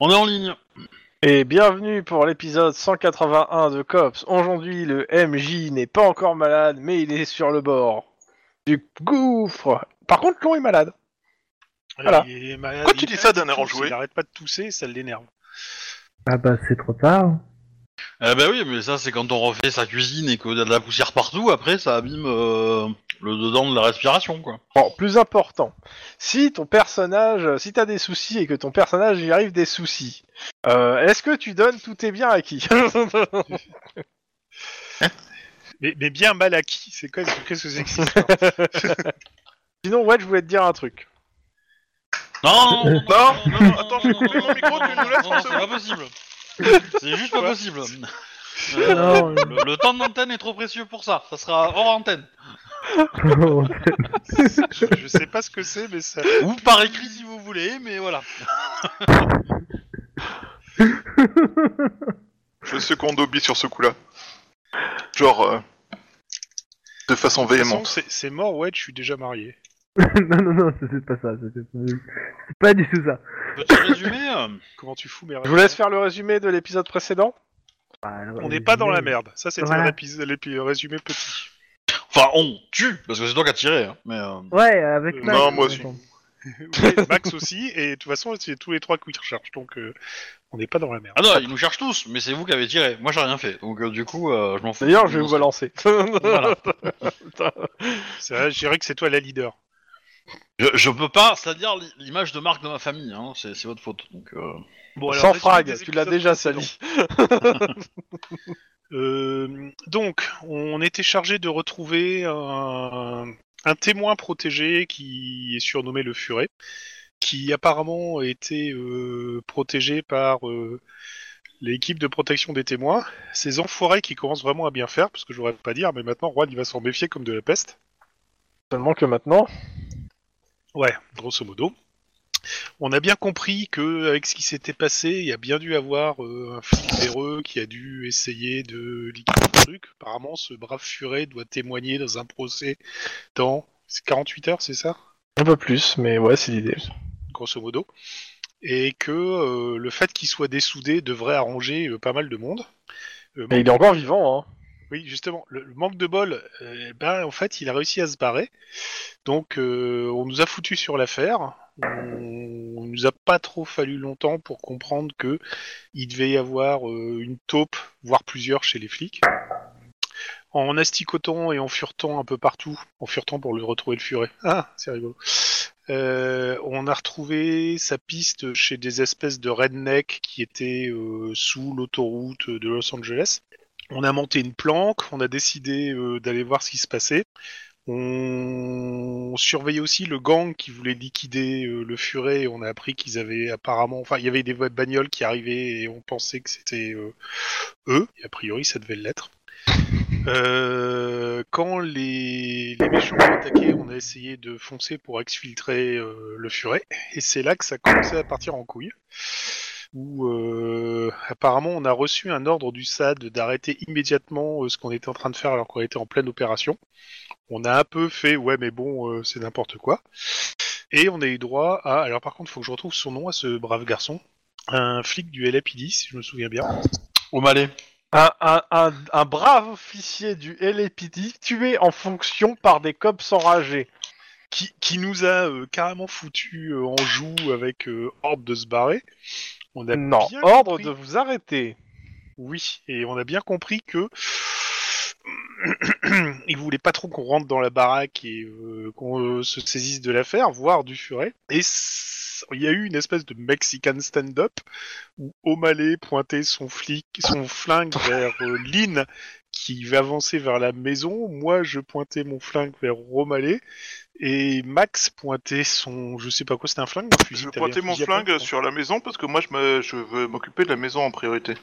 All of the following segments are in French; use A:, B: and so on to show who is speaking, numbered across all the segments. A: On est en ligne.
B: Et bienvenue pour l'épisode 181 de Cops. Aujourd'hui, le MJ n'est pas encore malade, mais il est sur le bord du gouffre. Par contre, Lon est malade. Voilà.
C: Il est malade,
A: Pourquoi tu
C: il
A: dis ça d'un
C: tousse,
A: air enjoué
C: Il arrête pas de tousser, ça l'énerve.
D: Ah bah c'est trop tard.
A: Eh ben oui, mais ça c'est quand on refait sa cuisine et qu'il y a de la poussière partout, après ça abîme euh, le dedans de la respiration quoi.
B: Bon, plus important, si ton personnage, si t'as des soucis et que ton personnage y arrive des soucis, euh, est-ce que tu donnes tous tes biens à qui
C: Mais, mais bien mal acquis, c'est quoi c'est- Qu'est-ce que c'est que ça
B: Sinon, ouais, je voulais te dire un truc.
A: Non, non, non, non, non, non,
E: attends,
A: non,
E: je coupe
A: non,
E: mon micro,
A: non,
E: tu
A: non,
E: nous laisses
A: non, non,
E: trente
A: C'est pas possible. C'est juste pas possible. Euh,
D: Non,
A: le, le temps d'antenne est trop précieux pour ça. Ça sera hors antenne.
D: euh,
C: je, je sais pas ce que c'est, mais ça.
A: Ou par écrit si vous voulez, mais voilà.
E: Je seconde Obi sur ce coup-là. Genre, euh, de façon
C: De toute façon,
E: véhémente.
C: c'est- c'est mort, ouais, je suis déjà marié.
D: non, non, non, c'est pas ça. C'est c'est pas du tout ça.
A: Petit résumé. euh,
C: Comment tu fous mes
B: Je
C: rêves Ah,
B: vous laisse faire le résumé de l'épisode précédent.
D: Alors,
C: On n'est pas dans la merde, ça c'était
D: Voilà.
C: un épisode- l'épi- résumé petit.
A: Enfin, on tue parce que c'est toi qui as tiré. hein, Mais euh,
D: Ouais, avec
C: Euh,
D: Max,
E: non, moi aussi.
D: attends.
C: Ouais, Max aussi, et de toute façon, c'est tous les trois quick recharge, donc euh, on n'est pas dans la merde.
A: ah non, ils nous cherchent tous, mais c'est vous qui avez tiré. Moi j'ai rien fait, donc euh, du coup euh, je m'en fous.
B: D'ailleurs, je vais vous balancer.
A: Voilà.
C: C'est vrai, je dirais que c'est toi la leader.
A: Je, je peux pas, c'est-à-dire li- l'image de marque de ma famille, hein, c'est c'est votre faute. Donc, euh,
C: Bon,
B: Sans frag, tu l'as déjà
C: sali.
B: sali.
C: Euh, donc, on était chargé de retrouver un, un témoin protégé qui est surnommé le Furet, qui apparemment était euh, protégé par euh, l'équipe de protection des témoins. Ces enfoirés qui commencent vraiment à bien faire, parce que je voudrais pas dire, mais maintenant, Juan, il va s'en méfier comme de la peste.
B: Seulement que maintenant,
C: Ouais, grosso modo. On a bien compris que avec ce qui s'était passé, il y a bien dû avoir euh, un flic véreux qui a dû essayer de liquider le truc. Apparemment, ce brave furet doit témoigner dans un procès dans c'est 48 heures, c'est ça
B: un peu plus, mais ouais, c'est l'idée.
C: Grosso modo. Et que euh, le fait qu'il soit dessoudé devrait arranger euh, pas mal de monde. Euh,
B: Mais il est encore vivant, hein.
C: oui, justement, le, le manque de bol, euh, ben, en fait, il a réussi à se barrer. Donc, euh, on nous a foutu sur l'affaire. On, on nous a pas trop fallu longtemps pour comprendre que il devait y avoir euh, une taupe, voire plusieurs, chez les flics. En asticotant et en furetant un peu partout, en furetant pour le retrouver le furet. Ah, c'est rigolo. Euh, on a retrouvé sa piste chez des espèces de redneck qui étaient euh, sous l'autoroute de Los Angeles. On a monté une planque, on a décidé euh, d'aller voir ce qui se passait. On surveillait aussi le gang qui voulait liquider euh, le furet. On a appris qu'ils avaient apparemment, enfin, il y avait des bagnoles qui arrivaient et on pensait que c'était euh, eux. Et a priori, ça devait l'être. Euh, quand les, les méchants ont attaqué, on a essayé de foncer pour exfiltrer euh, le furet. Et c'est là que ça commençait à partir en couille où euh, apparemment on a reçu un ordre du SAD d'arrêter immédiatement euh, ce qu'on était en train de faire alors qu'on était en pleine opération. On a un peu fait ouais mais bon euh, c'est n'importe quoi. Et on a eu droit à alors par contre faut que je retrouve son nom à ce brave garçon, un flic du LAPD si je me souviens bien.
A: Au Malais.
B: Un, un, un, un brave officier du LAPD tué en fonction par des cops enragés.
C: qui, qui nous a euh, carrément foutu euh, en joue avec euh, ordre de se barrer. On a
B: Non,
C: bien
B: ordre
C: compris-
B: de vous arrêter.
C: Oui, et on a bien compris que il voulait pas trop qu'on rentre dans la baraque et euh, qu'on euh, se saisisse de l'affaire, voire du furet. Et s- il y a eu une espèce de Mexican stand-up où O'Malley pointait son flic, son flingue vers euh, Lynn qui va avancer vers la maison. Moi, je pointais mon flingue vers O'Malley et Max pointait son, je sais pas quoi, c'était un flingue. un fusil,
E: Je
C: t'avais un
E: pointais mon
C: fusil à pompe, je
E: flingue
C: crois.
E: sur la maison parce que moi je, me- je veux m'occuper de la maison en priorité.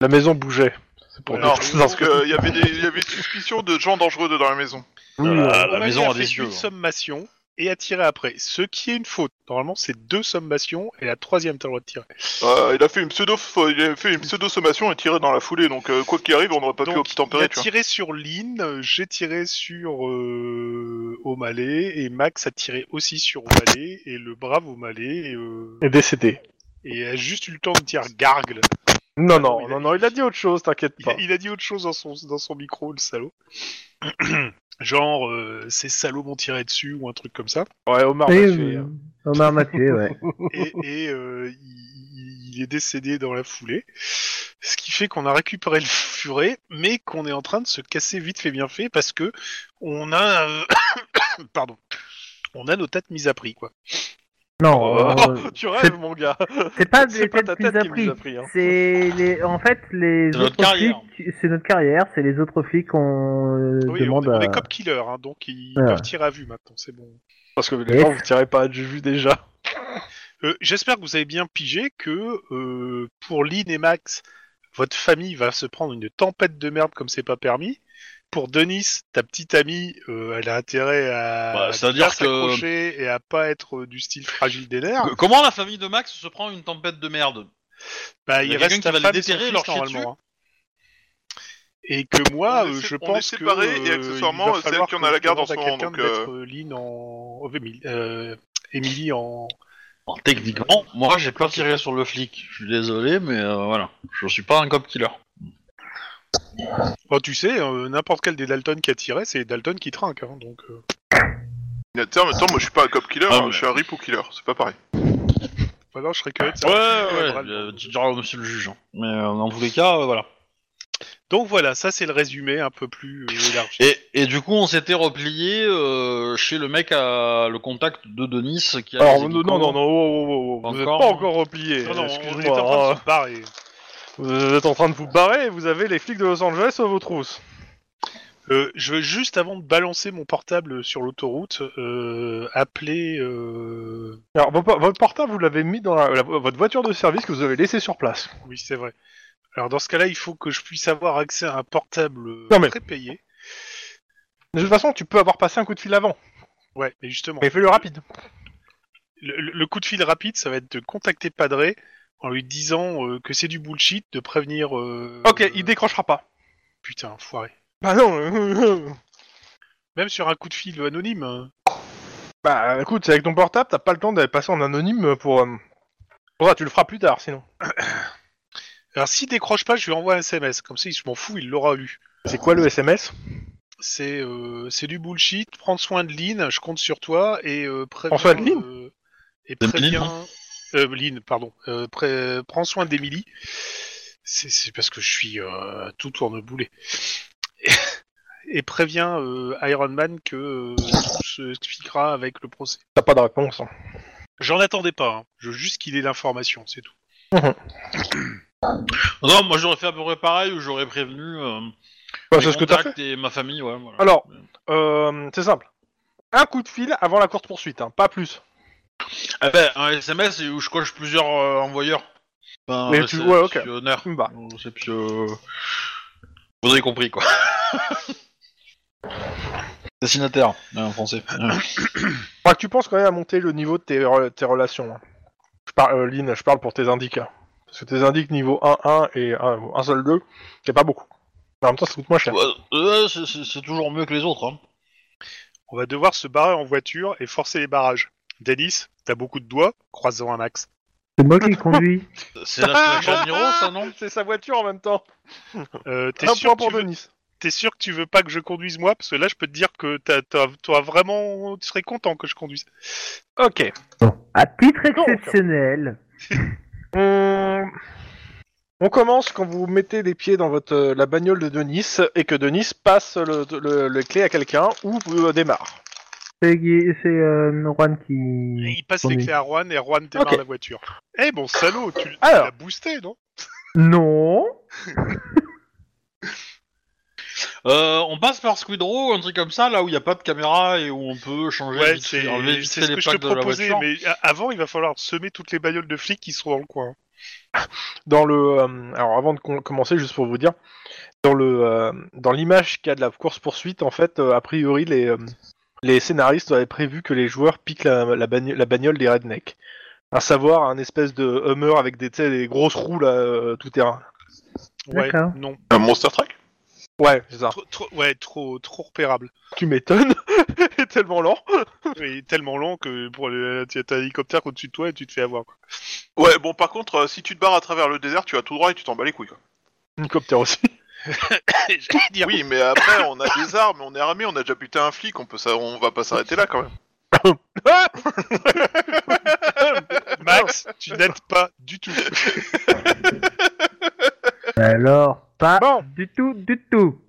B: La maison bougeait. C'est pour
C: Non,
E: Non,
B: dire-
E: parce qu'il y avait des il y avait une suspicion de gens dangereux dans la maison.
B: Oui,
A: Euh,
B: euh,
A: la
C: O'Malley
A: maison a
C: fait
A: des yeux.
C: Une sommation et a tiré après. Ce qui est une faute. Normalement, c'est deux sommations et la troisième, t'as le droit de tirer.
E: Euh, il a fait une pseudo il a fait une pseudo sommation et tiré dans la foulée donc euh, quoi qu'il arrive on n'aurait pas pu
C: Donc, il
E: obtempérer
C: a
E: tu vois.
C: tiré sur Lynn, euh, j'ai tiré sur euh, O'Malley et Max a tiré aussi sur O'Malley et le brave O'Malley euh,
B: est décédé.
C: et a juste eu le temps de dire gargle. non,
B: Non, non,
C: il a-
B: non, non, il a dit autre chose, t'inquiète
C: Il a,
B: pas.
C: il a dit autre chose dans son, dans son micro, le salaud. Genre, euh, ces salauds m'ont tiré dessus ou un truc comme ça.
B: Ouais, Omar m'a tué. hein.
D: Et, euh, Omar m'a tué, ouais.
C: Et, et, euh, il, il est décédé dans la foulée. Ce qui fait qu'on a récupéré le furet, mais qu'on est en train de se casser vite fait bien fait parce que on a. euh, Pardon. On a nos têtes mises à prix, quoi.
D: Non, euh,
B: Oh, tu rêves, mon gars.
D: c'est pas
B: C'est
D: des
B: pas
D: têtes
B: ta
D: plus
B: tête qui
D: appris.
B: nous a pris. hein.
D: C'est les, en fait les
A: C'est notre
D: autres
A: carrière.
D: flics, c'est notre carrière, c'est les autres flics qu'on euh,
C: Oui, on,
D: demande
C: est- on
D: à-
C: est cop killer, hein, donc ils
D: Ouais.
C: peuvent tirer à vue maintenant, c'est bon.
B: Parce que les gens, vous tirez pas à vu déjà.
C: Euh, J'espère que vous avez bien pigé que euh, pour Lynn et Max, votre famille va se prendre une tempête de merde comme c'est pas permis. Pour Denis, ta petite amie, euh, elle a intérêt à
A: Bah,
C: à
A: c'est-à-dire
C: bien s'accrocher et à pas être euh, du style fragile des nerfs.
A: Euh, Comment la famille de Max se prend une tempête de merde
C: Bah,
A: il
C: il
A: y a
C: reste
A: quelqu'un
C: ta
A: qui va les
C: femme et son
A: déterrer,
C: fils,
A: leur chier
C: normalement. hein. Et que moi,
E: On est
C: euh,
E: sé-
C: je
E: on est
C: pense que
E: séparés et
C: euh, il
E: accessoirement,
C: va
E: c'est elle
C: falloir
E: qui en
C: que
E: a la
C: je
E: garde en
C: demande à
E: ce moment,
C: quelqu'un de
E: donc, euh,
C: mettre, euh, Lynn en oh, Emily- euh, Emily en
A: Bon, Techniquement, moi j'ai pas tiré sur le flic. Je suis désolé, mais euh, voilà, je suis pas un cop killer.
C: Bon, tu sais, euh, n'importe quel des Dalton qui a tiré, c'est Dalton qui trinque. Hein, donc, euh.
E: Mais attends, mais attends, moi je suis pas un cop killer,
A: Ah,
E: hein,
A: ouais.
E: je suis un rip ou killer, c'est pas pareil.
C: Enfin, non, je serais curieux de
A: Ouais,
C: savoir.
A: ouais,
C: bravo.
A: euh, tu diras au monsieur le juge. hein. Mais euh, dans tous les cas, euh, voilà.
C: Donc voilà, ça c'est le résumé un peu plus euh, élargi.
A: Et, et du coup, on s'était replié euh, chez le mec à le contact de Denis qui a. les
B: Alors, non,
A: hélicos.
B: non, non, non, oh, oh, oh, oh, vous êtes
A: Encore. hein.
B: pas encore replié.
C: Non, non, on- on était en train
B: Excuse-moi.
C: de se barrer.
B: Vous êtes en train de vous barrer et vous avez les flics de Los Angeles à vos trousses.
C: Euh, je veux juste, avant de balancer mon portable sur l'autoroute, euh, appeler... euh,
B: Alors, vo- votre portable, vous l'avez mis dans la- la- votre voiture de service que vous avez laissée sur place.
C: Oui, c'est vrai. Alors dans ce cas-là, il faut que je puisse avoir accès à un portable euh,
B: Non, mais-
C: très payé.
B: De toute façon, tu peux avoir passé un coup de fil avant,
C: Ouais, mais justement,
B: mais fais-le rapide.
C: le, le- le coup de fil rapide, ça va être de contacter Padré en lui disant euh, que c'est du bullshit, de prévenir... euh,
B: Ok,
C: euh,
B: il décrochera pas.
C: Putain, foiré.
B: Bah non.
C: Même sur un coup de fil anonyme. hein.
B: bah écoute, avec ton portable, t'as pas le temps d'aller passer en anonyme pour. euh, pour ça, tu le feras plus tard, sinon.
C: Alors s'il décroche pas, je lui envoie un SMS. Comme ça, il se m'en fout, il l'aura lu.
B: C'est quoi le SMS
C: C'est euh, c'est du bullshit. Prends soin de Lynn, je compte sur toi et euh, préviens.
B: Prends soin de Lynn
C: euh, et
A: De
C: préviens. Euh, Lynn, pardon. Euh, pré- Prends soin d'Emily. C'est c'est parce que je suis euh, tout tourneboulet. Et préviens euh, Iron Man que euh, tout s'expliquera avec le procès.
B: T'as pas de réponse. hein.
C: J'en attendais pas. hein. Je veux juste qu'il ait l'information, c'est tout.
A: Non, moi j'aurais fait à peu près pareil ou j'aurais prévenu. euh,
B: Bah,
A: mes
B: c'est ce que t'as fait.
A: contacts et ma famille, ouais. Voilà.
B: Alors, euh, c'est simple. Un coup de fil avant la course poursuite, hein, pas plus.
A: Eh ben, un SMS où je coche plusieurs euh, envoyeurs. Enfin,
B: Mais tu-
A: c'est-
B: ouais, ok.
A: c'est honneur.
B: Tu me bats.
A: C'est puis, euh, Vous avez compris, quoi. Destinataire, en français.
B: Faudra que tu penses quand même à monter le niveau de tes, re- tes relations. hein. Je parle, euh, Lynn, je parle pour tes indiques. hein. Parce que tes indiques niveau 1, 1 et 1, un seul 2, c'est pas beaucoup. Mais en même temps, ça coûte moins cher.
A: c'est toujours mieux que les autres. Hein.
C: On va devoir se barrer en voiture et forcer les barrages. Denis, t'as beaucoup de doigts, croisant un axe.
D: C'est moi qui le conduis.
A: C'est la solution de Miro, ça, non
B: C'est sa voiture en même temps.
C: Euh, t'es
B: Un
C: sûr,
B: point
C: que tu
B: pour
C: veux-
B: Denis.
C: t'es sûr que tu veux pas que je conduise moi Parce que là, je peux te dire que t'as, t'as- t'auras vraiment, tu serais content que je conduise.
B: Ok.
D: À titre
B: Donc.
D: exceptionnel.
B: On... Hum. on commence quand vous mettez les pieds dans votre euh, la bagnole de Denis et que Denis passe le, le, les clés à quelqu'un ou euh, démarre.
D: C'est Guy- c'est euh, Juan
C: Et
D: qui.
C: il passe
D: Oui.
C: les clés à Juan et Juan démarre
B: Ok.
C: la voiture. Eh bon salaud, tu, tu
B: Alors.
C: l'as boosté, non
D: Non.
A: Euh, On passe par Squidrow, un truc comme ça, là où il n'y a pas de caméra et où on peut changer
C: Ouais,
A: vite
C: c'est,
A: fait- enlever vite
C: c'est
A: fait
C: ce
A: les
C: que je te
A: plaques de la
C: proposais.
A: voiture.
C: Mais a- avant, il va falloir semer toutes les bagnoles de flics qui sont dans le coin.
B: Dans le euh, alors avant de com- commencer juste pour vous dire dans le euh, dans l'image qu'il y a de la course poursuite en fait euh, a priori les euh, les scénaristes avaient prévu que les joueurs piquent la, la, bagno- la bagnole des rednecks. À savoir un espèce de Hummer avec des, tu sais, des grosses roues là, euh, tout terrain.
C: Ouais,
D: D'accord.
C: non.
E: Un Monster Truck
B: Ouais, c'est ça.
C: Trop, trop- ouais, trop, trop repérable.
B: Tu m'étonnes. est tellement lent.
C: Il est tellement long que pour le, t'as un hélicoptère au-dessus de toi et tu te fais avoir. quoi.
E: Ouais, bon, par contre, euh, si tu te barres à travers le désert, tu vas tout droit et tu t'en bats les couilles. quoi.
B: Hélicoptère aussi.
C: J'allais dire.
E: Oui, mais après, on a des armes, on est armé, on a déjà buté un flic, on peut ça, on va pas s'arrêter là quand même.
C: Max, tu n'aides pas du tout.
D: Alors, pas
B: Bon.
D: du tout, du tout.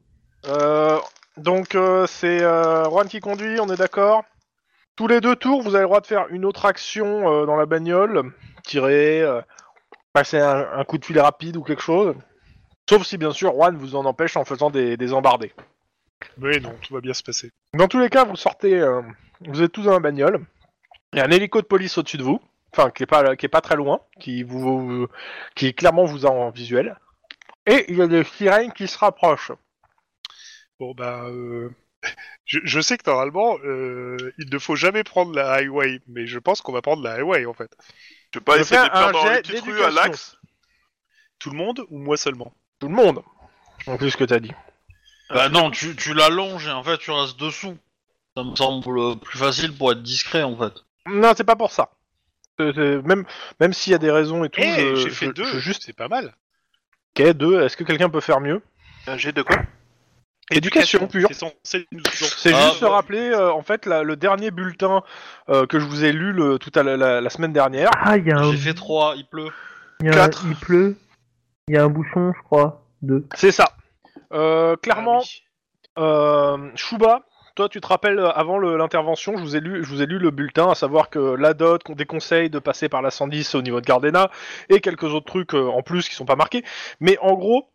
B: Euh, donc euh, c'est euh, Juan qui conduit, on est d'accord. Tous les deux tours, vous avez le droit de faire une autre action euh, dans la bagnole, tirer, euh, passer un, un coup de fil rapide ou quelque chose. Sauf si bien sûr Juan vous en empêche en faisant des, des embardés.
C: Mais non, tout va bien se passer.
B: Dans tous les cas, vous sortez, euh, vous êtes tous dans la bagnole. Il y a un hélico de police au-dessus de vous, enfin qui est pas qui est pas très loin, qui vous, vous- qui clairement vous a en visuel. Et il y a des sirènes qui se rapprochent.
C: Bon, bah. euh, Je, je sais que normalement, euh, il ne faut jamais prendre la highway, mais je pense qu'on va prendre la highway en fait.
E: Je peux pas
B: Je
E: essayer de
B: fais
E: les perdre
B: un
E: dans les
B: jet
E: petites rues à
B: d'éducation.
E: l'axe.
C: Tout le monde ou moi seulement
B: Tout le monde. En plus ce que t'as dit.
A: Bah non, tu, tu l'allonges et en fait tu restes dessous. Ça me semble plus facile pour être discret en fait.
B: Non, c'est pas pour ça. Euh, c'est- Même, même s'il y a des raisons et tout,
C: Eh,
B: je-
C: j'ai fait
B: je-
C: deux,
B: je- juste
C: c'est pas mal.
B: ok, deux. Est-ce que quelqu'un peut faire mieux
E: Un jet de quoi
B: Éducation pure.
C: C'est censé nous.
B: C'est
A: Ah,
B: juste se
A: bah.
B: rappeler, euh, en fait, la- le dernier bulletin euh, que je vous ai lu le, tout à la, la- la semaine dernière.
D: Ah, il y a un.
A: J'ai fait 3, il pleut.
D: il y a un-
E: quatre.
D: Il pleut. Il y a un bouchon, je crois. Deux.
B: C'est ça. Euh, clairement,
C: Ah oui.
B: euh, Chouba, toi, tu te rappelles euh, avant le- l'intervention, je vous ai lu, je vous ai lu le bulletin, à savoir que la dot qu'on déconseille de passer par la 110 au niveau de Gardena et quelques autres trucs euh, en plus qui sont pas marqués. Mais en gros,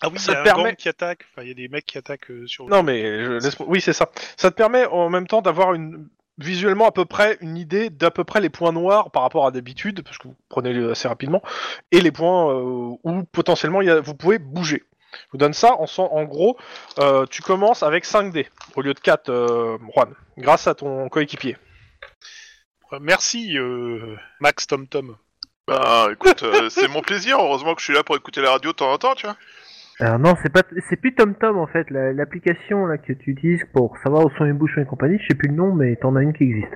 C: Ah oui, il y
B: ça
C: a un
B: permet-
C: gang qui attaque. Enfin, il y a des mecs qui attaquent euh, sur.
B: Non, mais je laisse- oui, c'est ça. Ça te permet en même temps d'avoir une visuellement à peu près une idée d'à peu près les points noirs par rapport à d'habitude, parce que vous prenez le- assez rapidement, et les points euh, où potentiellement il y a- vous pouvez bouger. Je vous donne ça en, cent- en gros. euh, tu commences avec 5 dés au lieu de 4, euh, Juan, grâce à ton coéquipier.
C: Euh, Merci, euh, Max Tom Tom.
E: Bah écoute, euh, c'est mon plaisir, heureusement que je suis là pour écouter la radio de temps en temps, tu vois.
D: Alors, non, c'est pas, c'est plus TomTom en fait. La- L'application là que tu utilises pour savoir où sont les bouchons et compagnie, je sais plus le nom, mais t'en as une qui existe.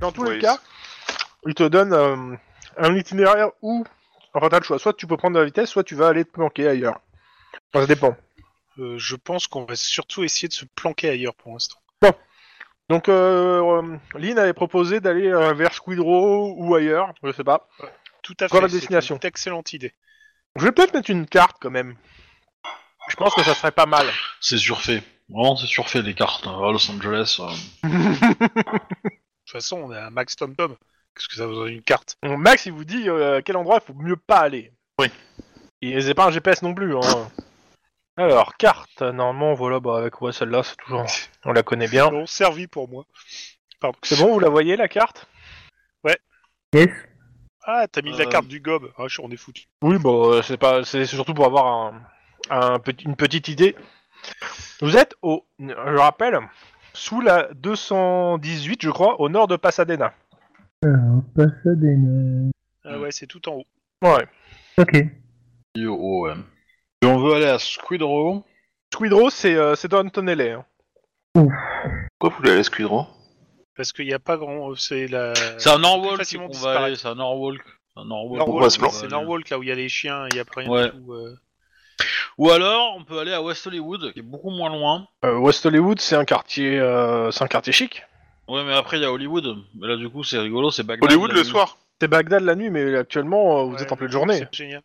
B: Dans tous les
E: Oui.
B: cas, il te donne euh, un itinéraire où, enfin, t'as le choix. Soit tu peux prendre de la vitesse, soit tu vas aller te planquer ailleurs. Enfin, ça dépend.
C: Euh, je pense qu'on va surtout essayer de se planquer ailleurs pour l'instant.
B: Donc, euh, euh, Lynn avait proposé d'aller euh, vers Squidrow ou ailleurs, je sais pas.
C: Tout à fait.
B: Voilà la
C: c'est
B: destination.
C: une excellente idée.
B: Je vais peut-être mettre une carte quand même. Je pense que ça serait pas mal.
A: C'est surfait. Vraiment, c'est surfait les cartes. hein. À Los Angeles. euh.
C: De toute façon, on a un Max Tom Tom. Qu'est-ce que ça vous donne une carte
B: Bon, Max, il vous dit euh, à quel endroit il faut mieux pas aller.
A: Oui.
B: Et c'est pas un GPS non plus. hein. Alors, carte, normalement, voilà, bah avec ouais, celle-là, c'est toujours. On la connaît bien.
C: Bon, servi pour moi. Pardon.
B: C'est bon, vous la voyez la carte
D: Yes.
C: Ah, t'as mis la
A: Euh.
C: carte du gob. Ah, je- on est foutu.
B: Oui, bah euh, c'est pas, c'est c'est surtout pour avoir un, un petit- une petite idée. Vous êtes au, je rappelle, sous la 218, je crois, au nord de Pasadena.
D: Alors, Pasadena.
B: Mm.
C: Ah ouais, c'est tout en haut.
B: Ouais.
D: Ok.
A: Yo, oh, ouais. Et on veut aller à Squid Row.
B: Squidrow, c'est euh, c'est dans Antonelli. hein.
E: Pourquoi vous voulez aller à Squidron
C: Parce qu'il n'y a pas grand. euh, C'est la.
A: C'est à Norwalk
C: facilement
A: qu'on va
C: disparaître.
A: aller. C'est à Norwalk. C'est à Norwalk.
E: Norwalk, On va se
C: Norwalk,
E: planquer.
A: qu'on va
C: c'est
A: aller.
C: Norwalk là où il y a les chiens, il n'y a pas rien
A: Ouais.
C: du tout. euh.
A: Ou alors, on peut aller à West Hollywood, qui est beaucoup moins loin.
B: Euh, West Hollywood, c'est un quartier, euh, c'est un quartier chic.
A: Ouais, mais après, il y a Hollywood. Mais là, du coup, c'est rigolo, c'est Bagdad.
E: Hollywood
A: la
E: le
A: nuit.
E: soir
B: C'est Bagdad la nuit, mais actuellement, euh, vous
C: Ouais,
B: êtes en pleine
C: non,
B: journée.
C: c'est Génial.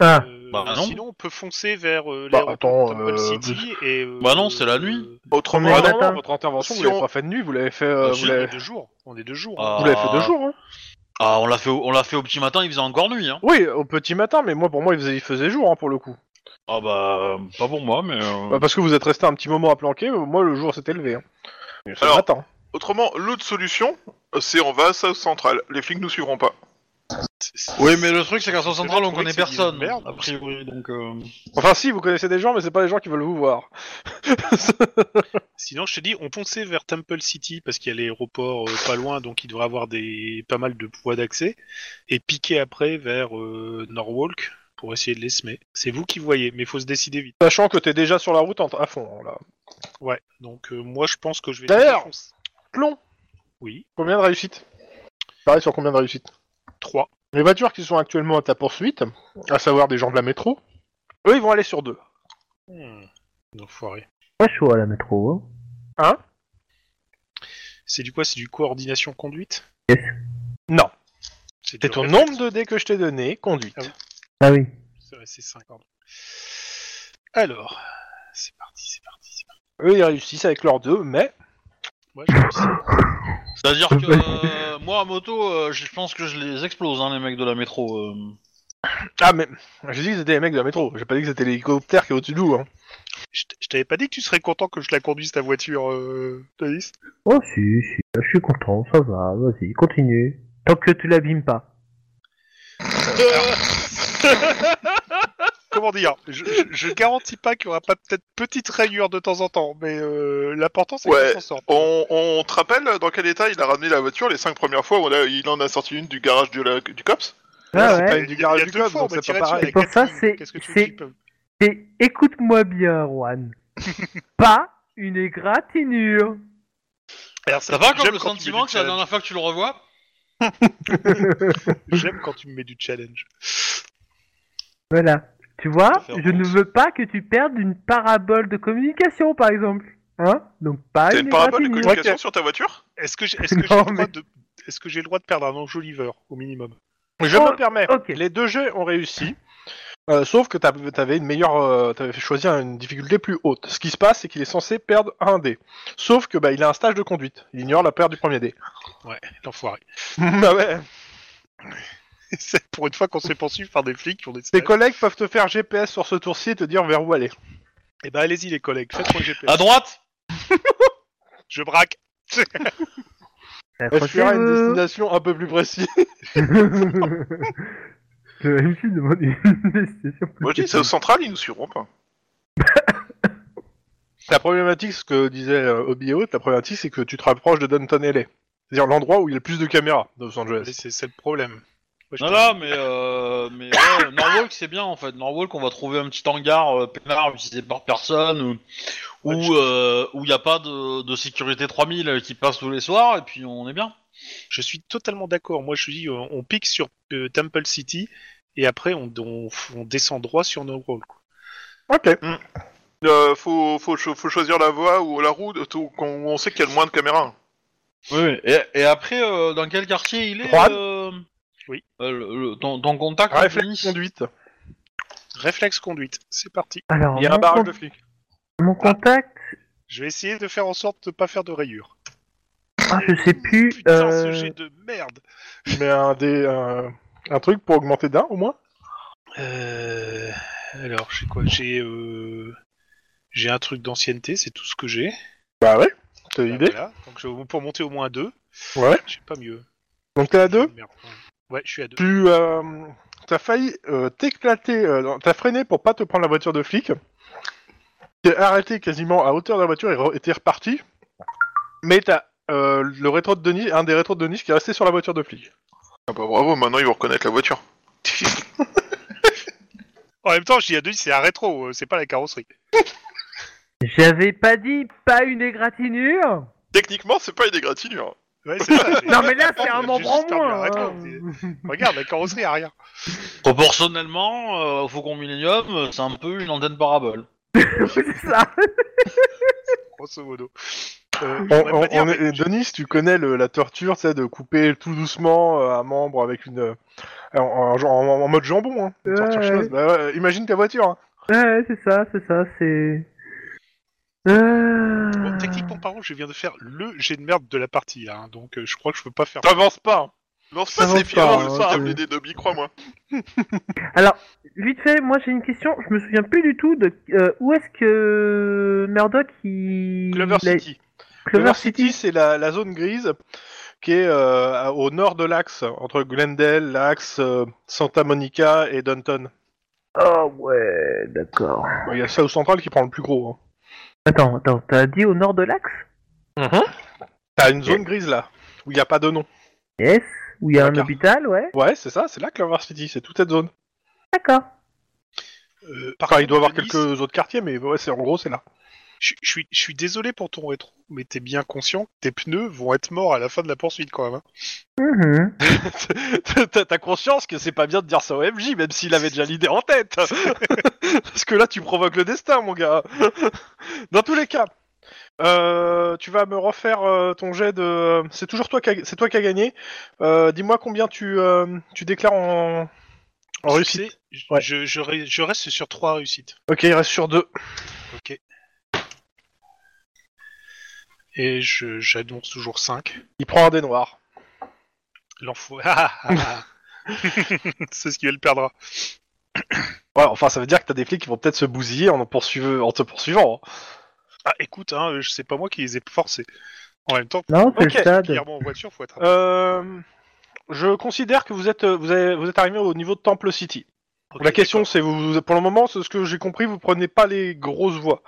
D: Ah.
C: Euh,
A: Bah, non.
C: Sinon, on peut foncer vers euh,
B: Bah,
C: l'aéroport
B: attends,
C: de Temple
B: euh,
C: City et. euh,
A: Bah non, c'est la
C: euh,
A: nuit.
E: Autrement,
B: Ah,
D: Bon,
B: non,
D: matin.
B: non, votre intervention,
E: Si
B: vous l'avez
E: on-
B: pas fait de nuit, vous l'avez fait, euh,
A: Bah,
B: vous
A: si,
C: on est
B: l'avez
C: deux jours. On est deux jours.
A: Ah.
B: vous l'avez fait deux jours. hein.
A: Ah, on l'a fait, au- on l'a fait au petit matin, il faisait encore nuit. Hein.
B: Oui, au petit matin, mais moi, pour moi, il faisait, il faisait jour hein, pour le coup.
A: Ah bah, euh, pas pour moi, mais. euh,
B: Bah, parce que vous êtes resté un petit moment à planquer. euh, Moi, le jour s'est élevé. Hein. Mais C'est le
E: Alors,
B: matin.
E: Autrement, l'autre solution, euh, c'est on va à South Central. Les flics nous suivront pas.
A: Oui, mais le truc, c'est qu'à South
C: Parce que là,
A: Central, on
C: je trouvais
A: connaît
C: que c'est une
A: personne.
C: merde.
A: A priori, donc. euh,
B: Enfin, si, vous connaissez des gens, mais c'est pas les gens qui veulent vous voir.
C: Sinon, je te dis, on fonçait vers Temple City parce qu'il y a l'aéroport euh, pas loin, donc il devrait avoir des pas mal de poids d'accès, et piquer après vers euh, Norwalk pour essayer de les semer. C'est vous qui voyez, mais il faut se décider vite.
B: Sachant que t'es déjà sur la route en- à fond, hein, là.
C: Ouais, donc euh, moi je pense que je vais...
B: D'ailleurs Clon,
C: Oui,
B: combien de réussites Pareil sur combien de réussites
C: 3.
B: Les voitures qui sont actuellement à ta poursuite, à savoir des gens de la métro, eux ils vont aller sur deux.
C: Hmm. Enfoiré.
D: Pas chaud à la métro, hein.
C: C'est du quoi C'est du coordination conduite
D: Yes.
B: Non.
C: C'est
B: C'est
C: du
B: ton
C: réflexe.
B: nombre de dés que je t'ai donné, conduite.
C: Ah oui.
D: Ah oui.
C: C'est vrai, c'est 5, pardon. Alors, c'est parti, c'est parti, c'est parti.
B: Eux ils réussissent avec leurs deux, mais
C: Moi, je pense-
A: C'est-à-dire que euh, moi, à moto, euh, je pense que je les explose, hein, les mecs de la métro. euh.
B: Ah, mais j'ai dit que c'était les mecs de la métro, j'ai pas dit que c'était l'hélicoptère qui est au-dessus de nous. Hein.
C: je t- je t'avais pas dit que tu serais content que je la conduise ta voiture, euh, Thaïs
D: Oh si, si, je suis content, ça va, vas-y, continue. Tant que tu l'abîmes pas.
C: Comment dire je, je- je garantis pas qu'il y aura pas peut-être petite rayure de temps en temps, mais euh, l'important c'est
E: Ouais. Oh.
C: qu'on s'en sorte.
E: On, on te rappelle dans quel état il a ramené la voiture les cinq premières fois où on a- il en a sorti une du garage de la- du COPS
D: Ah
B: c'est
D: ouais.
B: pas
C: Il y a-
B: du
C: il y a
B: garage
C: deux
B: du club,
C: fois, on
B: donc
C: m'a
B: c'est
C: tiré
B: pas
C: dessus
B: pareil.
C: avec
D: Pour
C: quatre
D: ça,
C: lignes.
D: c'est-
C: Qu'est-ce que tu
D: c'est-
C: dis, Pam
D: Et écoute-moi bien, Juan. pas une égratignure.
C: Alors,
A: T'as pas comme
C: j'aime
A: le
C: quand tu mets du
A: sentiment que c'est la
C: challenge.
A: dernière fois que tu le revois
C: J'aime quand tu me mets du challenge.
D: Voilà. Tu vois,
A: Faire
D: je ne
A: honte.
D: veux pas que tu perdes une parabole de communication, par exemple. Hein Donc
B: Ah,
D: pas
E: T'as
D: une,
E: une parabole de
D: égratignure.
E: communication sur ta voiture
C: Est-ce que j'ai est-ce que
D: Non,
C: j'ai le, droit
D: mais-
C: de- est-ce que j'ai le droit de perdre un enjoliveur au minimum
B: Je
D: Oh,
B: me permets,
D: ok.
B: les deux jeux ont réussi, euh, sauf que t'as- t'avais une meilleure, euh, t'avais fait choisir une difficulté plus haute. Ce qui se passe, c'est qu'il est censé perdre un dé. Sauf que bah, il a un stage de conduite, il ignore la perte du premier dé.
C: Ouais, l'enfoiré.
B: bah ouais,
C: C'est pour une fois qu'on se fait poursuivre par des flics qui ont des
B: tes collègues peuvent te faire GPS sur ce tour-ci et te dire vers où aller.
C: Eh ben allez-y les collègues, faites-moi le GPS.
A: À droite
C: Je braque.
B: Elle suivra une
D: Accrochez-vous.
B: destination un peu plus précise.
D: Le MC demande une destination plus
E: Moi je dis, c'est au
D: précise.
E: central, ils nous suivront pas.
B: La problématique, ce que disait euh, Obi et autres, la problématique, c'est que tu te rapproches de Downton Alley. C'est-à-dire l'endroit où il y a le plus de caméras de Los
C: Mais
B: Angeles.
C: C'est c'est le problème. Moi, je
A: Non,
C: te-
A: non, mais, euh, mais ouais, Norwalk, c'est bien en fait. Norwalk, on va trouver un petit hangar euh, peinard utilisé par personne ou-
C: Ouais,
A: où
C: je-
A: euh, où il n'y a pas de, de sécurité 3000 qui passe tous les soirs et puis on est bien.
C: Je suis totalement d'accord. Moi, je dis, on, on pique sur euh, Temple City et après, on, on- on descend droit sur Norwalk. quoi.
B: Ok.
E: Euh, faut, faut, cho- faut choisir la voie ou la route où qu'on- on sait qu'il y a le moins de caméras.
A: Oui, oui. Et, et après, euh, dans quel quartier il est
B: Juan
A: euh,
C: Oui.
A: euh, le- le- ton, ton contact
B: Réflexe
A: Denis
B: conduite.
C: Réflexe conduite, c'est parti.
D: Alors,
B: Il y a un
D: mon,
B: barrage
D: con-
B: de flics.
D: mon contact,
C: Je vais essayer de faire en sorte de pas faire de rayures.
D: ah, je sais plus.
C: Putain,
D: euh,
C: ce jet de merde.
B: Mais un, dé- un, un truc pour augmenter d'un, au moins
C: Euh, alors, j'ai quoi J'ai euh, j'ai un truc d'ancienneté, c'est tout ce que j'ai.
B: Bah ouais, c'est
C: Ah,
B: l'idée.
C: voilà. Donc, je- pour monter au moins à 2,
B: Ouais.
C: j'ai pas mieux.
B: Donc t'es à deux
C: Merde. Ouais, je suis à 2.
B: Tu euh, t'as failli euh, t'éclater, euh, dans- t'as freiné pour pas te prendre la voiture de flic. T'es arrêté quasiment à hauteur de la voiture et re- et t'es reparti. Mais t'as euh, le rétro de Denis, un des rétros de Denis qui est resté sur la voiture de flic.
E: Ah bah bravo, maintenant ils vont reconnaître la voiture.
C: En même temps, je dis à 2, c'est un rétro, euh, c'est pas la carrosserie.
D: J'avais pas dit pas une égratignure
E: Techniquement, c'est pas une égratignure.
C: Ouais, c'est ça.
D: Non, mais là, c'est un
C: Juste
D: membre en
C: fermer la
D: moins.
C: rétro,
D: hein.
C: Regarde, la carrosserie a rien.
A: Proportionnellement, euh, au Faucon Millennium, euh, c'est un peu une antenne parabole.
D: C'est ça.
C: grosso modo. Euh,
B: On-
C: je pourrais
B: on-
C: pas dire,
B: on est-
C: mais-
B: Denis, tu connais le- la torture, tu sais, de couper tout doucement euh, un membre avec une euh, en, en- en- en mode jambon. Hein, une
D: Ouais,
B: torture
D: ouais.
B: chose. Bah ouais, imagine ta voiture. hein.
D: Ouais, c'est ça, c'est ça, c'est. Euh...
C: Bon, techniquement parlant, je viens de faire le jet de merde de la partie là, hein, donc euh, je crois que je peux pas faire.
E: T'avances pas Non, c'est pas,
D: T'avances
E: c'est pire,
D: pas,
E: hein,
D: ouais,
E: c'est
D: c'est-
E: comme l'idée d'Obi, crois-moi.
D: Alors, vite fait, moi j'ai une question. Je me souviens plus du tout de euh, où est-ce que Murdoch il.
E: Clover
D: il a-
E: City.
D: Clover
B: River
D: City.
B: City, c'est la, la zone grise qui est euh, à- au nord de l'axe, entre Glendale, l'axe, euh, Santa Monica et Downton.
D: Oh ouais, d'accord.
B: Bon, Il y a ça au central qui prend le plus gros.
D: Attends, attends, t'as dit au nord de l'axe
B: Hein. T'as une zone grise là, où il n'y a pas de nom.
D: Yes. Où il y a un
B: D'accord.
D: hôpital, ouais.
B: Ouais, c'est ça, c'est là Clover City, c'est toute cette zone.
D: D'accord.
C: Euh, par
B: Enfin,
C: contre,
B: il doit y avoir
C: Denis,
B: quelques autres quartiers, mais ouais, c'est en gros, c'est là.
C: Je je suis, je suis désolé pour ton rétro, mais t'es bien conscient que tes pneus vont être morts à la fin de la poursuite quand même. hein.
D: Mhm.
B: T'as t'as conscience que c'est pas bien de dire ça au MJ, même s'il avait déjà l'idée en tête. Parce que là, tu provoques le destin, mon gars. Dans tous les cas, euh, tu vas me refaire euh, ton jet de. C'est toujours toi qui a- c'est toi qui as gagné. Euh, Dis-moi combien tu, euh, tu déclares en, en réussite.
C: C'est- je-
B: Ouais.
C: je, je re- je reste sur trois réussites.
B: Ok, il reste sur deux.
C: Ok. Et je- j'annonce toujours 5.
B: Il prend un dé noir.
C: L'enfoiré. Ah, C'est ce qui le perdra.
B: Ouais, enfin, ça veut dire que t'as des flics qui vont peut-être se bousiller en, en poursuive- en te poursuivant. hein.
C: Ah, écoute, hein, je sais pas moi qui les ai forcés. En même temps,
D: Non, c'est
B: Ok,
D: le stade.
C: clairement en voiture, faut être.
B: Euh, je considère que vous êtes, vous avez- vous êtes arrivé au niveau de Temple City.
C: Ok,
B: la question,
C: d'accord.
B: c'est vous, vous- pour le moment, c'est ce que j'ai compris, vous prenez pas les grosses voies.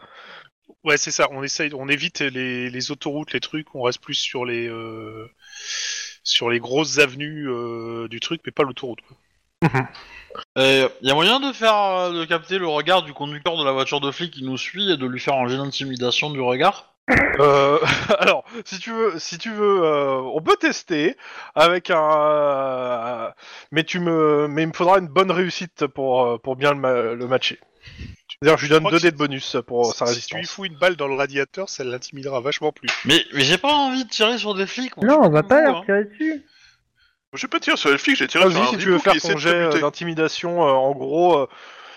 C: Ouais, c'est ça. On essaye, on évite les, les autoroutes, les trucs. On reste plus sur les euh, sur les grosses avenues euh, du truc, mais pas l'autoroute. quoi.
A: Il y a moyen de faire euh, de capter le regard du conducteur de la voiture de flic qui nous suit et de lui faire un jet d'intimidation du regard
B: Euh, alors, si tu veux, si tu veux, euh, on peut tester avec un, euh, mais tu me, mais il me faudra une bonne réussite pour euh, pour bien le, ma- le matcher. D'ailleurs, je lui donne
C: crois
B: 2
C: que
B: dés de bonus pour sa
C: si tu lui
B: résistance.
C: fous une balle dans le radiateur, ça l'intimidera vachement plus.
A: Mais, mais j'ai pas envie de tirer sur des flics. moi.
D: Non, on va pas
A: Vous,
D: leur
A: hein.
D: tirer dessus.
E: J'ai pas tiré sur les flics, j'ai tiré sur
B: Vas-y,
E: un
B: si tu veux
E: hibou
B: faire
E: qui essaie
B: ton
E: de
B: jet
E: te
B: euh,
E: buter.
B: d'intimidation, euh, en gros, euh,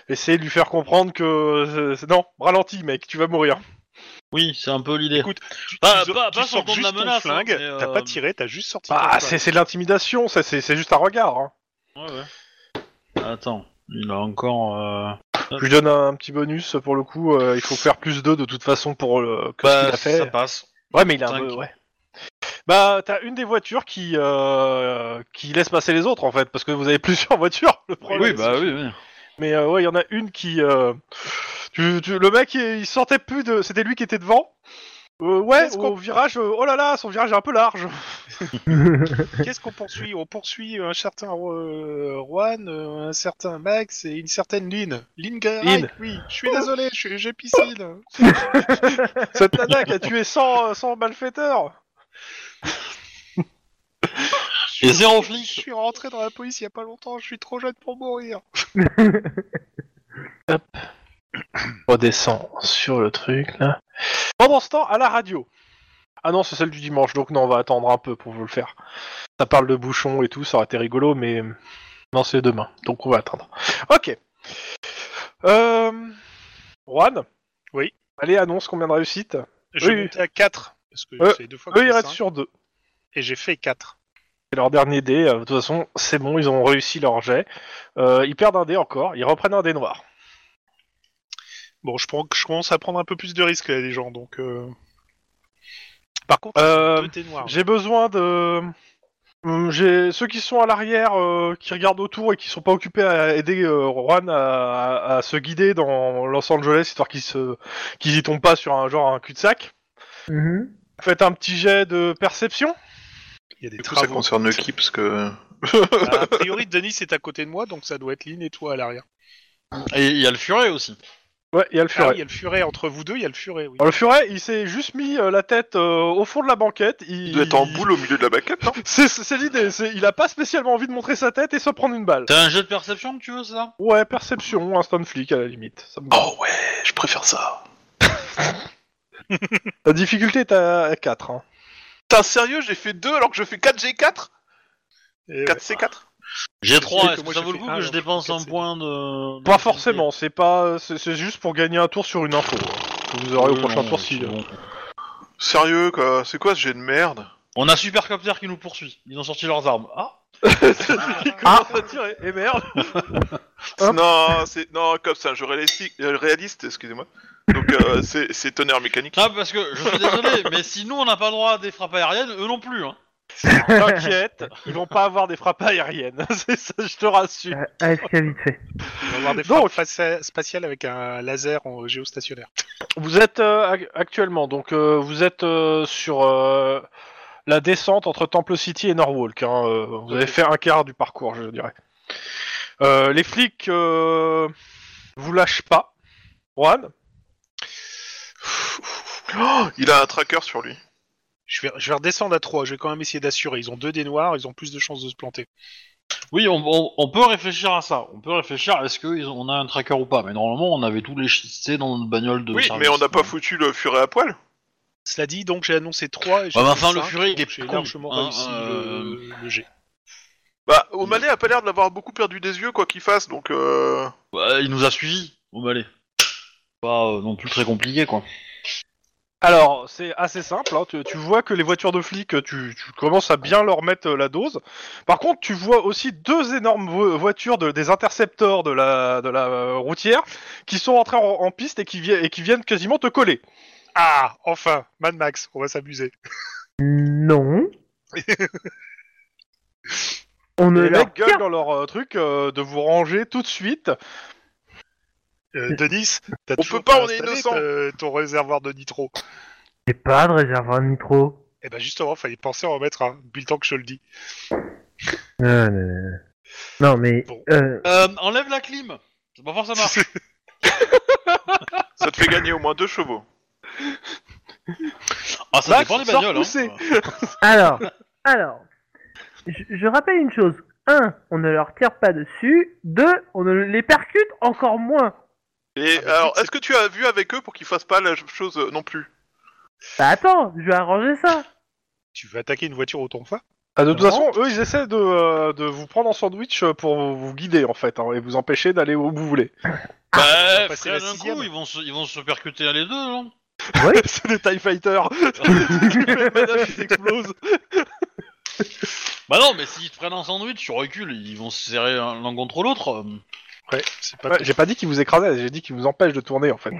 B: essayer de lui faire comprendre que euh, c'est- non, ralentis, mec, tu vas mourir.
A: Oui, c'est un peu l'idée.
C: Écoute, tu,
A: Bah,
C: tu-
A: bah,
C: tu
A: bah,
C: sors
A: sur le ton de
C: juste
A: la menace,
C: ton flingue.
A: hein, mais, euh,
C: T'as pas tiré, t'as juste sorti.
B: Bah,
C: ton
B: c'est
C: flingue.
B: c'est de l'intimidation, ça, c'est c'est juste un regard. hein.
A: Ouais, ouais. Attends, il a encore. euh,
B: Je lui donne un, un petit bonus pour le coup. euh, il faut faire plus 2 de toute façon pour le que ce
A: Bah,
B: qu'il a fait.
A: ça passe.
B: Ouais, mais il a un
A: Cinq.
B: peu- ouais. Bah, t'as une des voitures qui euh, qui laisse passer les autres en fait, parce que vous avez plusieurs voitures. Le problème.
A: Oui, bah oui, oui.
B: Mais euh, ouais, il y en a une qui. euh, tu- tu- le mec, il, il sortait plus de. C'était lui qui était devant. Euh, ouais,
C: Est-ce
B: au
C: qu'on-
B: virage. euh, Oh là là, son virage est un peu large.
C: Qu'est-ce qu'on poursuit On poursuit un certain euh, Juan, euh, un certain Max et une certaine Lynn. Lynn Garrick,
B: Lynn.
C: oui. Je suis désolé, je suis- j'ai piscine.
B: Cette nana qui a tué 100, euh, 100 malfaiteurs.
A: Et zéro
C: Je
A: flic
C: suis rentré dans la police il y a pas longtemps, je suis trop jeune pour mourir.
B: redescend sur le truc là. Pendant ce temps, à la radio. Ah non, c'est celle du dimanche, donc non, on va attendre un peu pour vous le faire. Ça parle de bouchons et tout, ça aurait été rigolo, mais non, c'est demain, donc on va attendre. Ok. Euh... Juan
C: Oui.
B: Allez, annonce combien de réussites
C: Je vais
B: Oui.
C: montais à 4 parce que
B: Euh,
C: c'est deux fois que
B: Eux, ils
C: c'est
B: restent
C: cinq,
B: sur deux.
C: et j'ai fait 4.
B: C'est leur dernier dé, euh, de toute façon, c'est bon, ils ont réussi leur jet. Euh, ils perdent un dé encore, ils reprennent un dé noir.
C: Bon, je, prends, je commence à prendre un peu plus de risques là, les gens, donc. euh. Par contre,
B: Euh,
C: deux dés noirs.
B: J'ai besoin de. Hum, J'ai ceux qui sont à l'arrière, euh, qui regardent autour et qui sont pas occupés à aider euh, Juan à, à- à se guider dans Los Angeles, histoire qu'ils se, qu'ils y tombent pas sur un genre un cul-de-sac.
D: Mhm.
B: Faites un petit jet de perception.
C: Il y a des
E: Du coup, ça
B: hein.
C: travaux.
E: concerne qui Parce que.
C: Bah, a priori, Denis est à côté de moi, donc ça doit être Lynn et toi à l'arrière.
A: Et il y a le furet aussi.
B: Ouais, il y a le
C: Ah
B: furet.
C: oui, il y a le furet entre vous deux, il y a le furet, oui.
B: Alors, le furet, il s'est juste mis euh, la tête euh, au fond de la banquette.
E: Il doit être en boule au milieu de la baquette, non
B: C'est c'est l'idée. c'est- Il a pas spécialement envie de montrer sa tête et se prendre une balle.
A: T'as un jet de perception que tu veux, c'est ça
B: Ouais, perception, instant flic à la limite. Ça me va.
E: Oh ouais, je préfère ça.
B: La difficulté est à 4. Hein.
E: T'as sérieux, j'ai fait 2 alors que je fais 4 G4
C: Et ouais.
E: 4 C4
A: J'ai
C: sais
A: 3,
C: que
A: est-ce que
C: moi,
A: ça
C: j'ai
A: vaut le
C: fait
A: coup
C: un,
A: que je
C: donc
A: dépense
C: quatre,
A: un
C: c'est
A: point de.
B: Pas forcément, c'est pas, c'est c'est juste pour gagner un tour sur une info. Que vous aurez au
A: Euh,
B: prochain
A: non,
B: tour
A: c'est
B: si. hein.
A: bon.
E: Sérieux, quoi C'est quoi ce jet de merde
A: On a Supercopter qui nous poursuit. Ils ont sorti leurs armes. Ah
B: Ah, et merde. Hop.
E: Non, c'est non comme ça, je réaliste, euh, réaliste excusez-moi. Donc euh, c'est c'est tonnerre mécanique.
A: Ah, parce que je suis désolé, mais si nous on n'a pas le droit à des frappes aériennes, eux non plus. Hein.
B: T'inquiète, ils vont pas avoir des frappes aériennes. c'est ça, je te rassure.
D: Ah, ah, est-ce qu'il y a vite fait
C: On va avoir des
B: Donc-
C: frappes facia- spatiales avec un laser en géostationnaire.
B: Vous êtes euh, ac- actuellement, donc euh, vous êtes euh, sur euh, la descente entre Temple City et Norwalk. hein, euh, vous avez fait un quart du parcours, je dirais. Euh, les flics euh, vous lâche pas. Juan,
E: Oh, il a un tracker sur lui.
C: Je vais, je vais redescendre à 3, je vais quand même essayer d'assurer. Ils ont deux dés noirs, ils ont plus de chances de se planter.
A: Oui, on, on- on peut réfléchir à ça. On peut réfléchir à est-ce qu'on a un tracker ou pas. Mais normalement, on avait tous les chités dans notre bagnole de.
E: oui,
A: service.
E: mais on n'a pas foutu le furet à poil.
C: Cela dit, donc j'ai annoncé 3 et j'ai
A: Ouais, mais
C: fait
A: enfin, le
C: cinq,
A: furet, il
C: donc
A: est
C: j'ai
A: con,
C: largement
A: hein,
C: réussi
A: euh,
C: le, le jet.
E: Bah, O'Malley a pas l'air de l'avoir beaucoup perdu des yeux, quoi qu'il fasse, donc euh...
A: Bah, il nous a suivis, bah, au balai. Pas euh, non plus très compliqué, quoi.
B: Alors, c'est assez simple. hein. Tu, tu vois que les voitures de flics, tu, tu commences à bien leur mettre euh, la dose. Par contre, tu vois aussi deux énormes vo- voitures de- des intercepteurs de la, de la euh, routière qui sont entrées en, en piste et qui, vi- et qui viennent quasiment te coller.
C: Ah, enfin, Mad Max, on va s'amuser.
D: Non. On ne
B: Et
D: l'a
B: les gueulent dans leur euh, truc euh, de vous ranger tout de suite.
C: Euh, Denis, t'as
E: On
C: toujours
E: peut pas, on est
C: installé,
E: innocent.
C: euh, ton réservoir de nitro.
D: J'ai pas de réservoir de nitro.
C: Eh ben justement, fallait penser à en mettre un, depuis le temps que je te le dis.
D: Non, non, non. Euh, non mais
C: Bon.
D: euh,
A: Euh, enlève la clim C'est pas forcément ça marche.
E: ça te fait gagner au moins deux chevaux.
A: Ah, ça
B: Max,
A: dépend des
B: sors
A: bagnoles,
B: pousser.
A: hein.
D: alors, alors, je, je rappelle une chose. Un, on ne leur tire pas dessus. Deux, on ne les percute encore moins.
E: Et
C: Ah, bah,
E: alors,
C: c'est-
E: est-ce que tu as vu avec eux pour qu'ils fassent pas la chose euh, non plus
D: Bah attends, je vais arranger ça.
C: Tu veux attaquer une voiture au tonfa
B: Ah, de toute
D: Non.
B: façon, eux, ils essaient de, euh, de vous prendre en sandwich euh, pour vous, vous guider, en fait, hein, et vous empêcher d'aller où vous voulez.
C: on va
A: bah,
C: passer
A: frère,
C: la
A: d'un
C: sixième.
A: coup, ils vont, se, ils vont se percuter à les deux, hein. non
B: C'est des TIE Fighters. les menaces, ils explosent.
A: Bah non, mais s'ils te prennent un sandwich, tu recules, ils vont se serrer un- l'un contre l'autre.
C: Ouais, c'est pas
B: Ouais, j'ai pas dit qu'ils vous écrasaient, j'ai dit qu'ils vous empêchent de tourner, en fait.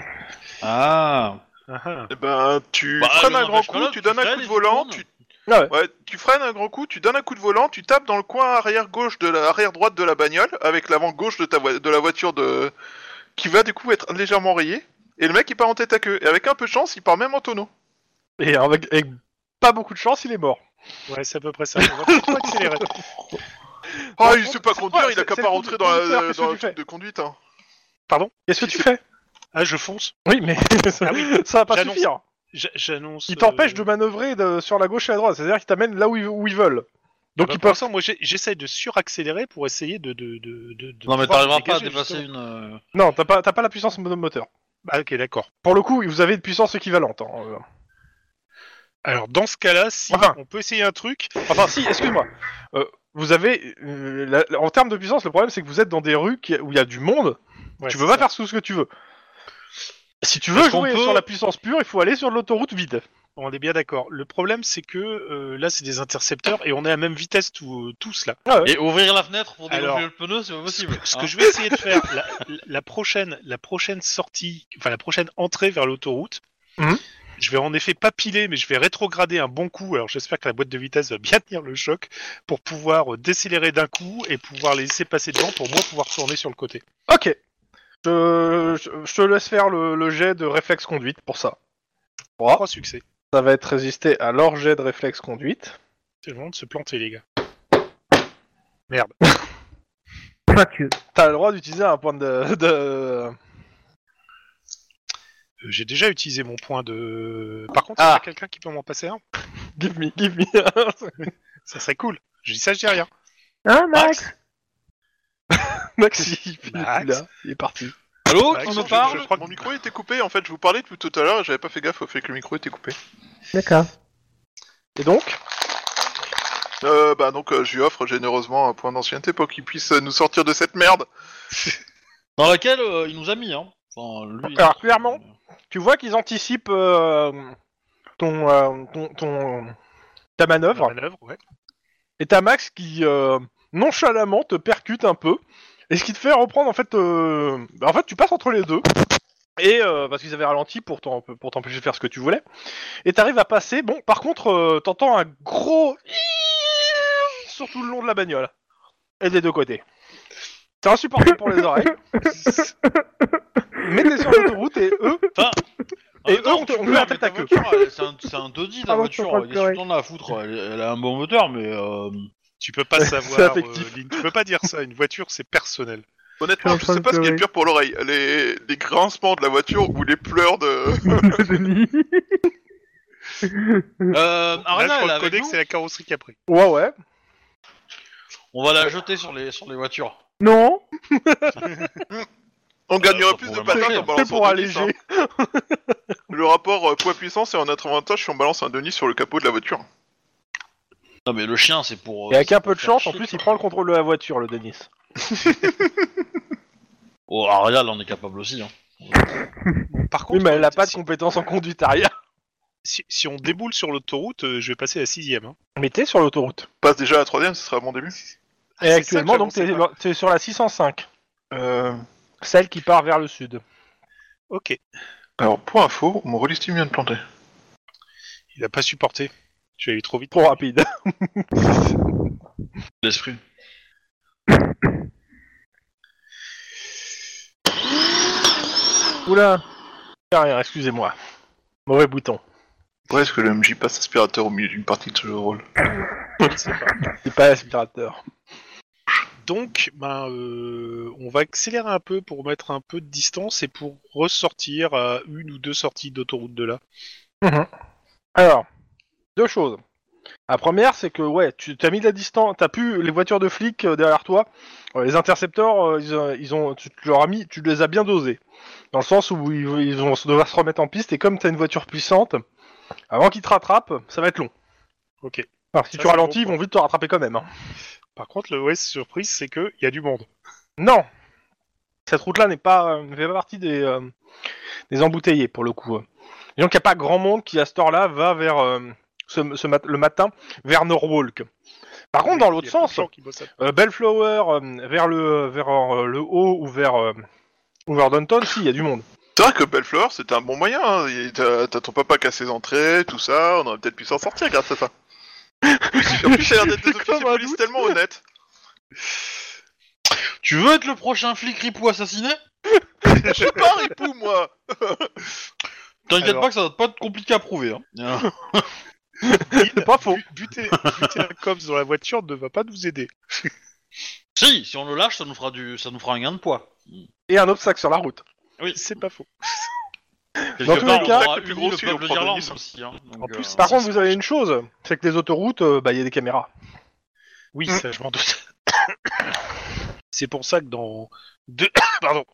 A: Ah
C: Ah, ah.
E: Eh ben, tu
A: Bah,
E: freines
A: mais
E: un
A: on
E: grand
A: empêche pas
E: coup,
A: l'autre,
E: tu
A: tu
E: donnes un
A: freines et
E: coup
A: hein.
E: de
A: tu
E: volant,
A: tournes.
E: tu...
B: Ah ouais.
E: Ouais, tu freines un grand coup, tu donnes un coup de volant, tu tapes dans le coin arrière gauche de la arrière droite de la bagnole avec l'avant gauche de ta voi- de la voiture de qui va du coup être légèrement rayée. Et le mec il part en tête à queue. Et avec un peu de chance, il part même en tonneau.
B: Et avec, avec pas beaucoup de chance, il est mort.
C: Ouais, c'est à peu près ça. On va plutôt accélérer.
E: Ah,
B: Par
E: il
B: contre,
E: sait pas
B: c'est
E: conduire,
B: quoi,
E: il a
B: c'est-
E: qu'à
B: c'est
E: pas
B: le
E: rentrer dans,
B: conducteur,
E: la,
B: qu'est-ce
E: dans
B: que
E: le
B: tu fais
E: truc de conduite. Hein.
B: Qu'est-ce que tu fais
C: Ah, je fonce.
B: Oui, mais
C: Ah oui,
B: ça va pas
C: j'annonce.
B: suffire.
C: j'a- j'annonce.
B: Ils t'empêchent
C: euh,
B: de manœuvrer de- sur la gauche et la droite, c'est-à-dire qu'ils t'amènent là où ils, où ils veulent. Donc
C: bah,
B: ils
C: pour
B: peuvent.
C: l'instant, moi, j'ai- j'essaie de suraccélérer pour essayer de. de, de, de- de
A: Non, mais
C: pouvoir
A: t'arriveras
C: me
A: pas à
C: dégager,
A: dépasser
C: justement.
A: une. euh,
B: Non, t'as pas, t'as pas la puissance de moteur.
C: Ah, ok, d'accord.
B: Pour le coup, vous avez une puissance équivalente. hein, euh.
C: Alors, dans ce cas-là, si
B: Enfin.
C: on peut essayer un truc,
B: Enfin, si, excuse-moi. Euh, vous avez. euh, la- la- en termes de puissance, le problème c'est que vous êtes dans des rues qui- où il y a du monde.
C: Ouais,
B: tu
C: c'est
B: peux pas
C: ça.
B: faire tout ce que tu veux. Si tu veux
A: Est-ce qu'on
B: jouer
A: peut-
B: sur la puissance pure, il faut aller sur de l'autoroute vide.
C: On est bien d'accord. Le problème, c'est que euh, là, c'est des intercepteurs et on est à la même vitesse tout- euh, tous là.
A: Et ouvrir la fenêtre pour dégonfler
C: Alors,
A: le pneu, c'est pas possible.
C: Ce
A: hein.
C: que je vais essayer de faire, la, la prochaine, la prochaine sortie, enfin la prochaine entrée vers l'autoroute,
B: Mhm.
C: je vais en effet pas piler, mais je vais rétrograder un bon coup. Alors j'espère que la boîte de vitesse va bien tenir le choc pour pouvoir euh, décélérer d'un coup et pouvoir les laisser passer devant pour moi pouvoir tourner sur le côté.
B: Ok. Je, je- je te laisse faire le, le jet de réflexe conduite pour ça. Trois.
C: Trois succès.
B: Ça va être résisté à leur jet de réflexe conduite.
C: C'est le moment de se planter, les gars.
D: Pas que.
B: T'as le droit d'utiliser un point de. de-
C: Euh, J'ai déjà utilisé mon point de. Par contre, il y
B: Ah.
C: a quelqu'un qui peut m'en passer un
B: Give me, give me.
C: Ça serait cool. Je dis ça, je dis rien.
D: Hein, Max
B: Maxi, il est plus
C: Max.
B: là, il est parti.
A: Allô,
C: Bah,
A: qui
C: Alexandre,
A: me
C: je-
A: parle
C: je crois que-
E: Mon micro était coupé en fait, je vous parlais depuis tout à l'heure et j'avais pas fait gaffe au fait que le micro était coupé.
D: D'accord.
B: Et donc
E: Euh, bah donc euh, je lui offre généreusement un point d'ancienneté pour qu'il puisse euh, nous sortir de cette merde.
A: Dans laquelle euh, il nous a mis, hein. Enfin, lui. euh,
B: Alors, clairement. Tu vois qu'ils anticipent euh, ton, euh, ton, ton- ta manœuvre.
C: La manœuvre, ouais.
B: Et t'as Max qui euh, nonchalamment te percute un peu. Et ce qui te fait reprendre, en fait, euh, bah, en fait, tu passes entre les deux. Et euh, parce qu'ils avaient ralenti pour t'en- pour t'empêcher de faire ce que tu voulais. Et t'arrives à passer. Bon, par contre, euh, t'entends un gros sur tout le long de la bagnole et des deux côtés. C'est insupportable pour les oreilles. Mais t'es sur l'autoroute et eux,
A: En
B: Et
A: même temps,
B: eux, on
A: tu
B: te- on
A: peux
B: met à
A: appeler
B: tête à
A: ta
B: queue.
A: voiture, elle- C'est un, c'est un 2D, la
D: Ah, bon, je
A: voiture.
D: comprends
A: Il
D: que, ouais.
A: est temps à foutre. Elle, elle a un bon moteur, mais. euh,
C: Tu peux pas savoir.
B: affectif.
C: euh, Lynn, tu peux pas dire ça. Une voiture, c'est personnel.
E: Honnêtement,
D: Je
E: je
D: suis en
E: sais
D: train
E: pas
D: de
E: ce qui est le
D: pleurer.
E: pire pour l'oreille. Les... les grincements de la voiture ou les pleurs de.
D: Le Denis.
A: Euh, Arena,
C: Là, je
A: elle est
C: reconnais
A: avec
C: que
A: nous
C: c'est la carrosserie qui a pris.
B: Ouais, ouais.
A: On va la jeter sur les, sur les voitures.
D: non,
E: On gagnera
A: ça
E: plus de
A: pourrait
E: patates
A: marcher,
E: en
A: hein.
E: balançant
B: C'est pour
E: un denis,
B: alléger.
E: hein. le rapport euh, poids-puissance est en notre avantage si on balance un denis sur le capot de la voiture.
A: Non mais le chien c'est pour... euh,
B: Et avec
A: c'est
B: un
A: pour
B: peu de
A: faire
B: chance, en
A: chier,
B: plus, il
A: quoi.
B: prend le contrôle de la voiture, le Denis.
A: Oh Ariel en est capable aussi. Hein.
C: Bon, par contre,
B: Oui, mais elle n'a
C: si-
B: pas de
C: si,
B: compétences en conduite arrière.
C: si- si on déboule sur l'autoroute, euh, je vais passer à sixième. hein.
B: Mais t'es sur l'autoroute.
E: Passe déjà à la troisième, ce sera mon début.
C: Ah,
B: Et
C: c'est
B: actuellement,
C: ça que
B: donc, t'es
C: j'avançais pas.
B: t'es sur la 605.
E: Euh,
B: Celle qui part vers le sud.
C: Ok.
E: Alors, pour info, mon relisting vient de planter.
C: Il a pas supporté. Je vais aller trop vite.
B: Trop rapide.
A: L'esprit.
B: Oula. Y'a rien, excusez-moi. Mauvais bouton.
E: Pourquoi est-ce que le MJ passe aspirateur au milieu d'une partie de ce rôle
C: Je sais pas.
B: C'est pas l'aspirateur.
C: Donc, ben, euh, on va accélérer un peu pour mettre un peu de distance et pour ressortir à une ou deux sorties d'autoroute de là.
B: Alors, deux choses. La première, c'est que, ouais, tu as mis de la distance, t'as pu les voitures de flics euh, derrière toi. euh, les intercepteurs, euh, ils, ont- ils ont, tu, tu leur as mis, tu les as bien dosés. Dans le sens où ils, ils vont se- devoir se remettre en piste, et comme t'as une voiture puissante, avant qu'ils te rattrapent, ça va être long.
C: Ok.
B: Enfin, si
C: Ça,
B: tu
C: c'est
B: ralentis,
C: bon
B: ils
C: point.
B: vont vite te rattraper quand même. hein.
C: Par contre, le OS surprise, c'est qu'il y a du monde.
B: Non Cette route-là n'est pas, euh, ne fait pas partie des, euh, des embouteillés, pour le coup. euh. Et donc, il n'y a pas grand monde qui, à cette heure-là, va vers euh, ce, ce mat- le matin vers Norwalk. Par contre, dans
C: Il y a
B: l'autre
C: plein de
B: sens,
C: gens qui bossent à-
B: euh, Bellflower euh, vers le, vers euh, le haut ou vers, euh, ou vers Downton, si, il y a du monde.
E: C'est vrai que Bellefleur, c'était un bon moyen. hein. Il- T'as t'as ton papa qui a ses entrées, tout ça. On aurait peut-être pu s'en sortir grâce à ça. en plus, ça a l'air d'être des officiers de
B: Comme un
E: police tellement honnêtes.
A: Tu veux être le prochain flic ripou assassiné
E: Je suis pas ripou, moi
A: T'inquiète
C: Alors.
A: pas que ça va pas être compliqué à prouver. Hein.
B: C'est pas faux.
C: Bu- Buter, buter un cops dans la voiture ne va pas nous aider.
A: si, si on le lâche ça nous fera du, ça nous fera un gain de poids.
B: Et un obstacle sur la route.
C: C'est pas faux.
B: Dans
A: Quelque
B: tous
A: part
B: les
A: on
B: cas-
A: aura
E: Le plus
A: uni
E: gros
A: le
E: sujet,
A: peuple
E: on prend
A: d'Irlande
E: Denis.
A: aussi. Hein. Donc,
C: En plus,
B: Par
C: Ça,
B: contre,
C: euh, c'est
B: vous avez une chose, c'est que les autoroutes, euh, bah, il y a des caméras.
C: Oui,
E: Mm.
C: ça, je m'en doute. C'est pour ça que dans deux, pardon,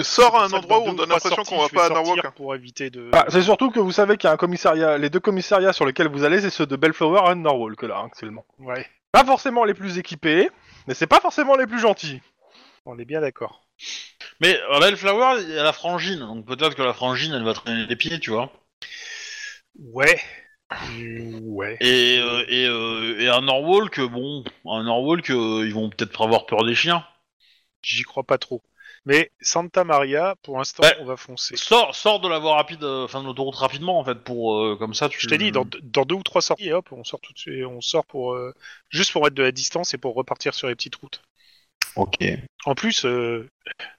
E: Sors à un
C: C'est pour ça que
E: endroit où
C: dans
E: on
C: deux ou
E: donne
C: trois
E: l'impression
C: sorties,
E: qu'on va
C: je
E: pas à
C: vais
E: Norwalk. hein.
C: sortir pour éviter de.
B: Bah, c'est surtout que vous savez qu'il y a un commissariat, les deux commissariats sur lesels vous allez, c'est ceux de Bellflower et de Norwalk là hein, actuellement.
C: Ouais,
B: Pas forcément les plus équipés, mais c'est pas forcément les plus gentils.
C: on est bien d'accord.
A: Mais euh, là, le flower, il y a la frangine, donc peut-être que la frangine, elle va traîner les pieds, tu vois.
C: Ouais. Mmh, Ouais.
A: Et, euh, et, euh, et à Norwalk, bon, à Norwalk, euh, ils vont peut-être avoir peur des chiens.
C: J'y crois pas trop. Mais Santa Maria, pour l'instant,
A: Ouais.
C: on va foncer.
A: Sors, sors de la voie rapide, euh, enfin de l'autoroute rapidement, en fait, pour euh, comme ça, tu.
C: Je t'ai dit, dans, dans deux ou trois sorties, hop, on sort tout de suite, on sort pour euh, juste pour mettre de la distance et pour repartir sur les petites routes.
A: Ok.
C: En plus, euh,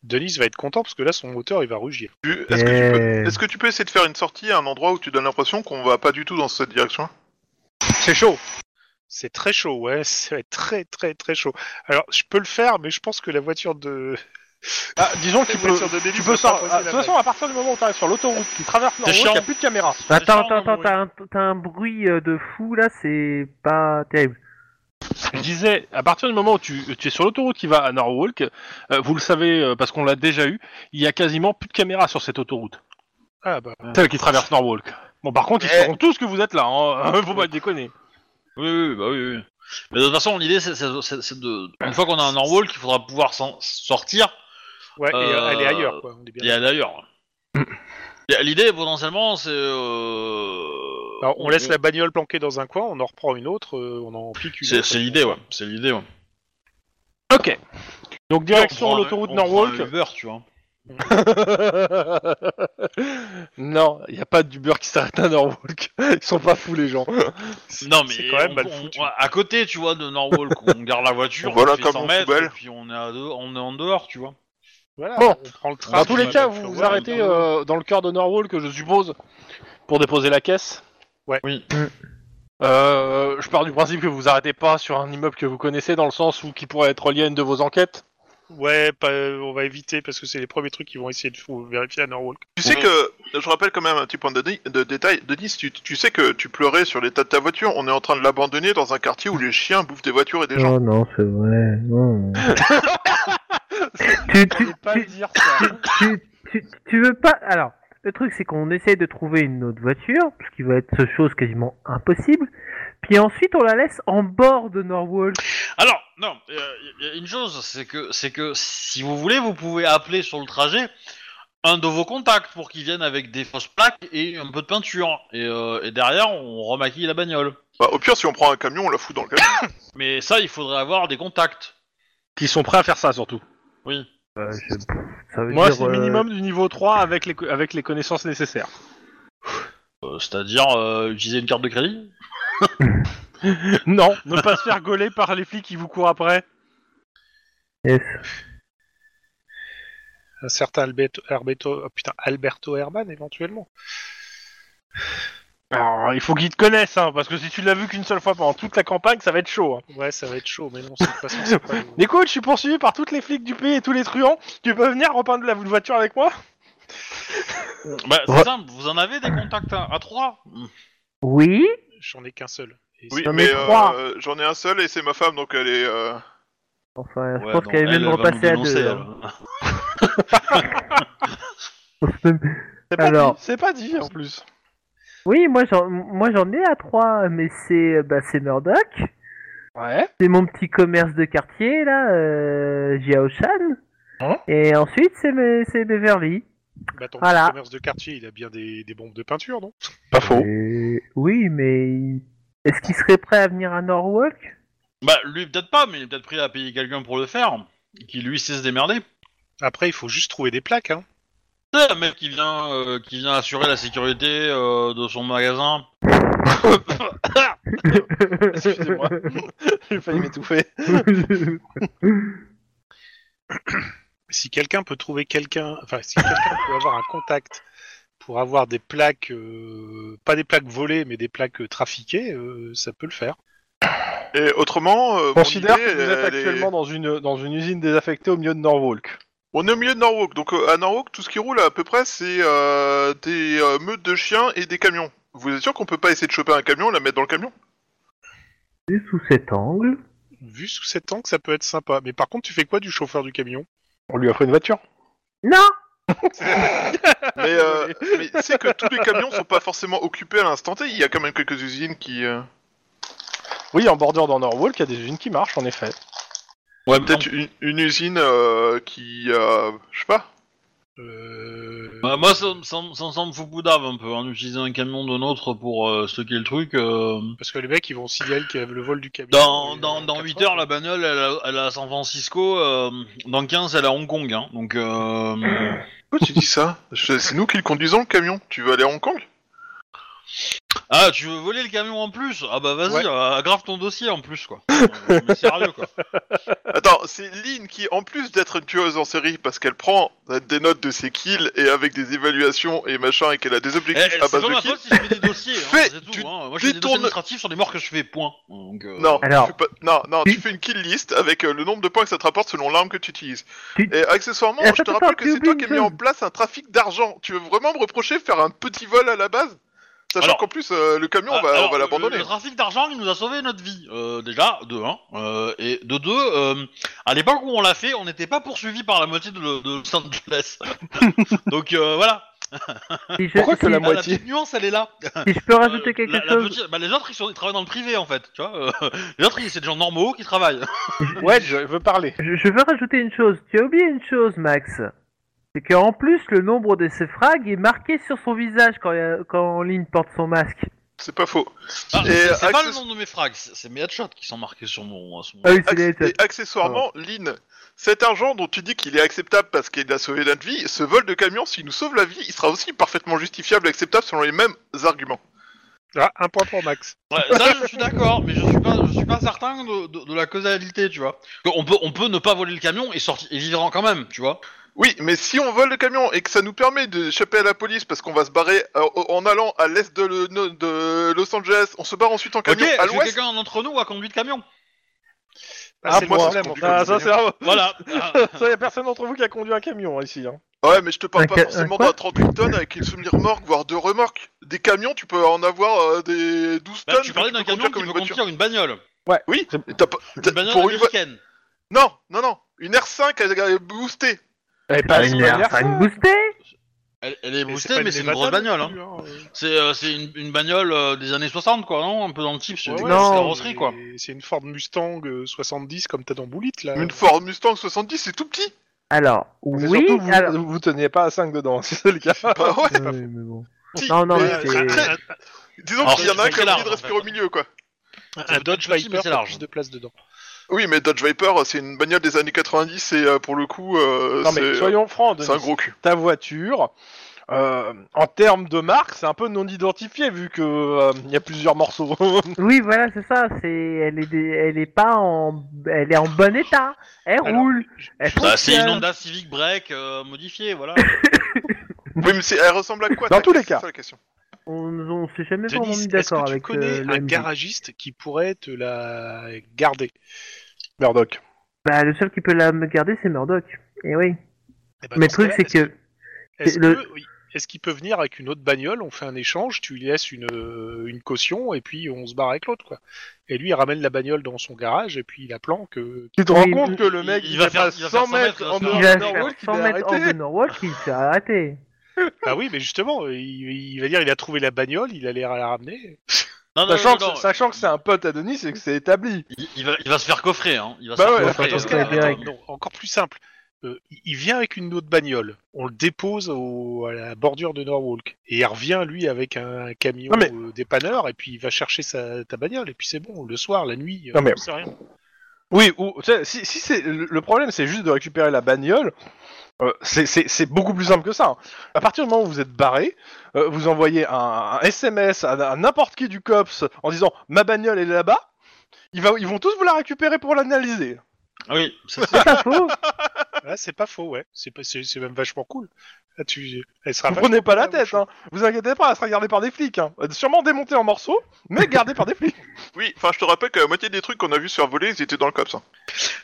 C: Denis va être content parce que là, son moteur, il va rugir.
E: Tu- Est-ce que, tu peux-
D: Eh.
E: est-ce que tu peux essayer de faire une sortie à un endroit où tu donnes l'impression qu'on va pas du tout dans cette direction
B: C'est chaud.
C: C'est très chaud, ouais, ça va être très très très chaud. Alors, je peux le faire, mais je pense que la voiture de.
B: Ah, disons que tu
C: la
B: peux,
C: voiture de Denis
B: tu
C: peut
B: peux
C: pas
B: sor-
C: passer
B: ah,
C: la
B: De toute
C: main.
B: façon, à partir du moment où t'arrives sur l'autoroute qui traverse Norwalk, il
A: chiant.
B: n'y a plus de caméra.
D: attends,
A: Charles
D: attends, attends,
A: Moreau.
D: t'as un, t'as un bruit euh, de fou là, c'est pas terrible.
B: Je disais, à partir du moment où tu, tu es sur l'autoroute qui va à Norwalk, euh, vous le savez euh, parce qu'on l'a déjà eu, il y a quasiment plus de caméras sur cette autoroute.
C: Ah bah.
B: Celle qui traverse Norwalk. Bon, par contre, ils
A: Mais-
B: sauront tous que vous êtes là, hein. faut pas déconner.
A: Oui, oui, bah oui, oui. Mais de toute façon, l'idée, c'est c'est- c'est- c'est de. Une fois qu'on a un Norwalk, il faudra pouvoir s'en sortir
C: Ouais, et
A: Euh,
C: euh, elle est ailleurs, quoi. On est bien Mm.
A: et aller ailleurs. Et L'idée, potentiellement, c'est. euh,
C: d'accord. Alors, on laisse la bagnole planquée dans un coin, on en reprend une autre, euh, on en pique une
A: C'est
C: autre.
A: c'est l'idée, ouais. C'est l'idée, ouais.
B: Ok. Donc,
A: On
B: direction
A: prend un-
B: l'autoroute
A: on prend
B: Norwalk.
A: un Uber, tu vois.
B: non, il n'y a pas d'Uber qui s'arrête à Norwalk. Ils sont pas fous, les gens.
A: Non, mais
C: C'est quand même
A: on-
C: mal
A: on-
C: foutu.
A: à côté, tu vois, de Norwalk, on garde la voiture,
E: Voilà
A: on fait
E: comme
A: 100
E: en
A: mètres,
E: poubelle.
A: et puis on est, à deux, on est en dehors, tu vois.
C: Voilà,
B: Bon.
C: on prend le train.
B: Dans tous les
C: on va
B: cas, vous
C: dans
B: vous
C: le-
B: arrêtez euh, dans le cœur de Norwalk, je suppose, pour déposer la caisse.
C: Ouais.
A: Oui.
D: Mm.
B: Euh, je pars du principe que vous vous arrêtez pas sur un immeuble que vous connaissez, dans le sens où qui pourrait être relié à une de vos enquêtes.
C: Ouais, pas- on va éviter parce que c'est les premiers trucs qu'ils vont essayer de f- vérifier à Norwalk.
E: Tu sais que, je rappelle quand même un petit point de, dé- de détail, Denis, tu, tu sais que tu pleurais sur l'état de ta voiture, on est en train de l'abandonner dans un quartier où les chiens bouffent des voitures et des gens.
D: Non, Oh, non, c'est vrai. Non. tu, tu,
B: Pas
D: tu-
B: dire ça.
D: tu, tu- tu veux pas. Alors, le truc, c'est qu'on essaye de trouver une autre voiture, ce qui va être chose quasiment impossible. Puis ensuite, on la laisse en bord de Norwalk.
A: Alors, non, il y a une chose, c'est que, c'est que si vous voulez, vous pouvez appeler sur le trajet un de vos contacts pour qu'ils viennent avec des fausses plaques et un peu de peinture. Et, euh, et derrière, on remaquille la bagnole.
E: Bah, au pire, si on prend un camion, on la fout dans le camion.
A: Mais ça, il faudrait avoir des contacts.
B: Qui sont prêts à faire ça surtout.
A: Oui.
D: Euh, je- ça veut
B: Moi,
D: dire,
B: c'est le
D: euh,
B: minimum du niveau 3 avec les, co- avec les connaissances nécessaires.
A: Euh, c'est-à-dire euh, utiliser une carte de crédit.
B: Non, ne pas se faire gauler par les flics qui vous courent après.
D: yes.
C: Un certain Alberto, Alberto, oh putain, Alberto Herman éventuellement.
B: Alors, il faut qu'ils te connaissent, hein, parce que si tu l'as vu qu'une seule fois pendant toute la campagne, ça va être chaud. hein.
C: Ouais, ça va être chaud, mais non, c'est pas ça. c'est pas-
B: Écoute, je suis poursuivi par toutes les flics du pays et tous les truands. Tu peux venir repeindre la voiture avec moi
A: Bah, c'est
D: Ouais.
A: simple, vous en avez des contacts à, à trois
D: Oui,
C: J'en ai qu'un seul. Et
E: Oui,
D: J'en ai
E: mais
D: trois.
E: euh, j'en ai un seul et c'est ma femme, donc elle est. euh,
D: enfin, je
A: Ouais,
D: pense
A: non,
D: qu'elle est
A: elle,
D: même
A: elle va
D: repassée
A: nous
D: à
A: dénoncer,
D: deux.
A: elle.
D: hein. On se met-
B: C'est pas
D: Alors.
B: dit, c'est pas dit en plus.
D: Oui, moi j'en, moi j'en ai à trois, mais c'est, euh, bah, c'est Murdoch,
B: Ouais.
D: c'est mon petit commerce de quartier là, euh, Jiaoshan,
B: Hein
D: et ensuite c'est, mes- c'est Beverly.
C: Bah, ton
D: Voilà.
C: petit commerce de quartier, il a bien des, des bombes de peinture, non
B: Pas faux.
D: Et- Oui, mais il- est-ce qu'il serait prêt à venir à Norwalk
A: Bah, lui, peut-être pas, mais il est peut-être prêt à payer quelqu'un pour le faire. Qui lui sait se démerder.
C: Après, il faut juste trouver des plaques, hein.
A: C'est un mec qui vient, euh, qui vient assurer la sécurité euh, de son magasin.
B: Excusez-moi. J'ai failli m'étouffer.
C: Si quelqu'un peut trouver quelqu'un, enfin, si quelqu'un peut avoir un contact pour avoir des plaques, euh, pas des plaques volées, mais des plaques euh, trafiquées, euh, ça peut le faire.
E: Et autrement, euh, mon
B: Considère
E: idée,
B: que vous
E: elle
B: êtes
E: est-
B: actuellement dans une, dans une usine désaffectée au milieu de Norwalk.
E: On est au milieu de Norwalk, donc euh, à Norwalk, tout ce qui roule à peu près, c'est euh, des euh, meutes de chiens et des camions. Vous êtes sûr qu'on peut pas essayer de choper un camion, la mettre dans le camion
D: Vu sous cet angle
C: Vu sous cet angle, ça peut être sympa. Mais par contre, tu fais quoi du chauffeur du camion
B: On lui offre une voiture.
D: Non
E: Mais, euh, mais c'est que tous les camions sont pas forcément occupés à l'instant T. Il y a quand même quelques usines qui. euh,
B: Oui, en bordure dans Norwalk, il y a des usines qui marchent, en effet.
A: Ouais,
E: Peut-être une, une usine euh, qui. euh, je sais pas.
C: euh...
A: Bah, moi, ça, me- ça, me- ça me semble Fukudave un peu, hein, d'utiliser un camion de nôtre pour euh, stocker le truc. euh.
C: Parce que les mecs, ils vont signaler qu'il y a le vol du camion.
A: Dans,
C: Et,
A: dans,
C: euh,
A: dans
C: quatre
A: 8 heures,
C: heures,
A: la bagnole, elle a, elle a San Francisco. euh, dans 15, elle a Hong Kong. Hein, donc, euh,
E: Pourquoi tu dis ça Je- C'est nous qui le conduisons le camion. Tu veux aller à Hong Kong
A: Ah, tu veux voler le camion en plus Ah bah vas-y,
C: Ouais.
A: euh, aggrave ton dossier en plus, quoi. Euh, Mais sérieux, quoi.
E: Attends, c'est Lynn qui, en plus d'être une tueuse en série parce qu'elle prend des notes de ses kills et avec des évaluations et machin et qu'elle a des
A: Eh,
E: objectifs
A: eh,
E: à
A: c'est
E: base
A: pas
E: de
A: ma
E: kills.
A: faute si je fais des dossiers, hein,
E: bah Fais-
A: c'est tout.
E: tu
A: hein. Moi, je fais des dossiers
E: détournes-
A: administratifs sur les morts que je fais, point. Donc, euh,
E: Non,
D: Alors-
E: tu fais pas- non, non,
D: Tu-
E: tu fais une kill list avec euh, le nombre de points que ça te rapporte selon l'arme que tu utilises.
D: Tu-
E: Et accessoirement,
D: Et
E: je te
D: attends,
E: rappelle
D: attends,
E: que
D: tu
E: c'est toi qui
D: oublies
E: as
D: une
E: mis en
D: chose.
E: place un trafic d'argent. Tu veux vraiment me reprocher de faire un petit vol à la base Sachant
A: Alors-
E: qu'en plus, euh, le camion, on
A: Ah,
E: va- on
A: alors,
E: va
A: le-
E: l'abandonner.
A: Le, trafic d'argent, il nous a sauvé notre vie. Euh, déjà, de 1. et de 2, à l'époque où on l'a fait, on n'était pas poursuivi par la moitié de, de Los Angeles. Donc euh, voilà.
D: si je,
B: Pourquoi que
D: si-
B: la
A: Ah,
B: moitié
A: petite nuance, elle est là.
D: si Ah, je peux rajouter
A: Euh,
D: quelque
A: la- la
D: chose,
A: petite- bah, les autres, ils, sont, ils travaillent dans le privé, en fait. Tu vois euh, les autres, ils- c'est des gens normaux qui travaillent.
B: Ouais, je veux parler.
D: je, je veux rajouter une chose. Tu as oublié une chose, Max. C'est qu'en plus, le nombre de ses frags est marqué sur son visage quand, il y a- quand Lynn porte son masque.
E: C'est pas faux.
A: Ah,
E: Et,
A: c'est c'est pas
E: access-
A: le nom de mes frags, c'est c'est mes headshots qui sont marqués sur mon. sur mon-
D: Ah oui, c'est
E: Acc-
D: les-
E: Et accessoirement,
D: Ah.
E: Lynn, cet argent dont tu dis qu'il est acceptable parce qu'il a sauvé notre vie, ce vol de camion, s'il nous sauve la vie, il sera aussi parfaitement justifiable et acceptable selon les mêmes arguments.
C: Ah, un point pour Max.
A: Ouais, ça, je suis d'accord, mais je suis pas, je suis pas certain de, de- de la causalité, tu vois. On peut, on peut ne pas voler le camion et sortir et vivre en- quand même, tu vois.
E: Oui, mais si on vole le camion et que ça nous permet d'échapper à la police parce qu'on va se barrer euh, en allant à l'est de, le- de Los Angeles, on se barre ensuite en
A: Ok,
E: camion à
A: est-ce que
E: l'ouest.
A: quelqu'un d'entre nous a conduit le camion
C: Ah, c'est le
B: moi,
C: problème,
E: ce
C: en
E: qu'on
C: fait.
E: dit.
B: Ah, ça, c'est vraiment-
A: Voilà. Ah,
B: Ça, y a personne d'entre vous qui a conduit un camion ici. Hein.
E: Ouais, mais je te parle
D: Un
E: pas
D: ca-
E: forcément
D: un quoi
E: d'un 38 tonnes avec une semi-remorque, voire deux remorques. Des camions, tu peux en avoir euh, des 12
A: bah,
E: tonnes.
A: tu
E: que
A: parlais
E: peux
A: d'un
E: conduire
A: camion qui peut contenir une bagnole.
E: Oui, t'as pas-
A: Une
E: t'as-
A: bagnole
E: pour une vo-
A: américaine.
E: Non, non, non, une R5 elle est boostée.
D: C'est pas une,
B: manière,
D: pas
B: ça.
D: une boostée
A: Elle, elle est
C: Et
A: boostée,
C: pas
A: mais c'est une
C: Nevada
A: grosse
C: non
A: bagnole. Hein.
C: plus, hein.
A: C'est euh, c'est une, une bagnole euh, des années 60, quoi, non Un peu dans le type, c'est
C: Ouais,
A: une
C: ouais,
D: non,
A: carrosserie, quoi.
C: c'est- C'est une Ford Mustang euh, 70 comme t'as dans Bullitt là.
E: Une Ford Mustang 70, c'est tout petit.
D: Alors,
B: Mais
D: oui,
B: surtout, vous,
D: alors...
B: vous teniez pas à 5 dedans, si c'est le cas.
E: Bah ouais,
D: Oui, mais bon.
E: petit.
D: Non, non,
E: mais
D: mais
E: très,
D: c'est-
E: très- Disons
B: Ah,
A: Alors,
E: qu'il y en a
A: c'est
E: un
A: très
E: qui a oublié de
B: hein,
A: large,
E: respirer
A: en fait.
E: au milieu, quoi.
A: un Dodge Viper,
C: Viper,
A: c'est large.
C: plus de place dedans.
E: Oui, mais Dodge Viper, c'est une bagnole des années 90 et euh, pour le coup, euh,
B: Non, mais
E: c'est
B: soyons francs,
E: c'est un
B: Denis.
E: gros cul.
B: ta voiture. euh, en termes de marque, c'est un peu non identifié vu que euh, il y a plusieurs morceaux.
D: oui, voilà, c'est ça. C'est, elle est, dé- elle est pas en, elle est en bon état. Elle
C: Alors,
D: roule. Elle
A: Bah, c'est une
D: fonctionne.
A: Honda Civic Break euh, modifiée, voilà.
E: oui, mais c'est- elle ressemble à quoi
B: Dans
E: ta-
B: tous les
E: c'est
B: cas.
E: ça, la question.
D: On, on s'est jamais vraiment
C: Denis,
D: mis
C: est-ce
D: d'accord
C: que tu
D: avec
C: connais
D: euh, le
C: un
D: MJ.
C: garagiste qui pourrait te la garder
B: Murdoch.
D: Bah, le seul qui peut la me garder, c'est Murdoch. Et oui.
C: Eh ben,
D: Mais le
C: dans
D: truc,
C: ce
D: c'est
C: cas-là,
D: que,
C: Est-ce
D: c'est
C: que-
D: le-
C: oui, est-ce qu'il peut venir avec une autre bagnole On fait un échange, tu lui laisses une, euh, une caution et puis on se barre avec l'autre quoi. Et lui il ramène la bagnole dans son garage et puis il la planque. euh,
B: Tu te
D: Oui,
B: rends
D: mais-
B: compte que le mec
A: Il va
B: fait
A: faire-
B: pas
A: il va faire
B: 100
A: 100
B: mètres
A: mètres,
B: en
A: il
D: il
B: dehors
D: va
B: de
D: faire
B: Norwalk, il
D: 100
B: est
D: mètres hors de
B: arrêté.
D: Norwalk, il s'est arrêté.
C: Ah oui, mais justement, il, il va dire il a trouvé la bagnole, il a l'air à la ramener.
A: Non, non, non,
B: Sachant
A: non,
B: que- sachant que c'est un pote à Denis, c'est que c'est établi.
A: il, il va, il va se faire coffrer, hein. Il va
B: Bah
A: se faire
B: ouais,
A: coffrer.
B: attends,
A: euh,
B: ce qu'elle a
A: attends,
D: direct.
C: Non, encore plus simple. Euh, il- il vient avec une autre bagnole, on le dépose au- à la bordure de Norwalk et il revient lui avec un camion
B: Non, mais-
C: euh, dépanneur et puis il va chercher sa, ta bagnole et puis c'est bon. Le soir, la nuit,
B: Non, mais-
C: c'est rien.
B: Oui, ou tu sais, si, si c'est le le problème, c'est juste de récupérer la bagnole. euh, c'est- c'est c'est beaucoup plus simple que ça. hein. À partir du moment où vous êtes barré, euh, vous envoyez un, un SMS à, à n'importe qui du cops en disant ma bagnole est là-bas. Ils, va- ils vont tous vous la récupérer pour l'analyser.
A: Ah Oui, ça,
D: C'est pas faux.
C: Ah, c'est pas faux, ouais. C'est pas- c'est c'est même vachement cool. Là, tu, elle sera
B: Vous
C: vachement
B: prenez pas la
C: cool,
B: tête, hein. Vous inquiétez pas, elle sera gardée par des flics. Hein. Euh, Sûrement démontée en morceaux, mais gardée par des flics.
E: Oui, enfin, je te rappelle que la moitié des trucs qu'on a vu se faire voler, ils étaient dans le cops. hein.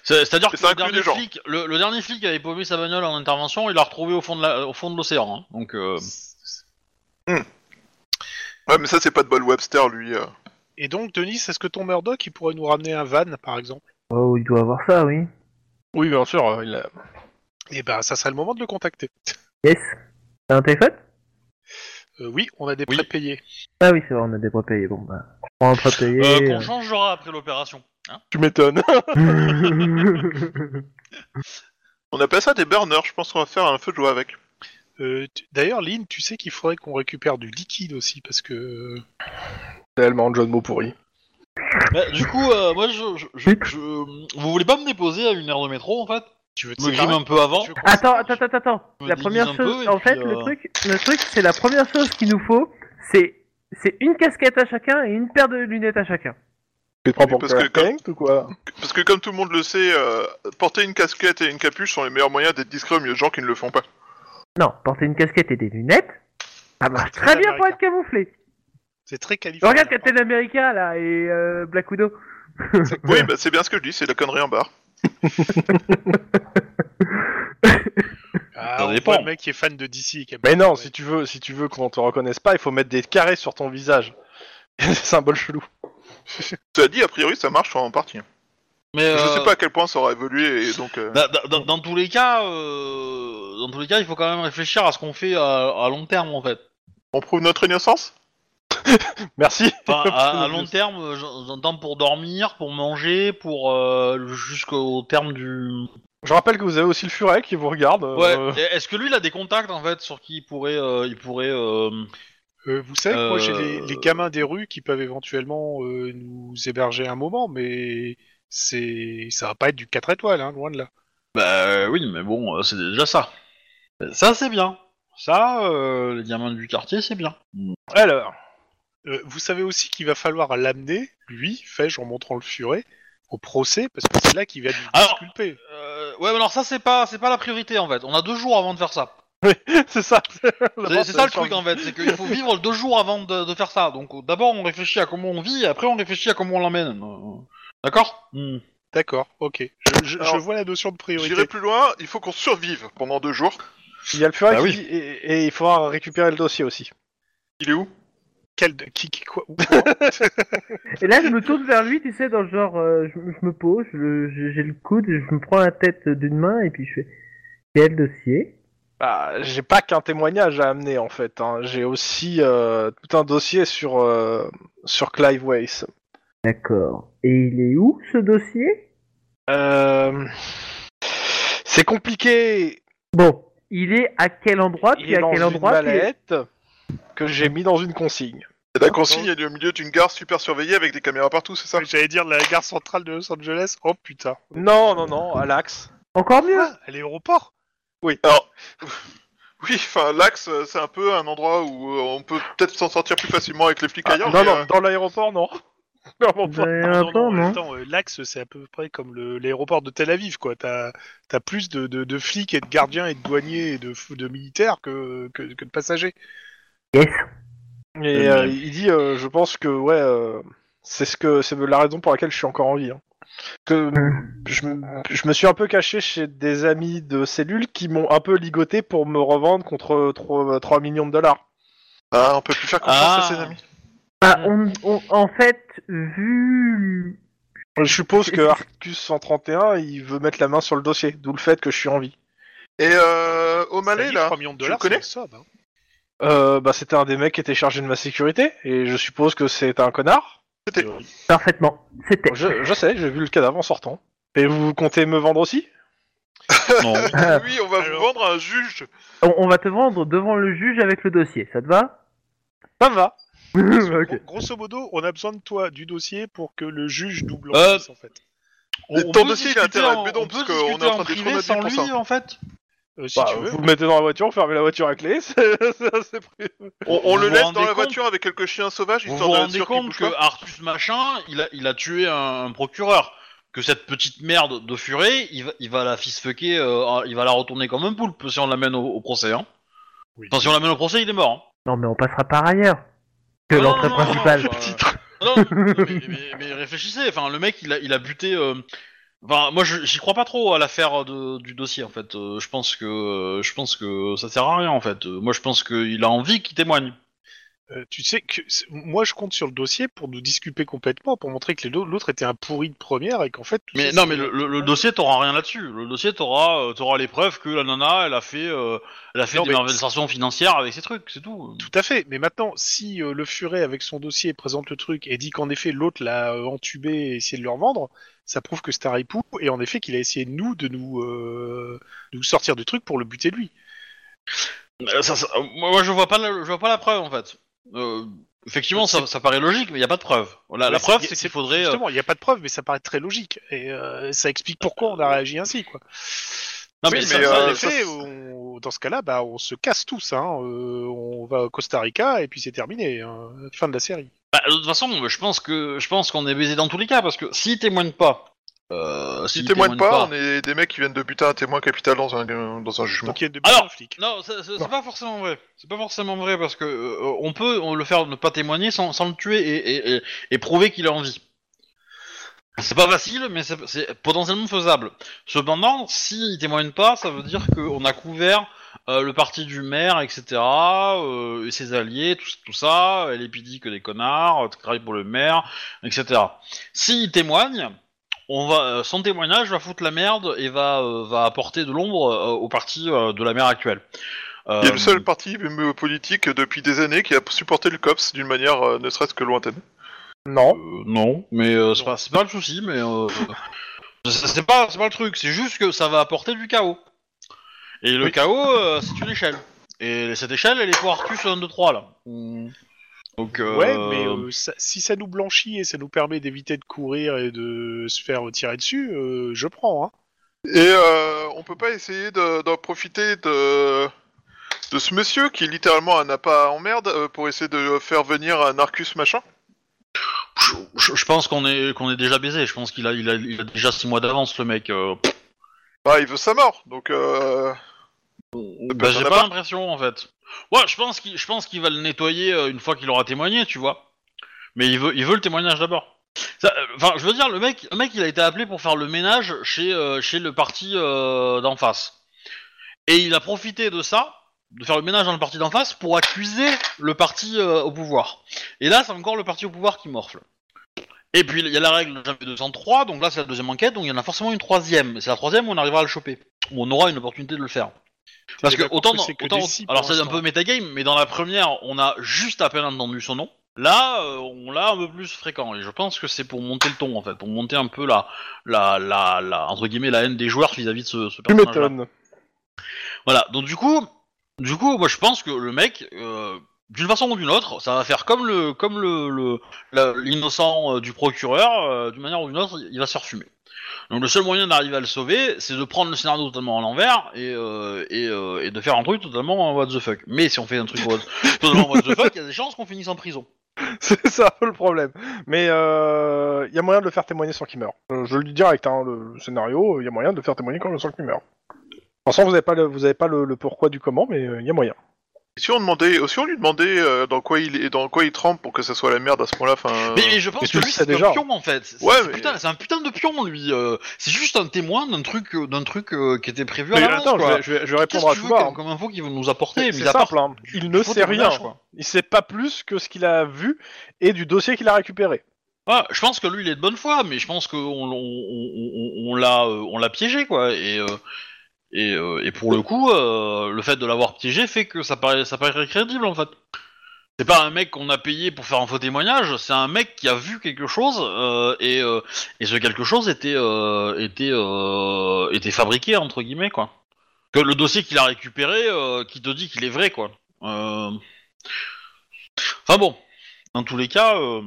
A: C'est- C'est-à-dire
E: Et
A: que
E: ça
A: le
E: inclut
A: dernier,
E: des gens.
A: flic, le, le dernier flic avait paumé sa bagnole en intervention, il l'a retrouvé au fond de la- au fond de l'océan. hein. Donc, euh,
E: Ouais, mais ça, c'est pas de bol Webster, lui. euh.
C: Et donc, Denis, est-ce que ton Murdoch, il pourrait nous ramener un van, par exemple
D: Oh, il doit avoir ça, oui.
B: Oui, bien sûr. euh, il
C: Eh ben, ça serait le moment de le contacter.
D: Yes. T'as un téléphone
C: Euh, oui, on a des
A: Oui.
C: prêts payés.
D: Ah oui, c'est vrai, on a des prépayés. Bon, bah, je prends un prépayé.
A: euh, qu'on changera après l'opération. hein.
B: Tu m'étonnes.
E: On appelle ça des burners, je pense qu'on va faire un feu de joie avec.
C: Euh, tu- D'ailleurs, Lynn, tu sais qu'il faudrait qu'on récupère du liquide aussi, parce que... euh,
B: Tellement de jeux de mots pourris.
A: Bah, du coup, euh, moi, je, je- je- je- vous voulez pas me déposer à une heure de métro en fait
C: Tu veux te
A: Je me
C: séparer
A: grime un peu avant.
C: Tu veux qu'on-
D: attends, attends, attends, attends.
A: Je me
D: La
A: divise
D: première
A: un peu,
D: chose,
A: et
D: en
A: puis,
D: fait,
A: euh,
D: le truc, le truc, c'est la première chose qu'il nous faut, c'est, c'est une casquette à chacun et une paire de lunettes à chacun.
B: Tu te prends pour
E: Parce que
B: Clark Kent ou quoi
E: Parce que, comme tout le monde le sait, euh, porter une casquette et une capuche sont les meilleurs moyens d'être discret au milieu de gens qui ne le font pas.
D: Non, porter une casquette et des lunettes, ça marche très bien pour être camouflé.
C: C'est très qualifié.
D: Regarde Captain America là et euh, Black Widow.
E: Oui, bah, c'est bien ce que je dis, c'est de la connerie en barre.
C: Ah,
A: Ça
C: on voit
A: dépend.
C: le mec qui est fan de DC et qui aime
B: Mais
C: bien,
B: non,
C: ouais.
B: si tu veux, si tu veux qu'on te reconnaisse pas, il faut mettre des carrés sur ton visage. des symboles chelous.
E: Cela dit, a priori, ça marche en partie.
A: Mais euh,
E: Je
A: bah,
E: sais pas à quel point ça aura évolué et donc. euh,
A: Dans, dans- dans- dans tous les cas, euh, dans tous les cas, il faut quand même réfléchir à ce qu'on fait à, à long terme en fait.
E: On prouve notre innocence
B: Merci.
A: Enfin, à, à long terme, euh, j'en- j'entends pour dormir, pour manger, pour euh, jusqu'au terme du.
B: Je rappelle que vous avez aussi le furet qui vous regarde. euh,
A: Ouais. Et Est-ce que lui, il a des contacts en fait sur qui il pourrait, euh, il pourrait. euh,
C: Euh, vous savez, que moi j'ai les,
A: Euh,
C: les gamins des rues qui peuvent éventuellement euh, nous héberger un moment, mais c'est ça va pas être du 4 étoiles, hein, loin de là.
A: Bah oui, mais bon, euh, c'est déjà ça. Ça c'est bien. Ça, euh, les diamants du quartier, c'est bien.
B: Alors,
C: Euh, vous savez aussi qu'il va falloir l'amener, lui, fais-je en montrant le furet, au procès, parce que c'est là qu'il va nous
A: Alors-
C: disculper.
A: Euh, ouais, mais alors ça c'est pas, c'est pas la priorité en fait. On a deux jours avant de faire ça.
B: c'est ça.
A: C'est c'est ça le truc hein. en fait, c'est qu'il faut vivre deux jours avant de, de faire ça. Donc d'abord on réfléchit à comment on vit, et après on réfléchit à comment on l'emmène. Euh, D'accord
C: D'accord, ok. Je, je- je
E: Alors,
C: vois la notion de priorité.
E: J'irai plus loin, il faut qu'on survive pendant deux jours.
B: Il y a le Furet
A: Bah
B: qui
A: oui.
B: dit- et, et il faudra récupérer le dossier aussi.
E: Il est où
C: Quel- qui, qui- quoi, où-
D: Et là, je me tourne vers lui, tu sais, dans le genre, euh, je, me- je me pose, je- je- j'ai le coude, je me prends la tête d'une main et puis je fais quel dossier
B: Bah, j'ai pas qu'un témoignage à amener en fait. hein. J'ai aussi euh, tout un dossier sur euh, sur Clive Weiss.
D: D'accord. Et il est où ce dossier
B: Euh, C'est compliqué.
D: Bon, il est à quel endroit
B: Il
D: puis
B: est
D: à
B: dans
D: quel
B: une
D: endroit puis-
B: mallette que j'ai mis dans une consigne.
E: Et La consigne elle est au milieu d'une gare super surveillée avec des caméras partout, c'est ça
C: J'allais dire la gare centrale de Los Angeles. Oh putain.
B: Non, non, non, à l'axe.
D: Encore mieux.
C: Ah, à l'aéroport
E: Alors, oui, enfin, l'axe, euh, c'est un peu un endroit où euh, on peut peut-être s'en sortir plus facilement avec les flics
B: Ah,
E: ailleurs.
B: non,
E: mais,
B: non,
E: euh,
B: dans l'aéroport, non. Clairement
D: Vous
B: pas.
D: avez
C: Ah, Non,
D: un
C: non, non,
D: temps, Ah, non
C: attends, euh, l'axe, c'est à peu près comme le- l'aéroport de Tel Aviv, quoi. T'as as plus de, de- de flics et de gardiens et de douaniers et de, f- de militaires que, que, que de passagers.
D: Yes.
B: Et euh, il dit, euh, je pense que ouais, euh, c'est ce que c'est la raison pour laquelle je suis encore en vie. hein. Que je, me- je me suis un peu caché chez des amis de cellule qui m'ont un peu ligoté pour me revendre contre 3, 3 millions de dollars.
E: ah, on peut plus faire confiance
A: Ah.
E: à ses amis.
D: Bah,
B: Mmh.
D: on, on- en fait, vu
B: Je suppose que Arcus 131, il veut mettre la main sur le dossier, d'où le fait que je suis en vie.
E: Et euh, au
C: Ça
E: Malais,
C: dit
E: là,
C: 3 millions de
E: tu le
C: dollars,
E: connais
C: c'est une somme, hein.
B: Euh, bah, c'était un des mecs qui était chargé de ma sécurité, et je suppose que c'est un connard.
E: c'était.
D: parfaitement, c'était.
B: Je, je sais, j'ai vu le cadavre en sortant. Et vous comptez me vendre aussi
A: Non.
E: oui, on va
C: Alors.
E: vous vendre un juge.
D: On, on va te vendre devant le juge avec le dossier, ça te va
B: Ça me va.
D: Ok.
C: Gros- Grosso modo, on a besoin de toi, du dossier, pour que le juge double en
A: Euh,
C: plus, en fait.
E: Mais ton dossier, il a intérêt à être béton, parce qu'on est en
A: discuter
E: train de détruire
A: privé
E: notre
A: sans
E: vie
A: lui,
E: pour
A: en fait.
C: Euh, si
B: Bah,
C: tu veux.
B: vous le mettez dans la voiture, vous fermez la voiture à clé, c'est c'est- c'est pris.
E: On, on
A: Vous
E: le
A: vous
E: laisse
A: rendez
E: dans la
A: compte
E: voiture avec quelques chiens sauvages,
A: Vous
E: histoire
A: vous
E: de
A: rendez
E: sûr qu'ils
A: compte
E: bougent
A: que
E: pas.
A: Artus machin, il a, il a tué un, un procureur. Que cette petite merde de furet, il va, il va la fistfucker, euh, il va la retourner comme un poulpe si on l'amène au, au procès. Hein.
C: Oui.
A: Enfin, si on l'amène au procès, il est mort. hein.
D: Non, mais on passera par ailleurs
A: Ah
D: que
A: Non,
D: l'entrée
A: Oh, non, non,
D: principale.
A: non, non, euh, non, non, mais, mais- mais réfléchissez, enfin, le mec, il a, il a buté. euh, Enfin, moi, je- j'y crois pas trop à l'affaire de- du dossier, en fait. Euh, je pense que, euh, je pense que ça sert à rien, en fait. Euh, moi, je pense qu'il a envie qu'il témoigne.
C: Euh, tu sais que c'est- moi je compte sur le dossier pour nous discuter complètement, pour montrer que les deux- l'autre était un pourri de première et qu'en fait. tout
A: Mais
C: ça,
A: non,
C: c'est-
A: mais le, le- le dossier, t'auras rien là-dessus. Le dossier, t'auras, euh, t'auras les preuves que la nana, elle a fait, euh, elle a fait
C: Non,
A: des
C: mais-
A: malversations financières avec ces trucs, c'est tout.
C: Tout à fait. Mais maintenant, si euh, le furet avec son dossier présente le truc et dit qu'en effet l'autre l'a euh, entubé et essayé de le revendre, ça prouve que c'est un ripou et en effet qu'il a essayé nous de nous euh, de nous sortir du truc pour le buter lui.
A: Euh, ça- ça- moi, moi, je vois pas, la, je vois pas la preuve, en fait. Euh, effectivement, ça, ça paraît logique, mais il y a pas de preuve. La, la
C: Ouais,
A: preuve,
C: c'est-
A: c'est
C: c'est-
A: qu'il faudrait. euh,
C: Justement, il n'y a pas de preuve, mais ça paraît très logique et euh, ça explique pourquoi on a réagi ainsi quoi.
A: Non, mais,
E: Oui,
A: ça-
E: mais,
A: ça,
E: euh,
A: les-
C: en effet,
E: ça,
C: on- dans ce cas-là, bah, on se casse tous. Hein. Euh, on va au Costa Rica et puis c'est terminé. hein. Fin de la série.
A: Bah, de toute façon, je pense que je pense qu'on est baisé dans tous les cas parce que s'il témoigne pas, euh,
E: S'ils témoignent pas, on est des mecs qui viennent de buter un témoin capital dans un, dans un jugement.
C: Donc il y a de
A: Alors,
C: un flic.
A: non, ça- ça- c'est pas forcément vrai. C'est pas forcément vrai parce que euh, on peut on le faire ne pas témoigner sans, sans le tuer et, et- et- et prouver qu'il a envie. C'est pas facile, mais c'est- c'est potentiellement faisable. Cependant, s'il témoigne pas, ça veut dire qu'on a couvert euh, le parti du maire, etc., euh, et ses alliés, tout, tout ça, euh, l'épidie que des connards, euh, travaille pour le maire, etc. S'il témoigne, on va, euh, son témoignage va foutre la merde et va, euh, va apporter de l'ombre euh, au parti euh, de la maire actuelle.
E: Il y a
A: Euh,
E: le seul parti euh, politique depuis des années qui a supporté le COPS d'une manière euh, ne serait-ce que lointaine.
B: Non.
A: Euh, non, mais euh, c'est pas, c'est pas le souci, mais euh, c'est c'est pas, c'est pas le truc. C'est juste que ça va apporter du chaos. Et le
E: Oui.
A: chaos, euh, c'est une échelle. Et cette échelle, elle est pour Artus 1, 2, 3 là. Donc, euh,
C: Ouais, mais euh, ça- si ça nous blanchit et ça nous permet d'éviter de courir et de se faire tirer dessus, euh, je prends. Hein.
E: Et euh, on peut pas essayer de- d'en profiter de, de ce monsieur qui littéralement un appât en merde euh, pour essayer de faire venir un Arcus machin
A: je, je- je pense qu'on est, qu'on est déjà baisé. Je pense qu'il a, il a, il a déjà 6 mois d'avance, le mec. euh.
E: Bah, il veut sa mort, donc euh,
A: Bah,
E: peut-être
A: j'ai
E: un
A: pas
E: appart.
A: l'impression en fait. Ouais, je pense qu'il, je pense qu'il va le nettoyer euh, une fois qu'il aura témoigné, tu vois. Mais il veut, il veut le témoignage d'abord. Ça, euh, Enfin, je veux dire, le mec, le mec, il a été appelé pour faire le ménage chez, euh, chez le parti euh, d'en face. Et il a profité de ça, de faire le ménage dans le parti d'en face, pour accuser le parti euh, au pouvoir. Et là, c'est encore le parti au pouvoir qui morfle. Et puis, il y a la règle jamais 203, donc là, c'est la deuxième enquête, donc il y en a forcément une troisième. Et c'est la troisième où on arrivera à le choper, où on aura une opportunité de le faire. Parce que
C: D'accord,
A: autant, dans-
C: c'est que
A: autant-
C: des six pour
A: alors c'est un
C: l'instant.
A: peu metagame, mais dans la première, on a juste à peine entendu son nom. Là, euh, on l'a un peu plus fréquent, et je pense que c'est pour monter le ton en fait, pour monter un peu la, la, la, la- entre guillemets, la haine des joueurs vis-à-vis de ce, ce
B: Tu
A: personnage.
B: m'étonnes.
A: Voilà. Donc du coup, du coup, moi je pense que le mec, euh, d'une façon ou d'une autre, ça va faire comme le, comme le, le- la- l'innocent euh, du procureur, euh, d'une manière ou d'une autre, il va se faire fumer. Donc le seul moyen d'arriver à le sauver, c'est de prendre le scénario totalement à l'envers et, euh, et, euh, et de faire un truc totalement euh, what the fuck. Mais si on fait un truc what- totalement what the fuck, il y a des chances qu'on finisse en prison.
B: C'est ça un peu le problème. Mais il y a moyen de le faire témoigner sans qu'il meure. Euh, je le dis direct, hein, le, le scénario, il y a moyen de le faire témoigner quand- sans qu'il meure. Pour l'instant, vous n'avez pas, le, vous avez pas le, le pourquoi du comment, mais il y a moyen.
E: Et si on demandait, si on lui demandait euh, dans quoi il est, dans quoi il trempe pour que ça soit la merde à ce moment-là, enfin. euh,
A: Mais, mais je pense
B: mais tu
A: que
B: le
A: lui
B: sais
A: c'est
B: déjà.
A: un pion en fait. C'est,
E: Ouais,
A: c'est
E: mais-
A: putain- c'est un putain de pion lui. euh, c'est juste un témoin d'un truc, euh, d'un truc euh, qui était prévu à
B: Mais
A: l'avance.
B: attends, je
A: quoi.
B: vais, je vais- je vais
A: Qu'est-ce
B: répondre
A: que
B: à
A: tu
B: tout
A: veux
B: bas,
A: comme,
B: hein.
A: comme info qu'ils vont nous apporter
B: C'est
A: mis
B: c'est
A: à part-
B: simple, hein. il ne
A: faut
B: sait
A: témoigner,
B: rien.
A: quoi.
B: Il sait pas plus que ce qu'il a vu et du dossier qu'il a récupéré.
A: Ouais, je pense que lui il est de bonne foi, mais je pense qu'on on, on- on- on- on l'a euh, on l'a piégé quoi. Et euh, et, euh, et pour le coup, euh, le fait de l'avoir piégé fait que ça paraît ça paraît crédible en fait. C'est pas un mec qu'on a payé pour faire un faux témoignage, c'est un mec qui a vu quelque chose euh, et, euh, et ce quelque chose était euh, était euh, était fabriqué entre guillemets quoi. Que le dossier qu'il a récupéré, euh, qui te dit qu'il est vrai quoi. Euh, Enfin bon, dans tous les cas. euh,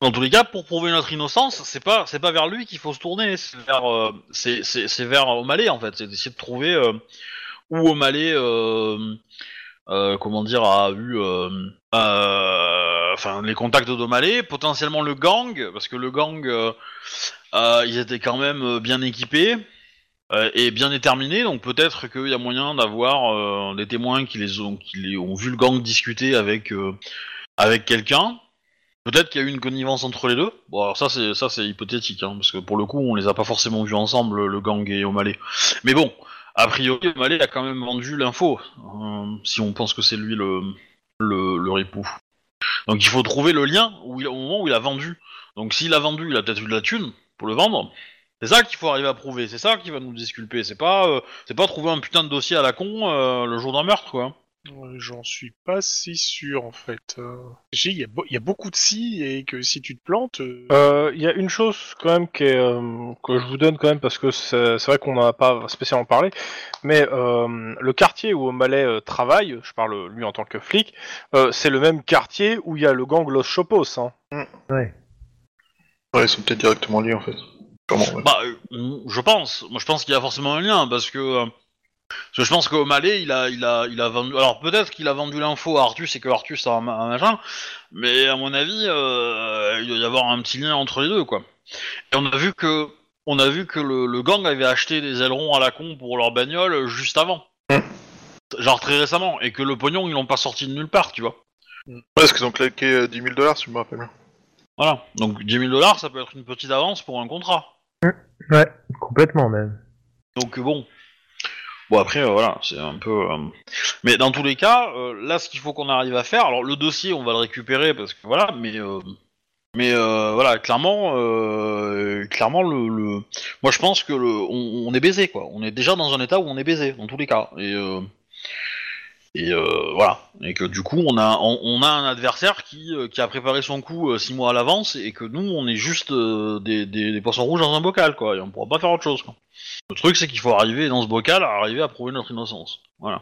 A: dans tous les cas, pour prouver notre innocence, c'est pas c'est pas vers lui qu'il faut se tourner, c'est vers euh, c'est c'est- c'est vers O'Malley en fait, c'est d'essayer de trouver euh, où O'Malley euh, euh, comment dire a eu euh, euh, enfin les contacts d'O'Malley, potentiellement le gang parce que le gang euh, euh, ils étaient quand même euh, bien équipés euh, et bien déterminés, donc peut-être qu'il y a moyen d'avoir euh, des témoins qui les ont qui les ont vu le gang discuter avec euh, avec quelqu'un. Peut-être qu'il y a eu une connivence entre les deux. Bon, alors ça, c'est ça, c'est hypothétique, hein, parce que pour le coup, on les a pas forcément vus ensemble, le gang et O'Malley. Mais bon, a priori, O'Malley a quand même vendu l'info, euh, si on pense que c'est lui le le, le ripou. Donc il faut trouver le lien où il- au moment où il a vendu. Donc s'il a vendu, il a peut-être eu de la thune pour le vendre. C'est ça qu'il faut arriver à prouver. C'est ça qui va nous disculper. C'est pas euh, c'est pas trouver un putain de dossier à la con euh, le jour d'un meurtre, quoi.
C: Euh, J'en suis pas si sûr en fait. Euh, j'ai- Il y, a beau- il y a beaucoup de si et que si tu te plantes, euh,
B: Euh, Il y a une chose quand même qui est, euh, que je vous donne quand même parce que c'est c'est vrai qu'on n'en a pas spécialement parlé, mais euh, le quartier où O'Malley euh, travaille, je parle lui en tant que flic, euh, c'est le même quartier où il y a le gang Los Chopos. Hein.
E: Ouais, ils sont peut-être directement liés en fait. Comment ouais.
A: Bah, euh, je pense. Moi, je pense qu'il y a forcément un lien parce que, euh, parce que je pense qu'O'Malley, il a, il a, il a vendu. Alors peut-être qu'il a vendu l'info à Artus et que Artus a un, ma- un machin, mais à mon avis, euh, il doit y avoir un petit lien entre les deux, quoi. Et on a vu que, on a vu que le, le gang avait acheté des ailerons à la con pour leur bagnole juste avant, genre très récemment, et que le pognon, ils l'ont pas sorti de nulle part, tu vois.
E: Ouais, parce qu'ils ont claqué euh, 10 000 dollars, si je me rappelle bien.
A: Voilà. Donc 10 000 dollars, ça peut être une petite avance pour un contrat.
D: Ouais, complètement même.
A: Donc euh, bon. Bon après euh, voilà, c'est un peu. euh, Mais dans tous les cas, euh, là ce qu'il faut qu'on arrive à faire, alors le dossier on va le récupérer parce que voilà, mais euh, mais euh, voilà clairement euh, clairement le, le- moi je pense que le on, on est baisé quoi, on est déjà dans un état où on est baisé dans tous les cas et euh, et euh, voilà et que du coup on a on, on a un adversaire qui euh, qui a préparé son coup euh, six mois à l'avance et que nous on est juste euh, des, des des poissons rouges dans un bocal quoi et on pourra pas faire autre chose quoi. Le truc, c'est qu'il faut arriver dans ce bocal à arriver à prouver notre innocence. Voilà.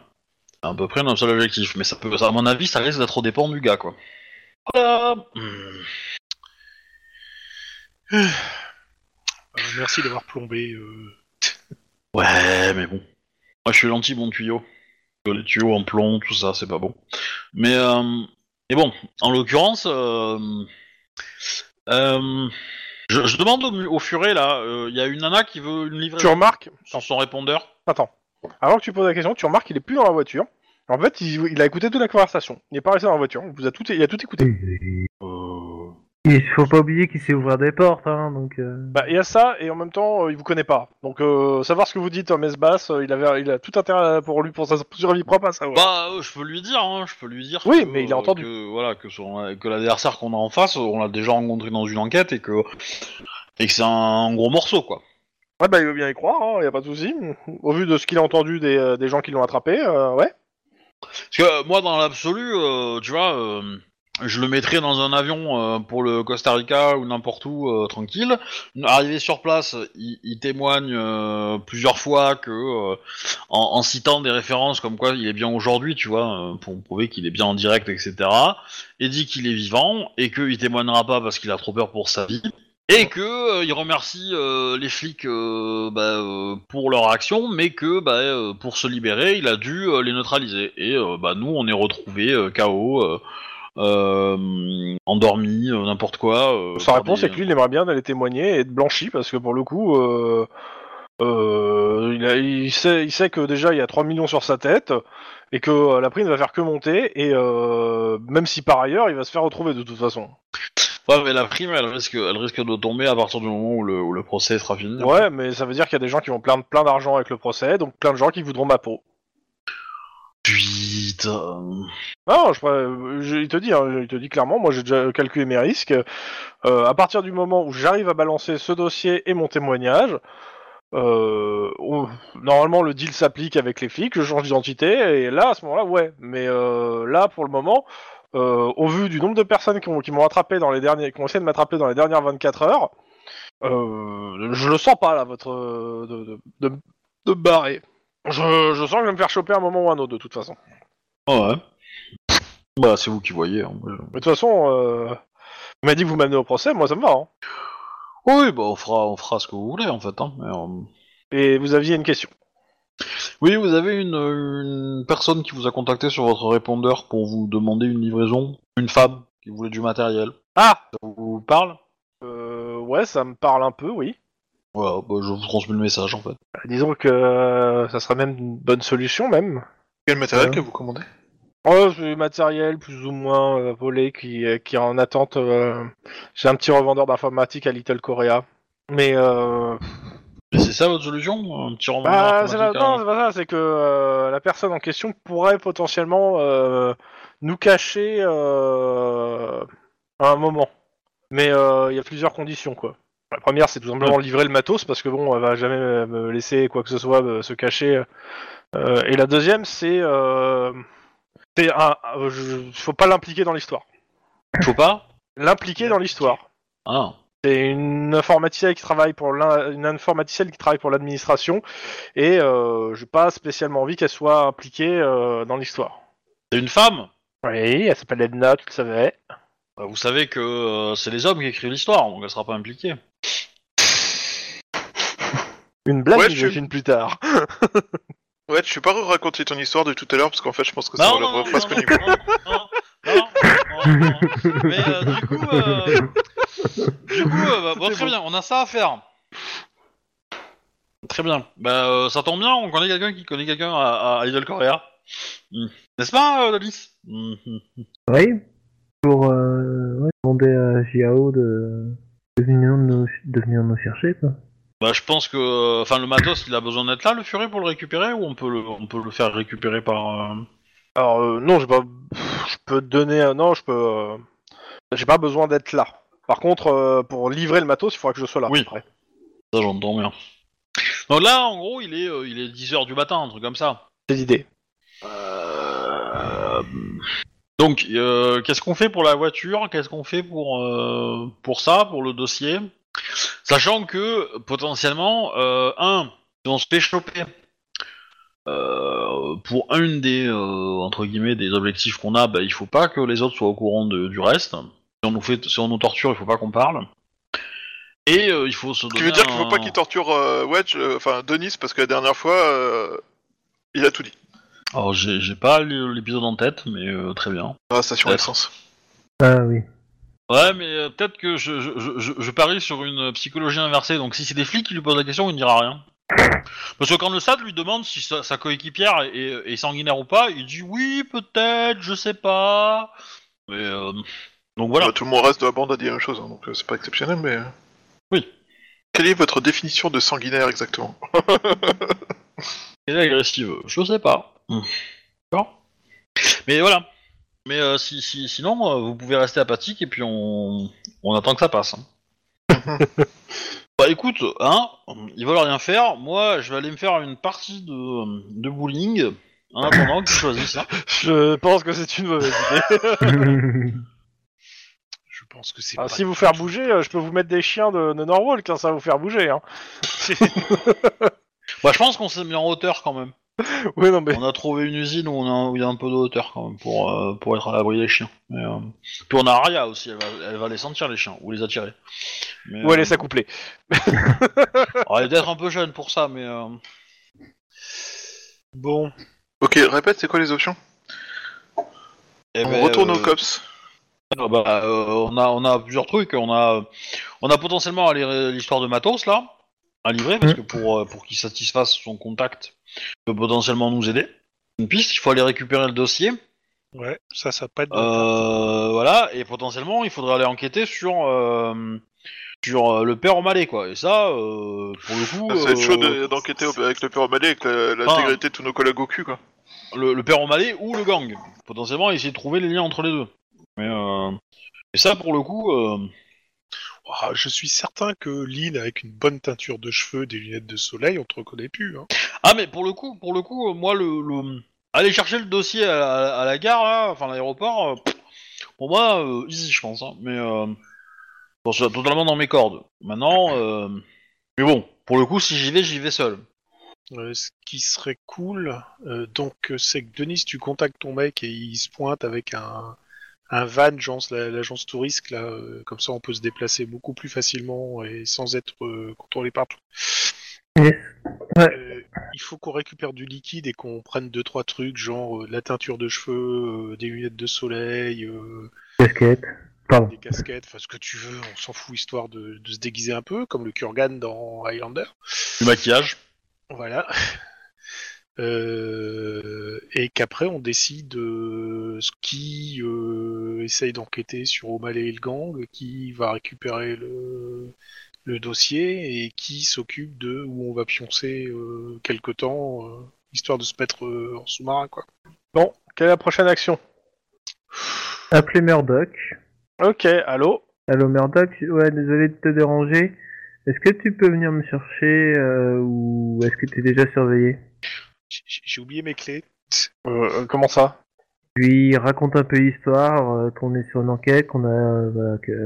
A: C'est à peu près notre seul objectif. Mais ça peut, ça, à mon avis, ça risque d'être au dépend du gars, quoi. Voilà. Hmm.
C: euh, merci d'avoir plombé. euh.
A: Ouais, mais bon. Moi, je suis l'anti bon tuyau. Parce que Les tuyaux en plomb, tout ça, c'est pas bon. Mais euh, et bon, en l'occurrence, euh, euh, je, je demande au, au furet là. euh, Il y a une nana qui veut une
B: Tu
A: livraison
B: remarques
A: sur son répondeur.
B: Attends. Avant que tu poses la question, tu remarques qu'il est plus dans la voiture. En fait, il, il a écouté toute la conversation. Il n'est pas resté dans la voiture. Il, vous a tout, il a tout écouté.
D: Oui, oui, oui.
A: Euh,
D: Il faut pas oublier qu'il sait ouvrir des portes, hein, donc. euh,
B: Bah, il y a ça, et en même temps, euh, il vous connaît pas. Donc, euh, savoir ce que vous dites en messe basse, euh, il, avait, il a tout intérêt à- pour lui, pour sa survie propre à savoir.
A: Bah, euh, je peux lui dire, hein, je peux lui dire. que,
B: Oui, mais il a
A: euh,
B: entendu.
A: Que, voilà, que, son- que l'adversaire qu'on a en face, on l'a déjà rencontré dans une enquête et que, et que c'est un gros morceau, quoi.
B: Ouais, bah, il veut bien y croire, hein, y a pas de souci. Au vu de ce qu'il a entendu des, euh, des gens qui l'ont attrapé, euh, ouais.
A: Parce que euh, moi, dans l'absolu, euh, tu vois, euh, je le mettrais dans un avion euh, pour le Costa Rica ou n'importe où, euh, tranquille. Arrivé sur place, il, il témoigne euh, plusieurs fois que, euh, en, en citant des références comme quoi il est bien aujourd'hui, tu vois, euh, pour prouver qu'il est bien en direct, etc. Et dit qu'il est vivant et qu'il témoignera pas parce qu'il a trop peur pour sa vie. Et que euh, il remercie euh, les flics euh, bah, euh, pour leur action, mais que bah, euh, pour se libérer, il a dû euh, les neutraliser. Et euh, bah, nous, on est retrouvés euh, KO, euh, euh, endormis, euh, n'importe quoi. euh,
B: Sa
A: par
B: réponse
A: des-
B: est que lui, il aimerait bien d'aller témoigner et être blanchi, parce que pour le coup, euh, euh, il, a- il sait, il sait que déjà, il y a 3 millions sur sa tête, et que euh, la prime va faire que monter, et euh, même si par ailleurs, il va se faire retrouver de toute façon.
A: Ouais, mais la prime, elle risque, elle risque de tomber à partir du moment où le, où le procès sera fini.
B: Ouais, mais ça veut dire qu'il y a des gens qui vont plaindre plein d'argent avec le procès, donc plein de gens qui voudront ma peau.
A: Putain.
B: Non, je, pré- je- il te dit, hein, il te dit clairement, moi j'ai déjà calculé mes risques. Euh, à partir du moment où j'arrive à balancer ce dossier et mon témoignage, euh, on- normalement le deal s'applique avec les flics, je change d'identité, et là à ce moment-là, ouais. Mais euh, là pour le moment, euh, au vu du nombre de personnes qui, ont- qui m'ont attrapé dans les derniers, qui ont essayé de m'attraper dans les dernières 24 heures, euh, je le sens pas là, votre euh, de, de, de- de me barrer. Je, je sens que je vais me faire choper à un moment ou à un autre de toute façon.
A: Ah Ouais. Bah, c'est vous qui voyez. hein.
B: Mais de toute façon, euh, vous m'avez dit que vous m'amenez au procès, moi ça me va. hein.
A: Oui, bah, on fera, on fera ce que vous voulez, en fait. hein, mais, euh,
B: Et vous aviez une question.
A: Oui, vous avez une, euh, une personne qui vous a contacté sur votre répondeur pour vous demander une livraison. Une femme qui voulait du matériel.
B: Ah
A: Ça vous parle
B: euh, Ouais, ça me parle un peu, oui.
A: Voilà, bah, je vous transmets le message, en fait.
B: Euh, Disons que euh, ça serait même une bonne solution, même.
E: Quel matériel
B: Ouais.
E: que vous commandez
B: Oh, c'est du matériel plus ou moins euh, volé qui, euh, qui est en attente. euh, J'ai un petit revendeur d'informatique à Little Korea. Mais euh,
A: Mais c'est ça votre solution Un petit hein rendez
B: bah, c'est pas- non, c'est pas ça, c'est que euh, la personne en question pourrait potentiellement euh, nous cacher euh, à un moment. Mais euh, il y a plusieurs conditions, quoi. La première, c'est tout simplement livrer le matos, parce que bon, elle va jamais me- me laisser quoi que ce soit euh, se cacher. Euh, et la deuxième, c'est. Euh, c'est un- euh, je- faut pas l'impliquer dans l'histoire.
A: Faut pas
B: L'impliquer dans l'histoire.
A: Ah.
B: C'est une informaticienne qui travaille pour l'in- une informaticienne qui travaille pour l'administration et euh, j'ai pas spécialement envie qu'elle soit impliquée euh, dans l'histoire.
A: C'est une femme
B: Oui, elle s'appelle Edna, tu le savais.
A: Bah, Vous savez que euh, c'est les hommes qui écrivent l'histoire, donc elle sera pas impliquée.
B: Une blague,
E: Ouais, je-
B: j'imagine plus tard.
E: Ouais, je suis pas raconter ton histoire de tout à l'heure parce qu'en fait, je pense que ça
A: Bah Non, non, non,
E: relèverait
A: non,
E: presque au niveau.
A: non, non, non, non, non. Mais euh, du coup, euh, du coup euh, bah, bon, très bien, on a ça à faire. Très bien. Bah, euh, ça tombe bien, on connaît quelqu'un qui connaît quelqu'un à, à Idol Korea. Hmm. N'est-ce pas, euh, Dalis Hmm, hmm.
D: Oui. Pour euh, ouais, demander à Jiao de, de venir nous de venir nous chercher, quoi.
A: Bah, je pense que, euh, enfin, le matos, il a besoin d'être là, le furet, pour le récupérer, ou on peut le, on peut le faire récupérer par. euh,
B: Alors euh, non, j'ai pas, pff, je peux te donner, un... non, je peux, euh, j'ai pas besoin d'être là. Par contre, euh, pour livrer le matos, il faudra que je sois là.
A: Oui.
B: après.
A: Ça, j'entends bien. Donc là, en gros, il est, euh, il est 10h du matin, un truc comme ça.
B: c'est l'idée.
A: Euh, Donc, euh, qu'est-ce qu'on fait pour la voiture Qu'est-ce qu'on fait pour, euh, pour ça, pour le dossier Sachant que, potentiellement, euh, un, si on se fait choper euh, pour un des, euh, entre guillemets, des objectifs qu'on a, bah, il faut pas que les autres soient au courant de- du reste. Si on, nous fait, si on nous torture, il faut pas qu'on parle. Et euh, il faut se donner
E: Tu veux dire qu'il
A: un-
E: faut pas qu'il torture euh, Wedge, euh, enfin Denis, parce que la dernière fois, euh, il a tout dit.
A: Alors, j'ai j'ai pas l'épisode en tête, mais euh, très bien.
E: Ah, station
A: Peut-être.
E: essence.
D: Ah oui.
A: Ouais, mais euh, peut-être que je, je, je- je- je parie sur une psychologie inversée. Donc, si c'est des flics qui lui posent la question, il ne dira rien. Parce que quand le SAD lui demande si sa, sa coéquipière est, est- est sanguinaire ou pas, il dit oui, peut-être, je sais pas. Mais euh, Donc voilà.
E: Bah, tout le monde reste de la bande a dit la même chose, hein, donc euh, c'est pas exceptionnel, mais. euh,
A: Oui.
E: Quelle est votre définition de sanguinaire exactement
A: Elle est agressive, je sais pas. D'accord Mais voilà. Mais euh, si, si- sinon, euh, vous pouvez rester apathique et puis on, on attend que ça passe. hein. bah écoute, hein, ils veulent rien faire. Moi, je vais aller me faire une partie de, de bowling en attendant que tu choisisses. hein.
B: Je pense que c'est une mauvaise idée.
C: Je pense que c'est
B: Ah,
C: pas...
B: si vous faire bouger, euh, je peux vous mettre des chiens de, de Norwalk, hein, ça va vous faire bouger. Hein.
A: Bah, je pense qu'on s'est mis en hauteur quand même.
B: Oui, non, mais
A: On a trouvé une usine où on a- où il y a un peu de hauteur quand même pour, euh, pour être à l'abri des chiens. Mais, euh, Puis on a Aria aussi, elle va, elle va les sentir les chiens ou les attirer. Mais,
B: où elle
A: euh,
B: est s'accoupler.
A: Alors, elle est peut-être un peu jeune pour ça, mais. euh,
C: Bon,
E: Ok, répète, c'est quoi les options
A: eh
E: On
A: ben,
E: retourne
A: euh,
E: au COPS.
A: ah bah, euh, on, a, on a plusieurs trucs. On a, on a potentiellement à lire l'histoire de Matos, là, à livrer, parce que pour, euh, pour qu'il satisfasse son contact, il peut potentiellement nous aider. Une piste, il faut aller récupérer le dossier.
C: ouais, ça, ça a pas de...
A: Euh, voilà, et potentiellement, il faudrait aller enquêter sur. euh, sur euh, le père O'Malley, quoi. Et ça, euh, pour le coup.
E: Ah, Ça va être chaud
A: euh,
E: de- d'enquêter au- avec le père O'Malley, avec la-
A: Ah.
E: l'intégrité de tous nos collègues au cul, quoi.
A: le, le père O'Malley ou le gang. Potentiellement, essayer de trouver les liens entre les deux. Mais, euh, et ça, pour le coup. euh,
C: Ah, je suis certain que Lynn, avec une bonne teinture de cheveux, des lunettes de soleil, on te reconnaît plus. Hein.
A: Ah mais pour le coup, pour le coup, euh, moi le, le- aller chercher le dossier à la, à la gare là, enfin à l'aéroport, euh, pff, pour moi euh, easy je pense, hein. mais euh, bon, c'est totalement dans mes cordes. Maintenant, euh, mais bon, pour le coup, si j'y vais, j'y vais seul.
C: Euh, ce qui serait cool, euh, donc, euh, c'est que Denis, tu contactes ton mec et il se pointe avec un, un van, genre la- l'agence touriste, là, euh, comme ça on peut se déplacer beaucoup plus facilement et sans être euh, contrôlé partout.
D: Yes. Ouais.
C: Euh, il faut qu'on récupère du liquide et qu'on prenne deux trois trucs, genre euh, de la teinture de cheveux, euh, des lunettes de soleil, euh,
D: Casquette. Pardon.
C: des casquettes, enfin ce que tu veux, on s'en fout, histoire de, de se déguiser un peu, comme le Kurgan dans Highlander.
A: Du maquillage.
C: Voilà. Euh, et qu'après on décide euh, ce qui euh, essaye d'enquêter sur O'Malley et le gang, qui va récupérer le, le dossier et qui s'occupe de où on va pioncer euh, quelque temps, euh, histoire de se mettre euh, en sous-marin quoi.
B: Bon, quelle est la prochaine action
D: Appelez Murdoch.
B: Ok, allô
D: Allô Murdoch, ouais, désolé de te déranger. Est-ce que tu peux venir me chercher euh, ou est-ce que tu es déjà surveillé
C: J- j- J'ai oublié mes clés.
B: Euh, euh, Comment ça
D: Je Lui raconte un peu l'histoire, euh, qu'on est sur une enquête, qu'on a euh, voilà, que-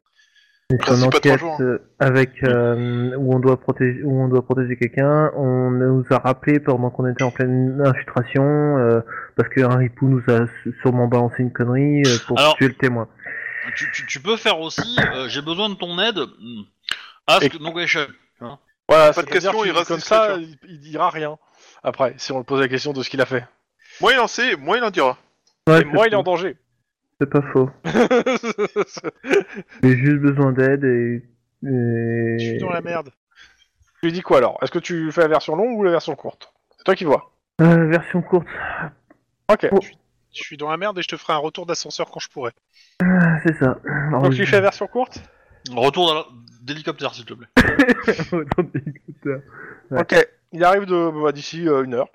D: on est sur une
E: Principe à trois
D: enquête
E: jours. hein.
D: euh, avec euh, où on doit protéger où on doit protéger quelqu'un. On nous a rappelé pendant qu'on était en pleine infiltration euh, parce qu'un ripou nous a s- sûrement balancé une connerie euh, pour
A: Alors-
D: tuer le témoin.
A: Tu, tu- tu peux faire aussi. euh, J'ai besoin de ton aide. hmm, Ask no question.
B: Voilà,
E: Pas de
B: c'est-à-dire
E: question,
B: qu'il-
E: il reste
B: comme
E: discret, tu vois.
B: ça, il, il dira rien. Après, si on le pose la question de ce qu'il a fait.
E: Moins il en sait, moins il en dira.
D: Ouais,
B: Et moi,
D: c'est-
B: il est en danger.
D: C'est pas faux. J'ai juste besoin d'aide et. et-
C: Je suis dans la merde.
B: Tu lui dis quoi alors Est-ce que tu fais la version longue ou la version courte C'est toi qui vois.
D: Euh, version courte.
B: Ok.
C: Je suis dans la merde et je te ferai un retour d'ascenseur quand je pourrai.
D: Ah, c'est ça.
B: Donc tu lui fais la version courte
A: Retour dans la- d'hélicoptère s'il te plaît.
D: Ouais.
B: Ok. Il arrive de bah, d'ici euh, une heure.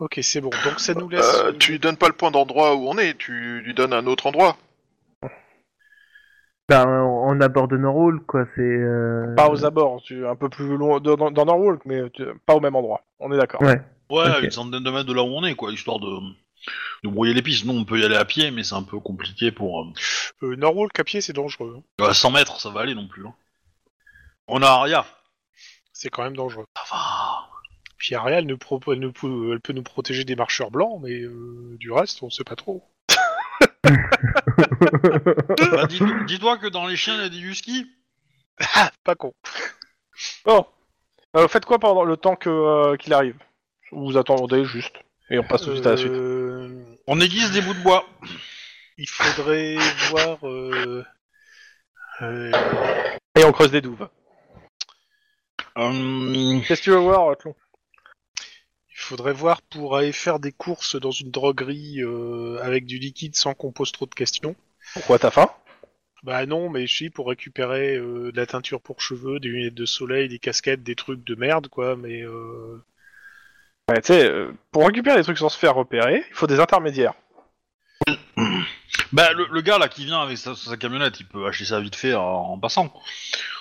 C: Ok, c'est bon. Donc ça nous laisse.
E: Euh, tu lui donnes pas le point d'endroit où on est, tu lui donnes un autre endroit.
D: Bah, on on aborde Norwalk, quoi. C'est. euh,
B: Pas aux abords, tu, un peu plus loin dans, dans- dans Norwalk, mais tu- pas au même endroit. On est d'accord.
D: Ouais.
A: Ouais,
D: Ok.
A: une centaine de mètres de là où on est, quoi, histoire de, de brouiller les pistes. Nous, on peut y aller à pied, mais c'est un peu compliqué pour. euh,
C: Euh, Norwalk à pied, c'est dangereux. hein.
A: À 100 mètres, ça va aller non plus. hein. On a Aria.
C: C'est quand même dangereux.
A: Ça va.
C: Puis Ariel ne propo- elle ne pou- elle peut nous protéger des marcheurs blancs, mais euh, du reste, on sait pas trop.
A: Bah, dis- Dis-toi que dans les chiens, il y a des huskies.
C: Pas con.
B: Bon. Euh, faites quoi pendant le temps que, euh, qu'il arrive Vous attendez juste. Et on passe tout de suite à la suite.
C: Euh,
A: On aiguise des bouts de bois.
C: Il faudrait voir. euh, euh,
B: Et on creuse des douves.
A: Euh,
B: Qu'est-ce que tu veux voir, Tlon
C: il faudrait voir pour aller faire des courses dans une droguerie euh, avec du liquide sans qu'on pose trop de questions.
B: Pourquoi t'as faim
C: Bah non, mais si, pour récupérer euh, de la teinture pour cheveux, des lunettes de soleil, des casquettes, des trucs de merde, quoi, mais... Euh...
B: Ouais, tu sais, euh, pour récupérer des trucs sans se faire repérer, il faut des intermédiaires.
A: Bah, le, le gars là qui vient avec sa, sa camionnette, il peut acheter ça vite fait en, en passant.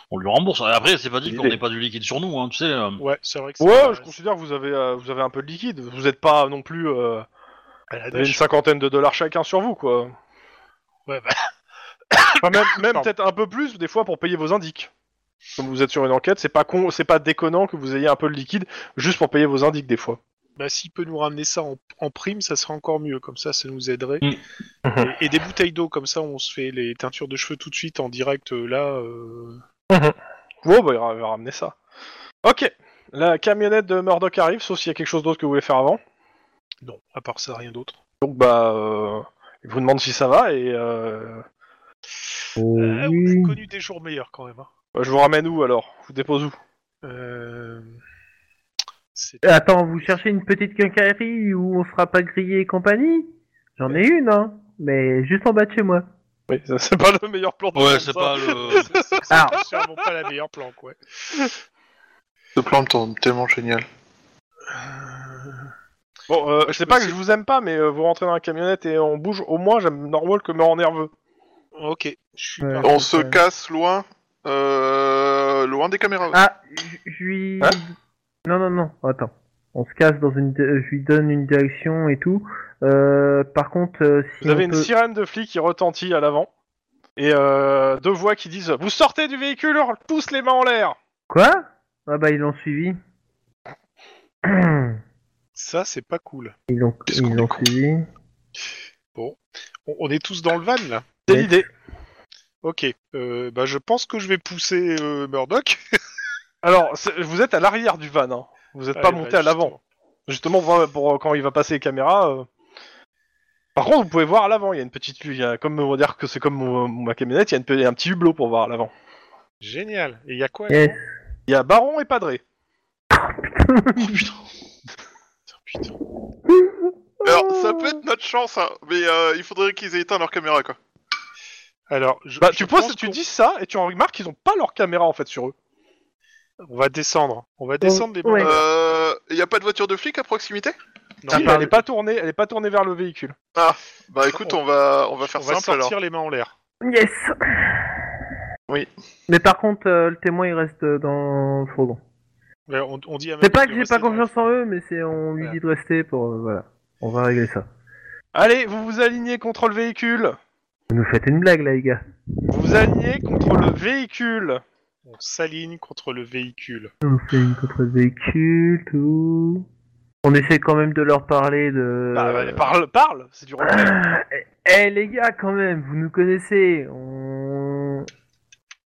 A: On lui rembourse. Et après, c'est pas dit
B: Bonne
A: qu'on
B: idée.
A: n'ait pas du liquide sur nous, hein, tu sais. euh.
C: Ouais, c'est vrai que c'est
B: Ouais,
C: pas-
B: je considère que vous avez, euh, vous avez un peu de liquide. Vous n'êtes pas non plus. euh,
C: à la
B: vous avez une
C: dèche.
B: cinquantaine de dollars chacun sur vous, quoi.
C: Ouais, bah,
B: Enfin, même même
C: Pardon.
B: peut-être un peu plus, des fois, pour payer vos indices. Comme vous êtes sur une enquête, c'est pas con, c'est pas déconnant que vous ayez un peu de liquide juste pour payer vos indices, des fois.
C: bah, s'il peut nous ramener ça en, en prime, ça serait encore mieux, comme ça, ça nous aiderait.
A: Mm.
B: Mhm.
C: Et, et des bouteilles d'eau, comme ça, on se fait les teintures de cheveux tout de suite en direct, euh, là... euh,
B: Wow, bah, il va il va ramener ça. Ok. La camionnette de Murdoch arrive, sauf s'il y a quelque chose d'autre que vous voulez faire avant.
C: Non, à part ça, rien d'autre.
B: Donc, bah. euh, il vous demande si ça va et. euh,
D: Oh,
B: Mm.
C: Euh,
D: oui.
C: On a connu des jours meilleurs, quand même. hein.
B: bah, je vous ramène où alors Je vous dépose où
C: Euh... C'est...
D: Attends, vous cherchez une petite quincaillerie où on sera pas grillé et compagnie J'en ai une, hein, mais juste en bas de chez moi.
B: Oui, ça, c'est pas le meilleur plan de
A: Ouais,
B: faire
A: c'est
B: ça.
A: pas le.
D: Ah,
C: C'est sûrement pas la meilleure planque, ouais.
E: Ce plan me semble tellement génial.
B: Bon, euh, je sais pas que
C: c'est-
B: je vous aime pas, mais euh, vous rentrez dans la camionnette et on bouge. Au moins, j'aime Norwalk me rend nerveux.
C: Ok, je suis
D: Ouais.
C: parti.
E: On se
D: ouais.
E: casse loin, euh, loin des caméras.
D: ah, je- je lui...
B: Hein
D: non, non, non, attends. On se casse dans une... euh, Je lui donne une direction et tout. Euh, par contre, euh, si
B: Vous avez
D: on
B: une
D: peut-
B: sirène de flic qui retentit à l'avant et euh, deux voix qui disent "Vous sortez du véhicule, hurle, tous les mains en l'air."
D: Quoi Ah bah, ils l'ont suivi. ils
C: Ça, c'est pas cool.
D: l'ont
E: Qu'est-ce qu'on
D: ils
E: est
D: l'ont
E: con.
D: suivi.
C: On, on est tous dans le van, là
B: C'est
D: Ouais.
B: l'idée.
C: Ok, euh, bah, je pense que je vais pousser euh, Murdoch.
B: Alors, c'est- vous êtes à l'arrière du van. hein. Vous êtes pas
C: Ouais,
B: monté
C: bah,
B: à l'avant. Justement, pour, pour, euh, quand il va passer les caméras. euh. Par contre, vous pouvez voir à l'avant. Il y a une petite, il y a, comme on va dire que c'est comme mon- ma camionnette, il y a une pe- un petit hublot pour voir à l'avant.
C: Génial. Et il y a quoi
D: Yes.
B: Il y a Baron et Padré.
C: Putain.
E: Alors, ça peut être notre chance, hein, mais euh, il faudrait qu'ils aient éteint leur caméra, quoi.
C: Alors, je,
B: Bah,
C: je
B: tu
C: pense
B: poses, tu
C: qu'on-
B: dis ça et tu en remarques qu'ils ont pas leur caméra en fait sur eux.
C: On va descendre. On va descendre les
D: ouais.
C: bandes.
E: Euh, y a pas de voiture de flic à proximité
C: Non,
B: Si,
D: Ah,
B: mais
D: pardon.
B: elle est pas tournée, elle est pas tournée vers le véhicule.
E: Bah écoute, on va, on va faire
C: on va
E: simple
C: sortir
E: alors.
C: les mains en l'air.
D: Yes
E: Oui.
D: Mais par contre, euh, le témoin, il reste euh, dans le fourgon.
C: Ouais, on, on dit à
D: C'est
C: Murdoch
D: pas
C: de
D: que j'ai
C: rester
D: pas
C: dans la-
D: confiance en eux, mais c'est on lui
C: Voilà.
D: dit de rester pour... euh, voilà. On va régler ça.
B: Allez, vous vous alignez contre le véhicule.
D: Vous nous faites une blague, là, les gars.
B: Vous vous alignez contre le véhicule.
C: On s'aligne contre le véhicule.
D: On fait une contre véhicule, tout. On essaie quand même de leur parler de.
B: Bah, bah, parle, parle, c'est du rôle.
D: Eh les gars, quand même, vous nous connaissez. On.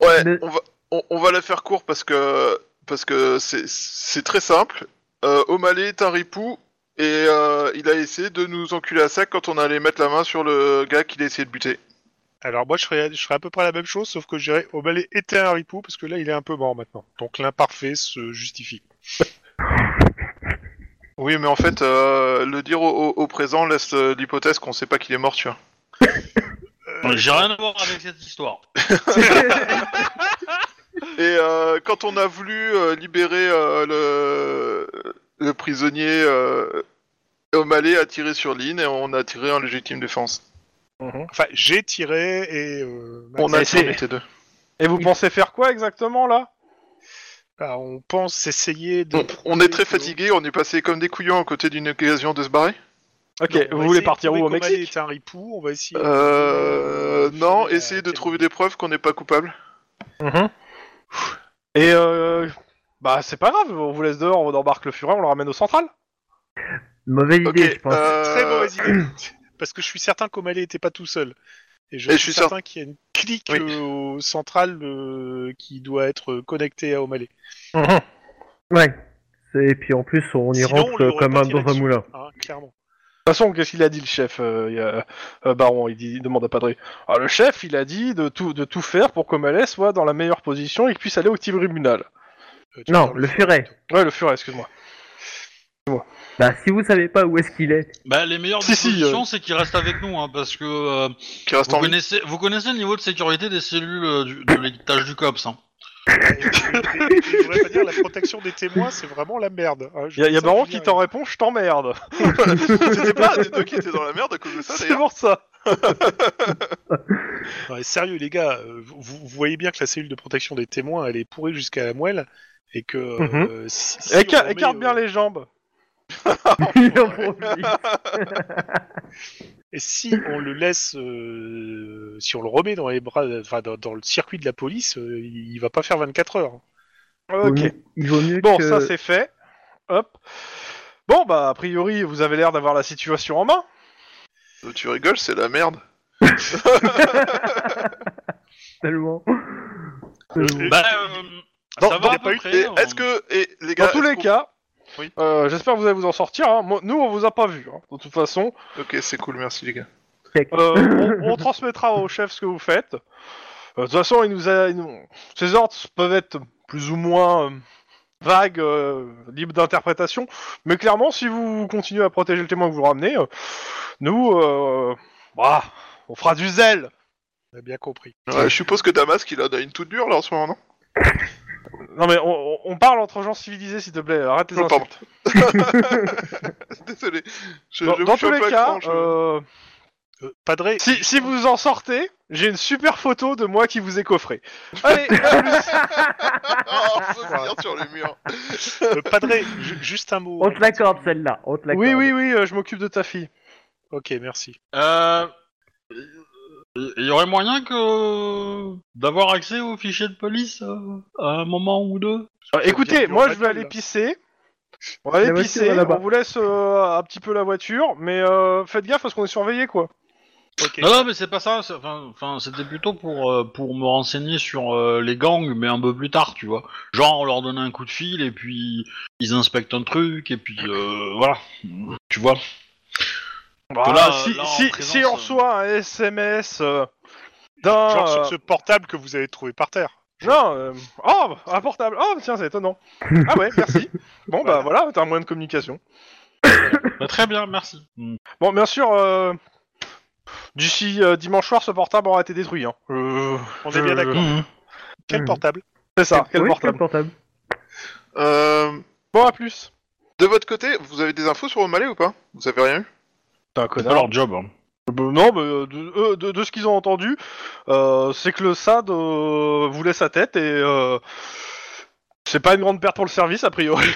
E: Ouais,
D: Le-
E: on, va, on, on va la faire court parce que parce que c'est- c'est très simple. Euh, O'Malley est un ripou et euh, il a essayé de nous enculer à sac quand on allait mettre la main sur le gars qu'il a essayé de buter.
C: Alors moi je ferais, je ferais à peu près la même chose, sauf que je dirais O'Malley était un ripou, parce que là il est un peu mort maintenant. Donc l'imparfait se justifie.
E: Oui, mais en fait, euh, le dire au, au- au présent laisse euh, l'hypothèse qu'on sait pas qu'il est mort, tu vois.
A: J'ai rien à voir avec cette histoire.
E: Et euh, quand on a voulu euh, libérer euh, le, le prisonnier, euh, O'Malley a tiré sur Lynn et on a tiré en légitime défense.
C: Enfin, j'ai tiré et... euh,
E: On a
B: Mais
E: tiré,
B: c'est-
E: on était deux.
B: Et vous pensez faire quoi exactement là
C: bah, on pense essayer de...
E: On, on est très fatigué, on est passé comme des couillons à côté d'une occasion de se barrer.
B: Ok,
C: Non, on va
B: vous
C: essayer
B: voulez
C: de
B: partir où
C: prouver
B: au
C: qu'O'Malley
B: Mexique
C: est un ripou, on va essayer... de-
E: Euh,
C: de-
E: non,
C: de-
E: essayer de
C: de-
E: trouver des preuves qu'on n'est pas coupable.
B: Et euh, bah c'est pas grave, on vous laisse dehors, on embarque le furet, on le ramène au central.
D: Mauvaise idée,
E: Ok,
D: je pense.
E: euh,
C: Très mauvaise idée. Parce que je suis certain qu'O'Malley était pas tout seul. Et je,
E: Et
C: suis
E: je suis
C: certain qu'il y a une clique
E: Oui.
C: euh, au central euh, qui doit être connectée à O'Malley.
D: Ouais. C'est- Et puis en plus, on y
C: Sinon, on
D: rentre
C: lui
D: euh,
C: aurait
D: comme
C: pas
D: un
C: tiré
D: dans un
C: dessus.
D: moulin.
C: Hein, clairement.
B: De toute façon, qu'est-ce qu'il a dit le chef euh, il y a- euh, Baron, il, dit, il demande à Padré. Ah, le chef, il a dit de tout, de tout faire pour qu'Omalais soit dans la meilleure position et qu'il puisse aller au tribunal.
C: Euh, tu veux
D: Non,
C: dire
D: le furet.
B: Ouais, le furet, excuse-moi.
D: Bah, si vous savez pas où est-ce qu'il est,
A: Bah, les meilleures
C: Si, euh. si,
A: dispositions, c'est qu'ils restent avec nous, hein, parce que euh,
E: Qui reste
A: vous,
E: en vie.
A: connaissez, vous connaissez le niveau de sécurité des cellules euh, du- de l'étage du COPS. Hein.
C: Et- et- et je voudrais pas dire, la protection des témoins, c'est vraiment la merde. hein. Je
B: Y'a y a
C: dis ça,
B: Baron
C: je
B: qui
C: dis
B: t'en répond, je t'emmerde.
E: C'était pas un des deux qui était dans la merde à cause de ça
B: C'est
E: d'ailleurs.
B: pour ça.
C: rien. Ouais, sérieux, les gars, euh, vous, vous voyez bien que la cellule de protection des témoins, elle est pourrie jusqu'à la moelle. Et que.
B: Mhm.
C: euh, si- si on
B: Écar-
C: met,
B: écarte
C: euh,
B: bien les jambes.
D: il en profite.
C: Et si on le laisse, euh, si on le remet dans les bras, enfin dans, dans le circuit de la police, euh, il il va pas faire 24 heures. hein.
D: Vaut
B: Ok.
D: mieux- Il vaut mieux
B: Bon,
D: que...
E: euh,
B: ça c'est fait. Hop. Bon, bah, a priori, vous avez l'air d'avoir la situation en main.
E: Tu rigoles, c'est la merde.
D: Tellement.
C: Euh,
A: Bah, euh,
B: Dans-
A: ça
B: dans-
A: va à
E: pas
A: peu
E: eu-
A: près.
E: Et
A: hein.
E: Est-ce que et les
B: Dans
E: gars
B: tous
E: Euh, est-ce
B: les
E: qu'on-
B: cas,
E: Oui.
B: euh, j'espère que vous allez vous en sortir. hein. Moi- nous, on vous a pas vu, hein, de toute façon.
E: Ok, c'est cool, merci les gars.
D: Check.
B: Euh, on, on transmettra au chef ce que vous faites. Euh, de toute façon, il nous a, il nous- ses ordres peuvent être plus ou moins euh, vagues, euh, libres d'interprétation. Mais clairement, si vous continuez à protéger le témoin que vous ramenez, euh, nous, euh, bah, on fera du zèle.
C: On a bien compris.
E: Ouais, je suppose que Damas il en a une toute dure là en ce moment, non
B: Non mais on, on- on parle entre gens civilisés, s'il te plaît. Arrête les
E: Oh, pardon.
B: insultes.
E: Désolé. Je,
B: Dans,
E: je me
B: dans
E: suis
B: tous
E: un
B: les
E: peu à
B: cas,
E: cran, je-
B: euh,
C: Euh, Padré,
B: si, si vous en sortez, j'ai une super photo de moi qui vous est coffrée. Allez, à plus.
E: Oh, faut venir sur les murs.
C: euh, Padré, ju- juste un mot. hein.
D: On te l'accorde celle-là, on te l'accorde.
B: Oui, oui, oui, euh, je m'occupe de ta fille.
C: Ok, merci.
A: Euh, Il y aurait moyen que d'avoir accès aux fichiers de police euh, à un moment ou deux
B: Euh, écoutez,
C: dur,
B: moi
C: pas
B: je vais
C: dur,
B: aller
C: là.
B: pisser. On va aller
D: La voiture
B: pisser.
D: est là-bas.
B: On vous laisse euh, un petit peu la voiture, mais euh, faites gaffe parce qu'on est surveillé quoi.
C: Ok.
A: Non, non, mais c'est pas ça. c'est- Enfin, enfin, c'était plutôt pour euh, pour me renseigner sur euh, les gangs, mais un peu plus tard, tu vois. Genre, on leur donnait un coup de fil et puis ils inspectent un truc et puis euh, voilà. Tu vois.
B: Bah,
A: là,
B: si,
A: là, en
B: si,
A: présence,
B: si on
A: euh,
B: reçoit un SMS euh,
C: Genre
B: d'un
C: sur
B: euh,
C: ce portable que vous avez trouvé par terre.
B: Non, euh, oh, un portable. Oh, tiens, c'est étonnant. Ah ouais, merci. Bon, bah voilà, t'as un moyen de communication.
A: Bah, très bien, merci. Mm.
B: Bon, bien sûr, euh, d'ici euh, dimanche soir, ce portable aura été détruit. Hein. Euh,
C: On
B: je-
C: est bien d'accord.
A: Mhm.
C: Quel
D: Mhm.
C: portable
B: C'est ça, quel
D: Oui,
B: portable.
E: Euh,
B: Bon, à plus.
E: de votre côté, vous avez des infos sur O'Malley ou pas Vous avez rien eu
B: T'es un
A: C'est pas
B: connard.
A: leur job. hein.
B: Bah, non, mais euh, de, euh, de- de ce qu'ils ont entendu, euh, c'est que le SAD euh, voulait sa tête et euh, c'est pas une grande perte pour le service, a priori.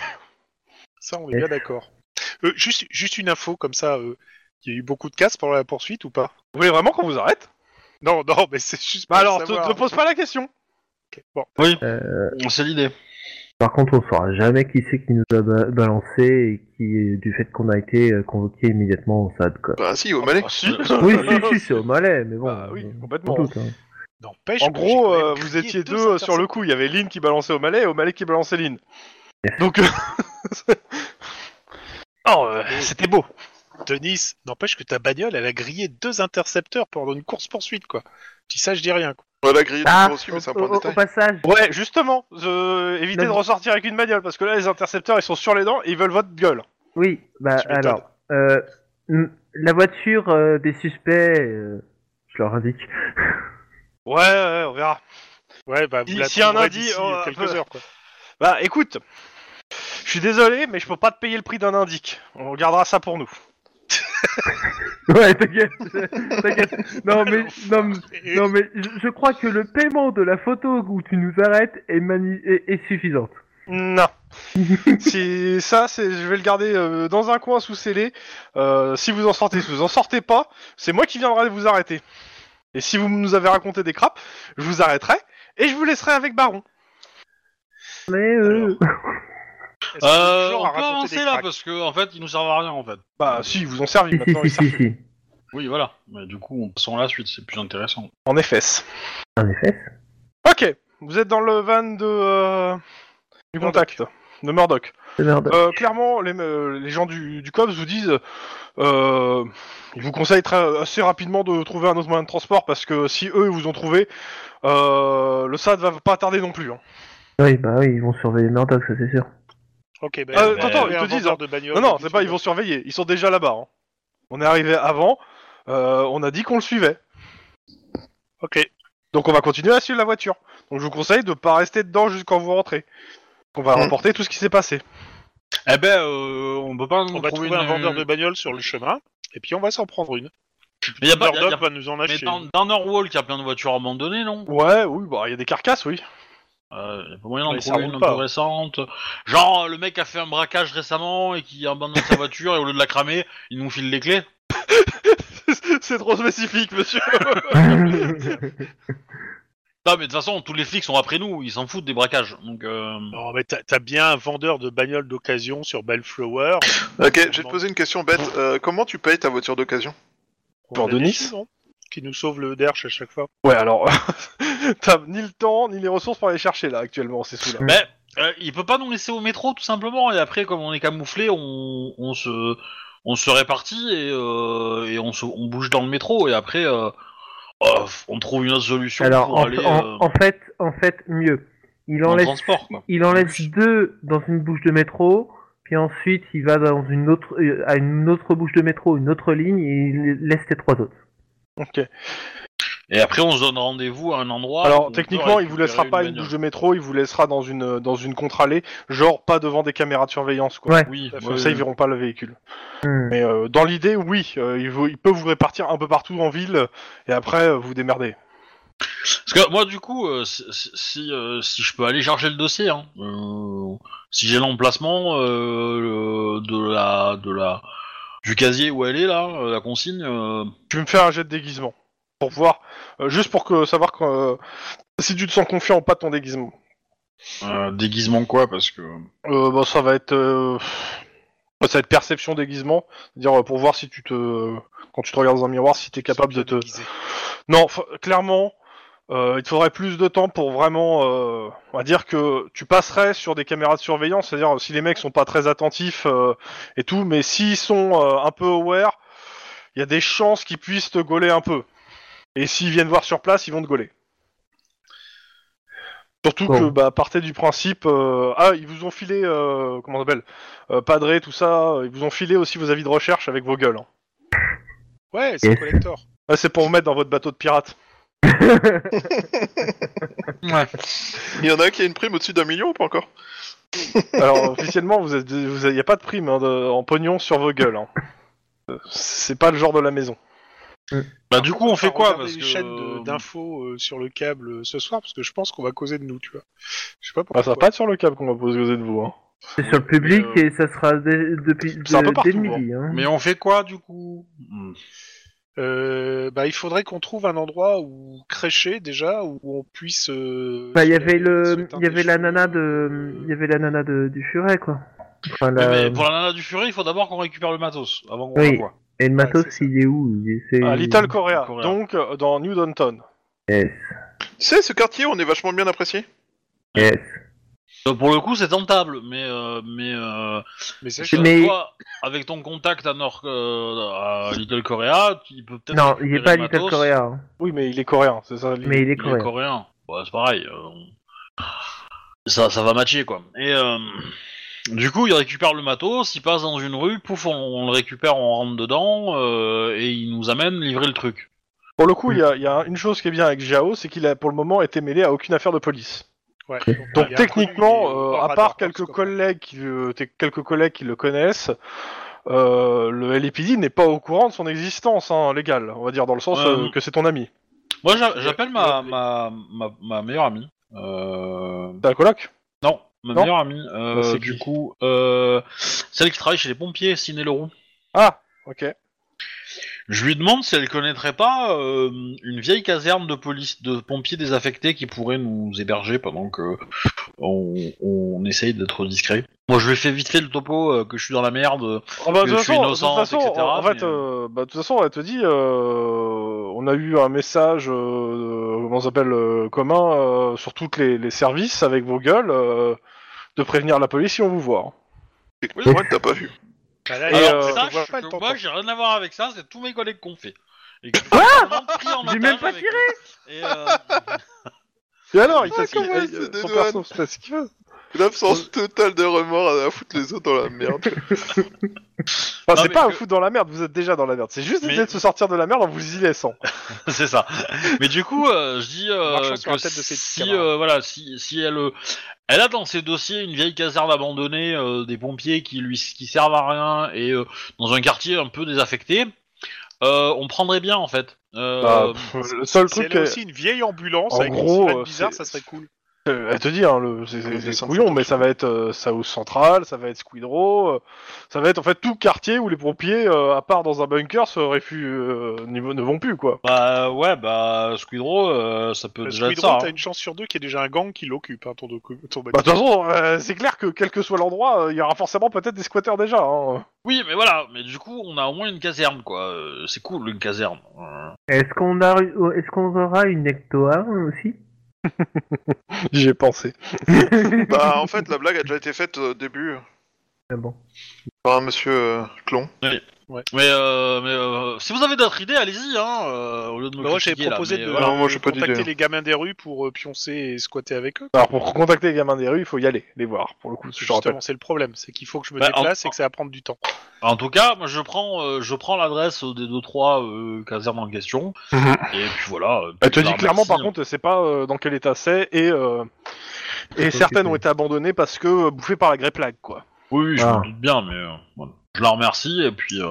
C: Ça, on est bien d'accord. Euh, juste, juste une info comme ça. euh, Il y a eu beaucoup de casse pendant la poursuite ou pas
B: Vous voulez vraiment qu'on vous arrête
C: Non, non, mais c'est juste.
B: Bah
C: pour
B: alors, te,
C: savoir.
B: te pose pas la question.
C: Ok, Bon,
A: C'est l'idée.
D: Par contre, on saura jamais qui c'est qui nous a ba- balancé et qui est du fait qu'on a été euh, convoqué immédiatement au SAD, quoi.
E: Bah si, O'Malley.
B: Ah,
A: Euh,
B: si.
D: Oui, si, si, c'est au Malais, mais bon.
B: Bah oui,
D: euh,
B: complètement.
D: sans doute, hein.
C: n'empêche.
B: En
C: que j'ai quand
B: gros,
C: même
B: euh,
C: crié
B: vous étiez deux euh, sur le coup. Il y avait Lynn qui balançait au malais et au malais qui balançait Lynn. Donc. euh, oh, euh, c'était beau.
C: Denis, n'empêche que ta bagnole, elle a grillé deux intercepteurs pendant une course-poursuite, quoi. Dis ça, je dis rien. quoi.
E: On l'a grillé de
D: Ah,
E: jour aussi, mais c'est un
D: au,
E: point de
D: au-
E: détail.
D: au passage,
B: Ouais, justement, euh, évitez
D: Non,
B: de
D: mais-
B: ressortir avec une bagnole parce que là, les intercepteurs, ils sont sur les dents et ils veulent votre gueule.
D: oui, bah
C: Tu m'étonnes.
D: alors, euh, n- la voiture euh, des suspects, euh, je leur indique.
B: Ouais, ouais, on verra.
C: Ouais, bah, vous
B: Si-
C: la
B: si un
C: trouverez
B: indice,
C: d'ici,
B: on-
C: euh,
B: un
C: quelques
B: peu-
C: heures, quoi.
B: Bah, écoute, je suis désolé, mais je peux pas te payer le prix d'un indique. On regardera ça pour nous.
D: Ouais, t'inquiète, t'inquiète. Non mais, non, mais-
C: Et-
D: non, mais je, je crois que le paiement de la photo où tu nous arrêtes est, mani- est, est suffisante.
B: Non. si ça, c'est, je vais le garder euh, dans un coin sous scellé. Euh, si vous en sortez, si vous en sortez pas, c'est moi qui viendrai vous arrêter. Et si vous nous avez raconté des crapes, je vous arrêterai et je vous laisserai avec Baron.
D: Mais euh,
C: est-ce que
A: Euh,
C: le genre
A: on
C: a
A: peut
C: raconté
A: avancer
C: des
A: là
C: cracks
A: parce que en fait, ils nous servent à rien en fait.
B: Bah si, ils vous en servez
D: si, si,
B: maintenant.
D: si,
B: ils servent
D: si, si.
A: Oui, voilà. Mais du coup, on passe à la suite, c'est plus intéressant.
B: En fesses.
D: En effet.
B: Ok, vous êtes dans le van de euh, du contact de Murdoch.
D: C'est merde.
B: Euh, clairement, les, euh, les gens du, du COPS vous disent, euh, ils vous conseillent très, assez rapidement de trouver un autre moyen de transport parce que si eux ils vous ont trouvé, euh, le SAD va pas tarder non plus. hein.
D: Oui, bah oui, ils vont surveiller Murdoch, ça c'est sûr.
C: Ok, bah,
B: Ah,
C: bah,
A: attends,
B: ils te
C: un
B: disent,
C: vendeur
B: hein.
C: de bagnole,
B: Non, non,
C: du
B: c'est
C: tout.
B: pas, ils vont surveiller. Ils sont déjà là-bas. hein. On est arrivé avant. euh, on a dit qu'on le suivait.
C: Ok,
B: Donc on va continuer à suivre la voiture. Donc je vous conseille de pas rester dedans jusqu'en vous rentrez. On va
E: Mhm.
B: rapporter tout ce qui s'est passé.
A: Eh ben, euh, on peut pas
C: on va trouver un vendeur de bagnole sur le chemin, et puis on va s'en prendre une.
A: Mais y
B: Bah,
A: a pas-
C: Vendeur
A: y a- y a-
C: va nous en
A: Mais
C: acheter.
A: dans, dans Norwalk, il y a plein de voitures abandonnées, non
B: Ouais, oui, bah il y a des carcasses, oui.
A: Euh, y a pas moyen d'en
C: Mais ça
A: trouver
C: roule
A: une un
C: pas.
A: peu récente. Genre, euh, le mec a fait un braquage récemment et qui abandonne sa voiture et au lieu de la cramer, il nous file les clés.
B: c'est trop spécifique, monsieur.
A: Non, mais de toute façon, tous les flics sont après nous, ils s'en foutent des braquages. Donc, euh...
C: Non, mais t'as t'as bien un vendeur de bagnole d'occasion sur Bellflower.
E: Ok, je vais te poser une question bête. Euh, comment tu payes ta voiture d'occasion
C: On
B: Pour
C: a
B: de
C: des
B: Nice
C: sous, non Qui nous sauve le derche à chaque fois.
B: Ouais, alors t'as ni le temps ni les ressources pour aller chercher là actuellement ces
D: Mm.
B: sous-là.
A: mais euh, il peut pas nous laisser au métro tout simplement. Et après, comme on est camouflé, on, on se, on se répartit et, euh, et on, se, on bouge dans le métro. Et après, euh, oh, on trouve une autre solution
D: Alors,
A: pour
D: en,
A: aller
D: en-
A: euh,
D: en fait, en fait, mieux. Il
A: dans
D: en
A: le
D: laisse,
A: transport. Quoi.
D: il en laisse deux dans une bouche de métro, puis ensuite il va dans une autre, euh, à une autre bouche de métro, une autre ligne, et il laisse les trois autres.
B: Ok.
A: Et après, on se donne rendez-vous à un endroit. où on
B: Alors
A: peut
B: techniquement, Ah, il vous
A: récupérer
B: laissera pas une
A: bagnole.
B: bouche de métro, il vous laissera dans une dans une contre-allée, genre pas devant des caméras de surveillance quoi.
D: Ouais.
A: Oui,
B: Comme
A: ouais,
B: ça, ils verront pas le véhicule.
D: Hmm.
B: Mais euh, dans l'idée, oui, euh, il, vous- il peut vous répartir un peu partout en ville euh, et après euh, vous démerdez.
A: Parce que moi, du coup, euh, si, si- si, euh, si je peux aller charger le dossier, hein, euh, si j'ai l'emplacement euh, le- de la de la du casier où elle est là, euh, la consigne, euh,
B: Tu me fais un jet de déguisement pour voir, euh, juste pour que savoir que, euh, si tu te sens confiant ou pas de ton déguisement.
A: euh, déguisement quoi, parce que
B: Euh, bah, ça va être euh, bah, ça va être perception déguisement, c'est-à-dire euh, pour voir si tu te quand tu te regardes dans un miroir si tu es capable de te Non, fa- clairement, euh, il te faudrait plus de temps pour vraiment. euh, on va dire que tu passerais sur des caméras de surveillance, c'est-à-dire euh, si les mecs sont pas très attentifs euh, et tout, mais s'ils sont euh, un peu aware, il y a des chances qu'ils puissent te gauler un peu. Et s'ils viennent voir sur place, ils vont te gauler. Surtout
D: Bon.
B: que bah, partez du principe. euh, ah, ils vous ont filé. euh, comment on appelle euh, Padré, tout ça. euh, Ils vous ont filé aussi vos avis de recherche avec vos gueules. hein.
C: Ouais, c'est
D: Yes.
C: collector.
B: Ah, C'est pour vous mettre dans votre bateau de pirate.
E: Il y en a un qui a une prime au-dessus d'un million ou pas encore
B: Alors officiellement, vous êtes, vous n'y a pas de prime hein, de- en pognon sur vos gueules. hein. Euh, C'est pas le genre de la maison.
A: bah du coup on fait quoi
C: Regardez
A: parce
C: les
A: que
C: chaînes de- d'infos euh, sur le câble euh, ce soir, parce que je pense qu'on va causer de nous, tu vois. Je sais pas pourquoi.
B: Ah, ça va pas être sur le câble qu'on va poser de vous. hein.
D: C'est sur le public
A: Mais,
D: et ça sera dès, depuis
B: C'est un peu
D: dès-
B: partout,
D: dès le midi. hein.
A: mais on fait quoi du coup Hmm.
C: Euh, bah, il faudrait qu'on trouve un endroit où crécher déjà, où on puisse. euh,
D: Bah, il y
C: se-
D: avait
C: se
D: le, il
C: teindre
D: y avait
C: les
D: la
C: cheveux,
D: nana
C: euh,
D: de, il y avait la nana de, du furet quoi. Enfin,
A: Mais,
D: la-
A: pour la nana du furet, il faut d'abord qu'on récupère le matos avant qu'on
D: Euh, Oui.
A: voit quoi.
D: Et le matos,
C: Ouais, c'est ça.
D: il est où Il est- c'est-
B: Ah, Little Korea,
A: Korea.
B: donc euh, dans New Downton.
D: Yes,
E: Tu sais, ce quartier, on est vachement bien apprécié.
D: yes.
A: Euh, pour le coup c'est tentable, mais euh, mais euh,
C: Mais c'est
A: Euh,
C: chouette.
D: Mais-
A: toi, avec ton contact à Nord, euh, à Little Korea, tu- il peut peut-être.
D: Non, il est pas
A: récupérer le
D: Little
A: matos.
D: Korea, hein.
B: Oui, mais il est coréen, c'est ça. l'idée.
D: mais il est
A: Il est
D: coréen.
A: coréen. Bah, c'est pareil. euh, on- Ça, ça va matcher quoi. Et euh, du coup, il récupère le matos, il passe dans une rue, pouf, on, on le récupère, on rentre dedans euh, et il nous amène livrer le truc.
B: Pour le coup, il y a- il y, a une chose qui est bien avec Jao, c'est qu'il a pour le moment été mêlé à aucune affaire de police.
C: Ouais.
B: Donc
C: il y a un
B: techniquement,
C: coup, il est
B: euh,
C: hors
B: à
C: radar,
B: part quelques
C: parce que-
B: collègues, qui, le- t- quelques collègues qui le connaissent, euh, le LAPD n'est pas au courant de son existence hein, légale, on va dire dans le sens
A: Ouais,
B: euh,
A: ouais.
B: que c'est ton ami.
A: Moi, j'a- j'appelle ma,
C: Ouais.
A: ma, ma, ma meilleure amie. Euh,
B: T'as un coloc
A: Non, ma
B: Non
A: meilleure amie. euh,
B: Bah, c'est
A: du
B: qui
A: coup, euh, celle qui travaille chez les pompiers, Ciné Leroux.
B: Ah, ok.
A: Je lui demande si elle connaîtrait pas euh, une vieille caserne de police, de pompiers désaffectés qui pourrait nous héberger pendant que on, on essaye d'être discret. Moi, je lui fais vite fait le topo euh, que je suis dans la merde.
B: Ah bah,
A: que
B: de toute
A: je suis
B: façon, de toute
A: innocente,
B: façon,
A: etc.,
B: en
A: mais,
B: fait, euh, bah, de toute façon, elle te dit, euh, on a eu un message, euh, comment ça s'appelle, euh, commun euh, sur toutes les, les services avec vos gueules, euh, de prévenir la police si on vous voit. hein.
E: Excuse-moi,
D: Oui.
E: t'as pas vu.
C: Bah là,
B: Et,
C: il-
B: euh,
A: Alors,
C: on
A: sache
C: voit pas le
A: que
C: temps.
A: moi, j'ai rien à voir avec ça. C'est tous mes collègues qu'on fait. Et que je suis totalement pris en
D: J'ai
A: otage
D: même pas
A: avec
D: tiré.
A: eux. Et, euh,
B: Et alors, il
E: Ah,
B: fait ce qu'il
E: comment
B: euh,
E: il se
B: son
E: dédouane
B: perso, c'est ce qu'il veut.
E: L'absence totale de remords à foutre les autres dans la merde.
B: Enfin,
A: Non,
B: c'est
A: mais
B: pas
A: que-
B: vous foutre dans la merde, vous êtes déjà dans la merde. C'est juste
A: Mais-
B: l'idée de se sortir de la merde en vous y laissant.
A: c'est ça. Mais du coup, euh, je dis euh,
C: Marchons sur
A: que
C: la tête de ses petits
A: si,
C: camarades.
A: euh, voilà, si, si elle, euh, elle a dans ses dossiers une vieille caserne abandonnée, euh, des pompiers qui lui qui servent à rien et euh, dans un quartier un peu désaffecté, euh, on prendrait bien en fait. Euh,
B: Bah, pff, le seul
C: Si
B: truc,
C: elle a
B: que-
C: aussi une vieille ambulance
B: en
C: avec
B: gros,
C: une sirène
B: euh,
C: bizarre,
B: c'est-
C: ça serait cool.
B: euh, à te dire, hein, le- c'est-
C: Ouais,
B: c'est
C: c'est
B: c'est couillon,
C: sympa.
B: mais ça va être euh, South Central, ça va être Squidrow, euh, ça va être en fait tout quartier où les pompiers, euh, à part dans un bunker, se réfu- euh, n'y vont- ne vont plus quoi.
A: bah, ouais, bah Squidrow, euh, ça peut
C: Parce
A: déjà
C: que
A: être ça.
C: Hydro, Bah, t'as
A: hein.
C: une chance sur deux qu'il y ait déjà un gang qui l'occupe, hein, ton, docu- ton
B: Bah, de toute
C: bâtiment.
B: façon, euh, c'est clair que quel que soit l'endroit, euh, il y aura forcément peut-être des squatteurs déjà. hein.
A: Oui, mais voilà, mais du coup, on a au moins une caserne quoi. Euh, C'est cool une caserne. Euh,
D: Est-ce qu'on a, est-ce qu'on aura une ectoa aussi
B: J'y ai pensé.
E: bah, en fait, la blague a déjà été faite euh, au début
D: Ah bon.
E: par un monsieur euh, Clon.
A: Mais, euh, mais euh, si vous avez d'autres idées, allez-y hein. euh, au lieu de me
C: Bah, moi, j'avais
A: critiquer, là,
C: proposé
A: mais,
C: de
A: euh,
E: voilà. Non, moi, j'ai
C: de
E: pas d'idée,
C: contacter
E: hein.
C: les gamins des rues pour euh, pioncer et squatter avec eux.
B: Alors pour contacter les gamins des rues, il faut y aller, les voir pour le coup. Je te rappelle.
C: Justement, c'est le problème, c'est qu'il faut que je me
A: Bah, en-
C: déplace et que ça va prendre du temps.
A: En tout cas, moi je prends, euh, je prends l'adresse des deux trois euh, casernes en question.
B: Mhm.
A: Et puis voilà. euh,
B: Elle te
A: puis
B: dit
A: je leur
B: clairement,
A: remercie.
C: hein.
B: par contre, c'est pas euh, dans quel état c'est et euh, et certaines ont été abandonnées parce que euh, bouffées par la grêpe plague quoi.
A: Oui, oui, je
D: Ah.
A: me doute bien, mais euh, voilà. je la remercie et puis euh,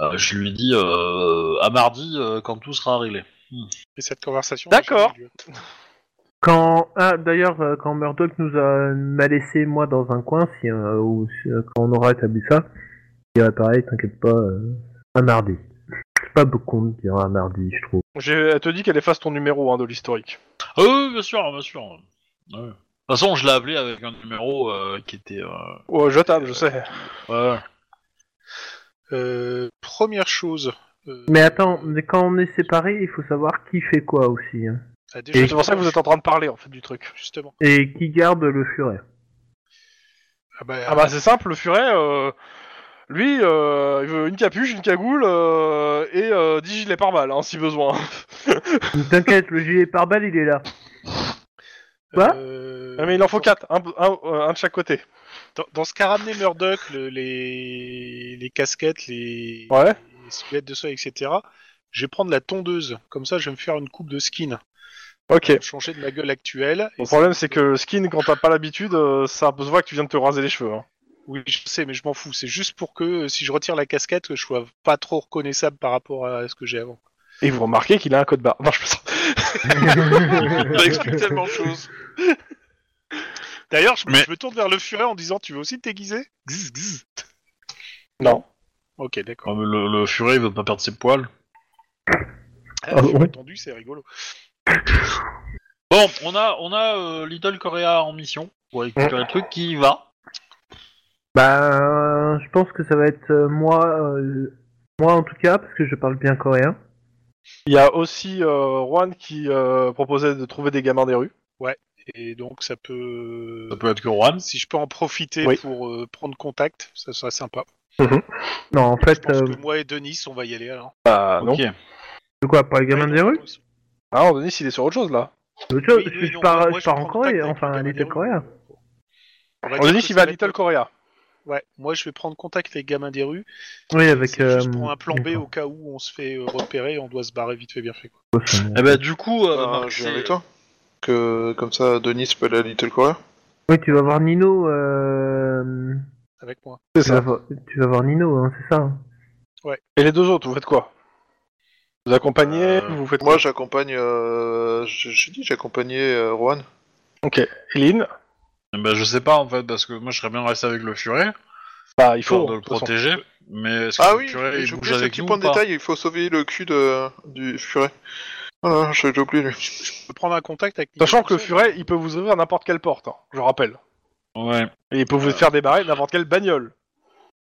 A: euh, je lui dis euh, à mardi euh, quand tout sera réglé.
C: Et cette conversation.
B: D'accord.
C: n'a jamais eu lieu.
D: Quand ah d'ailleurs euh, quand Murdoch nous a m'a laissé moi dans un coin si euh, ou si, euh, quand on aura établi ça, il dira pareil, t'inquiète pas, euh, un mardi. C'est pas beaucoup de dire un mardi, je trouve.
B: J'ai- Elle te dit qu'elle efface ton numéro hein, de l'historique.
A: Ah oui, bien sûr, bien sûr. Ouais. De toute façon, je l'ai appelé avec un numéro euh, qui était. euh,
B: Oh, jetable, je sais.
A: ouais.
C: Euh, première chose. euh,
D: Mais attends, mais quand on est séparés, il faut savoir qui fait quoi aussi. hein.
C: ah, déjà,
B: C'est pour ça que vous êtes en train de parler en fait du truc.
C: Justement.
D: Et qui garde le furet.
C: Ah bah,
B: Ah bah c'est simple, le furet, euh, lui, euh, il veut une capuche, une cagoule euh, et euh, 10 gilets par balles si besoin.
D: T'inquiète, le gilet pare-balles, il est là. quoi
C: euh,
B: Ah, mais il en faut 4, un, un- euh, un de chaque côté.
C: Dans, dans ce qu'a ramené Murdoch, le- les, les casquettes, les,
B: Ouais.
C: les soulettes de soie, etc., je vais prendre la tondeuse. Comme ça, je vais me faire une coupe de skin.
B: Ok.
C: Changer de ma gueule actuelle.
B: Le
C: Et
B: problème c'est que le skin, quand t'as pas l'habitude, euh, ça se voit que tu viens de te raser les cheveux. hein.
C: Oui, je sais, mais je m'en fous. C'est juste pour que euh, si je retire la casquette, que je sois pas trop reconnaissable par rapport à ce que j'ai avant.
B: Et vous remarquez qu'il a un code barre. Non, je peux
E: Ça explique tellement de choses.
C: D'ailleurs, je, me-
A: Mais-
C: je me tourne vers le furet en disant Tu veux aussi te déguiser Gzz, gzz.
B: Non.
C: Ok, d'accord.
A: Ouais, mais le, le furet il veut pas perdre ses poils.
C: Ah,
D: Ah,
C: je l'ai
D: ouais.
C: entendu, c'est rigolo.
A: Bon, on a, on a euh, Little Korea en mission pour récupérer le truc qui y va.
D: Bah, je pense que ça va être euh, moi, euh, moi en tout cas, parce que je parle bien coréen.
B: Il y a aussi euh, Juan qui euh, proposait de trouver des gamins des rues.
C: Et donc, ça peut.
A: Ça peut être que Juan.
C: Si je peux en profiter
B: Oui.
C: pour euh, prendre contact, ça serait sympa.
D: Non, en
C: Je
D: fait,
C: pense
D: euh,
C: que moi et Denis, on va y aller alors.
B: Bah
A: Ok.
D: de quoi, pas les gamins des rues
B: Ah, on Denis, il est sur autre chose là.
D: Autre chose,
C: Oui,
D: je,
C: oui,
D: je
C: non,
D: pars,
C: moi,
D: je
C: je
D: pars en
C: prends
D: Corée,
C: contact avec les
D: enfin, à
C: gamins des
D: l'État
C: rues.
D: coréen.
C: On
B: On
C: dire
B: Denis,
C: que
B: il
C: ça
B: va à
C: va être-
B: Little Korea.
C: Ouais, moi je vais prendre contact avec les gamins des rues.
D: Oui, avec.
C: C'est juste
D: euh,
C: pour un plan B
D: d'accord.
C: au cas où on se fait euh, repérer, on doit se barrer vite fait bien fait. Quoi.
D: Bah,
A: Eh ben du coup, euh,
E: Bah,
A: Marc,
E: je
A: c'est-
E: viens avec toi. Que, comme ça, Denis peut aller à Little Korea.
D: Oui, tu vas voir Nino. Euh...
C: Avec moi.
B: C'est
D: Tu, vas voir... tu vas voir Nino, hein, c'est ça.
B: Et les deux autres, vous faites quoi Vous accompagnez
E: Euh,
B: Vous faites
E: Moi,
B: quoi
E: j'accompagne. euh, je- J'ai dit, j'accompagnais euh, Juan.
B: Ok. Eileen
A: eh ben, je sais pas en fait parce que moi je serais bien resté avec le furet
B: Bah, il
A: pour
B: faut.
A: de le
B: de toute façon.
A: protéger. Mais est-ce que
E: Ah
A: le
E: oui,
A: furet il
E: j'ai
A: bouge
E: oublié ce
A: avec
E: petit
A: nous
E: point
A: ou
E: de
A: pas
E: détail, il faut sauver le cul de, du furet. Voilà, j'ai j'ai oublié lui.
C: Je peux prendre un contact avec.
B: Sachant que le furet, il peut vous ouvrir n'importe quelle porte, hein, je rappelle.
A: Ouais.
B: Et il peut vous faire débarrer n'importe quelle bagnole.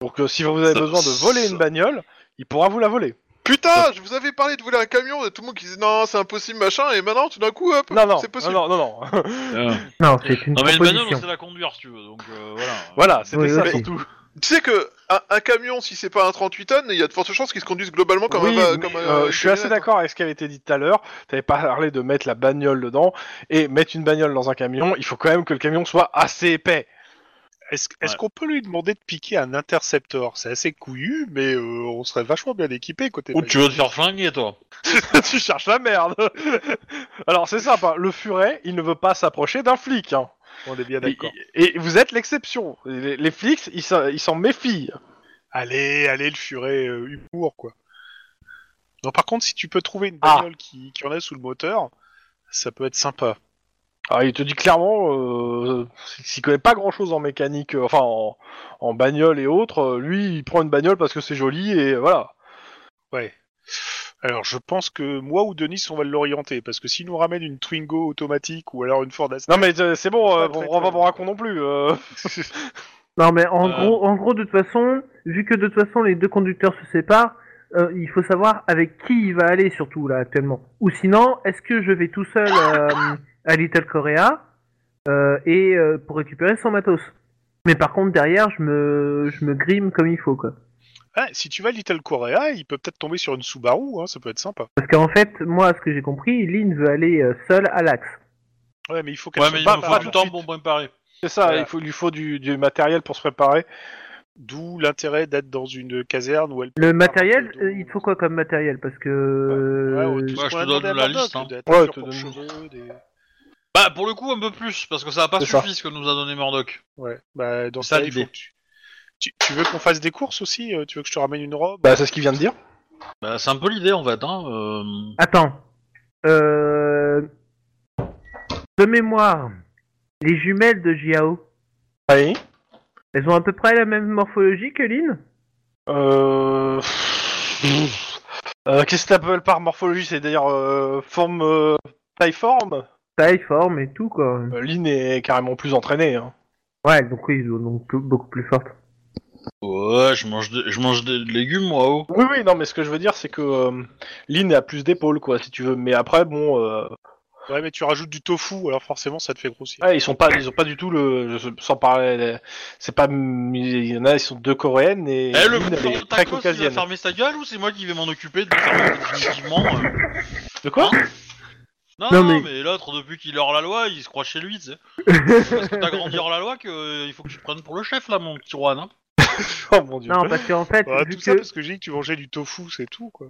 B: Donc euh, si vous avez
A: Ça-
B: besoin de voler une
A: ça-
B: bagnole, il pourra vous la voler.
E: Putain, je vous avais parlé de voler un camion, et tout le monde qui disait non, c'est impossible, machin, et maintenant tout d'un coup, hop,
B: Non, non,
E: c'est
B: non,
E: possible.
B: non, non, non.
A: Euh,
D: Non, c'est une
A: Non mais le bagnole on
D: proposition.
A: sait la conduire si tu veux donc euh, voilà.
B: voilà, c'était
D: Oui,
B: ça
D: oui.
B: surtout.
E: Tu sais que un, un camion, si c'est pas un 38 tonnes, il y a de fortes chances qu'il se conduise globalement comme
B: oui,
E: un. va-
B: mais,
E: comme un-
B: euh, je suis
E: une
B: assez
E: camionnette.
B: d'accord avec ce qui avait été dit tout à l'heure. T'avais parlé de mettre la bagnole dedans et mettre une bagnole dans un camion. Il faut quand même que le camion soit assez épais.
C: Est-ce est-ce
A: Ouais.
C: qu'on peut lui demander de piquer un interceptor C'est assez couillu, mais euh, on serait vachement bien équipé côté.
A: Ou tu veux te faire flinguer, toi
B: tu cherches la merde. Alors c'est simple. hein. Le furet, il ne veut pas s'approcher d'un flic. hein.
C: On est bien
B: Et,
C: d'accord.
B: et vous êtes l'exception. Les, les flics, ils s'en ils s'en méfient.
C: Allez, allez, le furet euh, humour quoi. Non, par contre, si tu peux trouver une
B: Ah.
C: bagnole qui, qui en a sous le moteur, ça peut être sympa.
B: Alors, il te dit clairement, euh, s'il connaît pas grand chose en mécanique, euh, enfin en, en bagnole et autres, euh, lui il prend une bagnole parce que c'est joli et voilà.
C: Alors, je pense que moi ou Denis, on va l'orienter parce que s'il nous ramène une Twingo automatique ou alors une Ford Astra,
B: Non mais euh, c'est bon,
C: Pas
B: euh,
C: très,
B: on
C: très
B: va pas
C: bon.
B: vous raconter non plus. euh.
D: Non, mais en
A: Euh.
D: gros, en gros, de toute façon, vu que de toute façon les deux conducteurs se séparent, euh, il faut savoir avec qui il va aller surtout là actuellement. Ou sinon, est-ce que je vais tout seul euh, à Little Korea euh, et euh, pour récupérer son matos Mais par contre, derrière, je me, je me grime comme il faut quoi.
C: Ah, si tu vas à Little Korea, il peut peut-être tomber sur une Subaru, hein, ça peut être sympa.
D: Parce qu'en fait, moi, ce que j'ai compris, Lynn veut aller euh, seule à l'axe.
C: Ouais, mais il faut qu'elle
A: Ouais,
C: se
A: mais il
C: barre
A: me
C: par
A: faut
C: la
A: du temps
C: suite.
A: pour préparer.
B: C'est ça,
C: Voilà.
B: il, faut, il lui faut du, du matériel pour se préparer.
C: D'où l'intérêt d'être dans une caserne où elle.
D: Le matériel, euh, il te faut quoi comme matériel Parce que
C: Ah, Ouais, ouais,
D: euh,
C: tout ce
A: Bah, je
C: qu'on
A: te
C: a
A: donne
C: demandé à
A: la
C: Murdoch,
A: liste, hein.
C: de la
B: Ouais,
C: teinture
B: te
C: pour
B: donne-
C: cheveux, des-
A: Bah, pour le coup, un peu plus, parce que ça n'a pas
B: C'est
A: suffi ce que nous a donné Murdoch.
C: Ouais, bah, dans ce
A: Ça,
C: cas-là, il faut
A: l'idée.
C: que tu... Tu, tu veux qu'on fasse des courses aussi euh, Tu veux que je te ramène une robe
B: Bah c'est ce qu'il vient de dire.
A: Bah, c'est un peu l'idée, en fait. Hein. euh.
D: Attends. Euh... De mémoire, les jumelles de Jiao,
B: Oui.
D: elles ont à peu près la même morphologie que Lynn
B: Euh... euh, Qu'est-ce que t'appelles par morphologie C'est-à-dire euh, forme, euh, taille forme
D: Taille, forme et tout, quoi.
B: Euh, Lynn est carrément plus entraînée. hein.
D: Ouais, donc oui, donc plus- beaucoup plus forte.
A: Ouais, je mange, des- je mange des légumes, moi, oh.
B: Oui, oui, non, mais ce que je veux dire, c'est que euh, Lynn a plus d'épaules, quoi, si tu veux. Mais après, bon, euh,
C: Ouais, mais tu rajoutes du tofu, alors forcément, ça te fait grossir.
B: ouais, ils sont pas, ils ont pas du tout le, je- sans parler, euh, c'est pas, il y en a, ils sont deux coréennes et
A: Eh, le
B: Lynn,
A: bouffeur
B: elle
A: de
B: est très
A: tacos, il va
B: caucasienne.
A: fermer sa gueule ou c'est moi qui vais m'en occuper de le fermer définitivement euh
B: De quoi
A: Non,
D: Non,
A: non, mais,
D: mais-
A: l'autre, depuis qu'il est hors la loi, il se croit chez lui, tu sais. C'est parce que t'as grandi hors la loi que, euh, il faut que tu te prennes pour le chef, là, mon petit Juan. Hein.
B: Oh mon dieu.
D: Non, parce qu'en fait,
C: Bah,
D: vu
C: tout ça
D: que...
C: parce que j'ai dit que tu mangeais du tofu, c'est tout, quoi.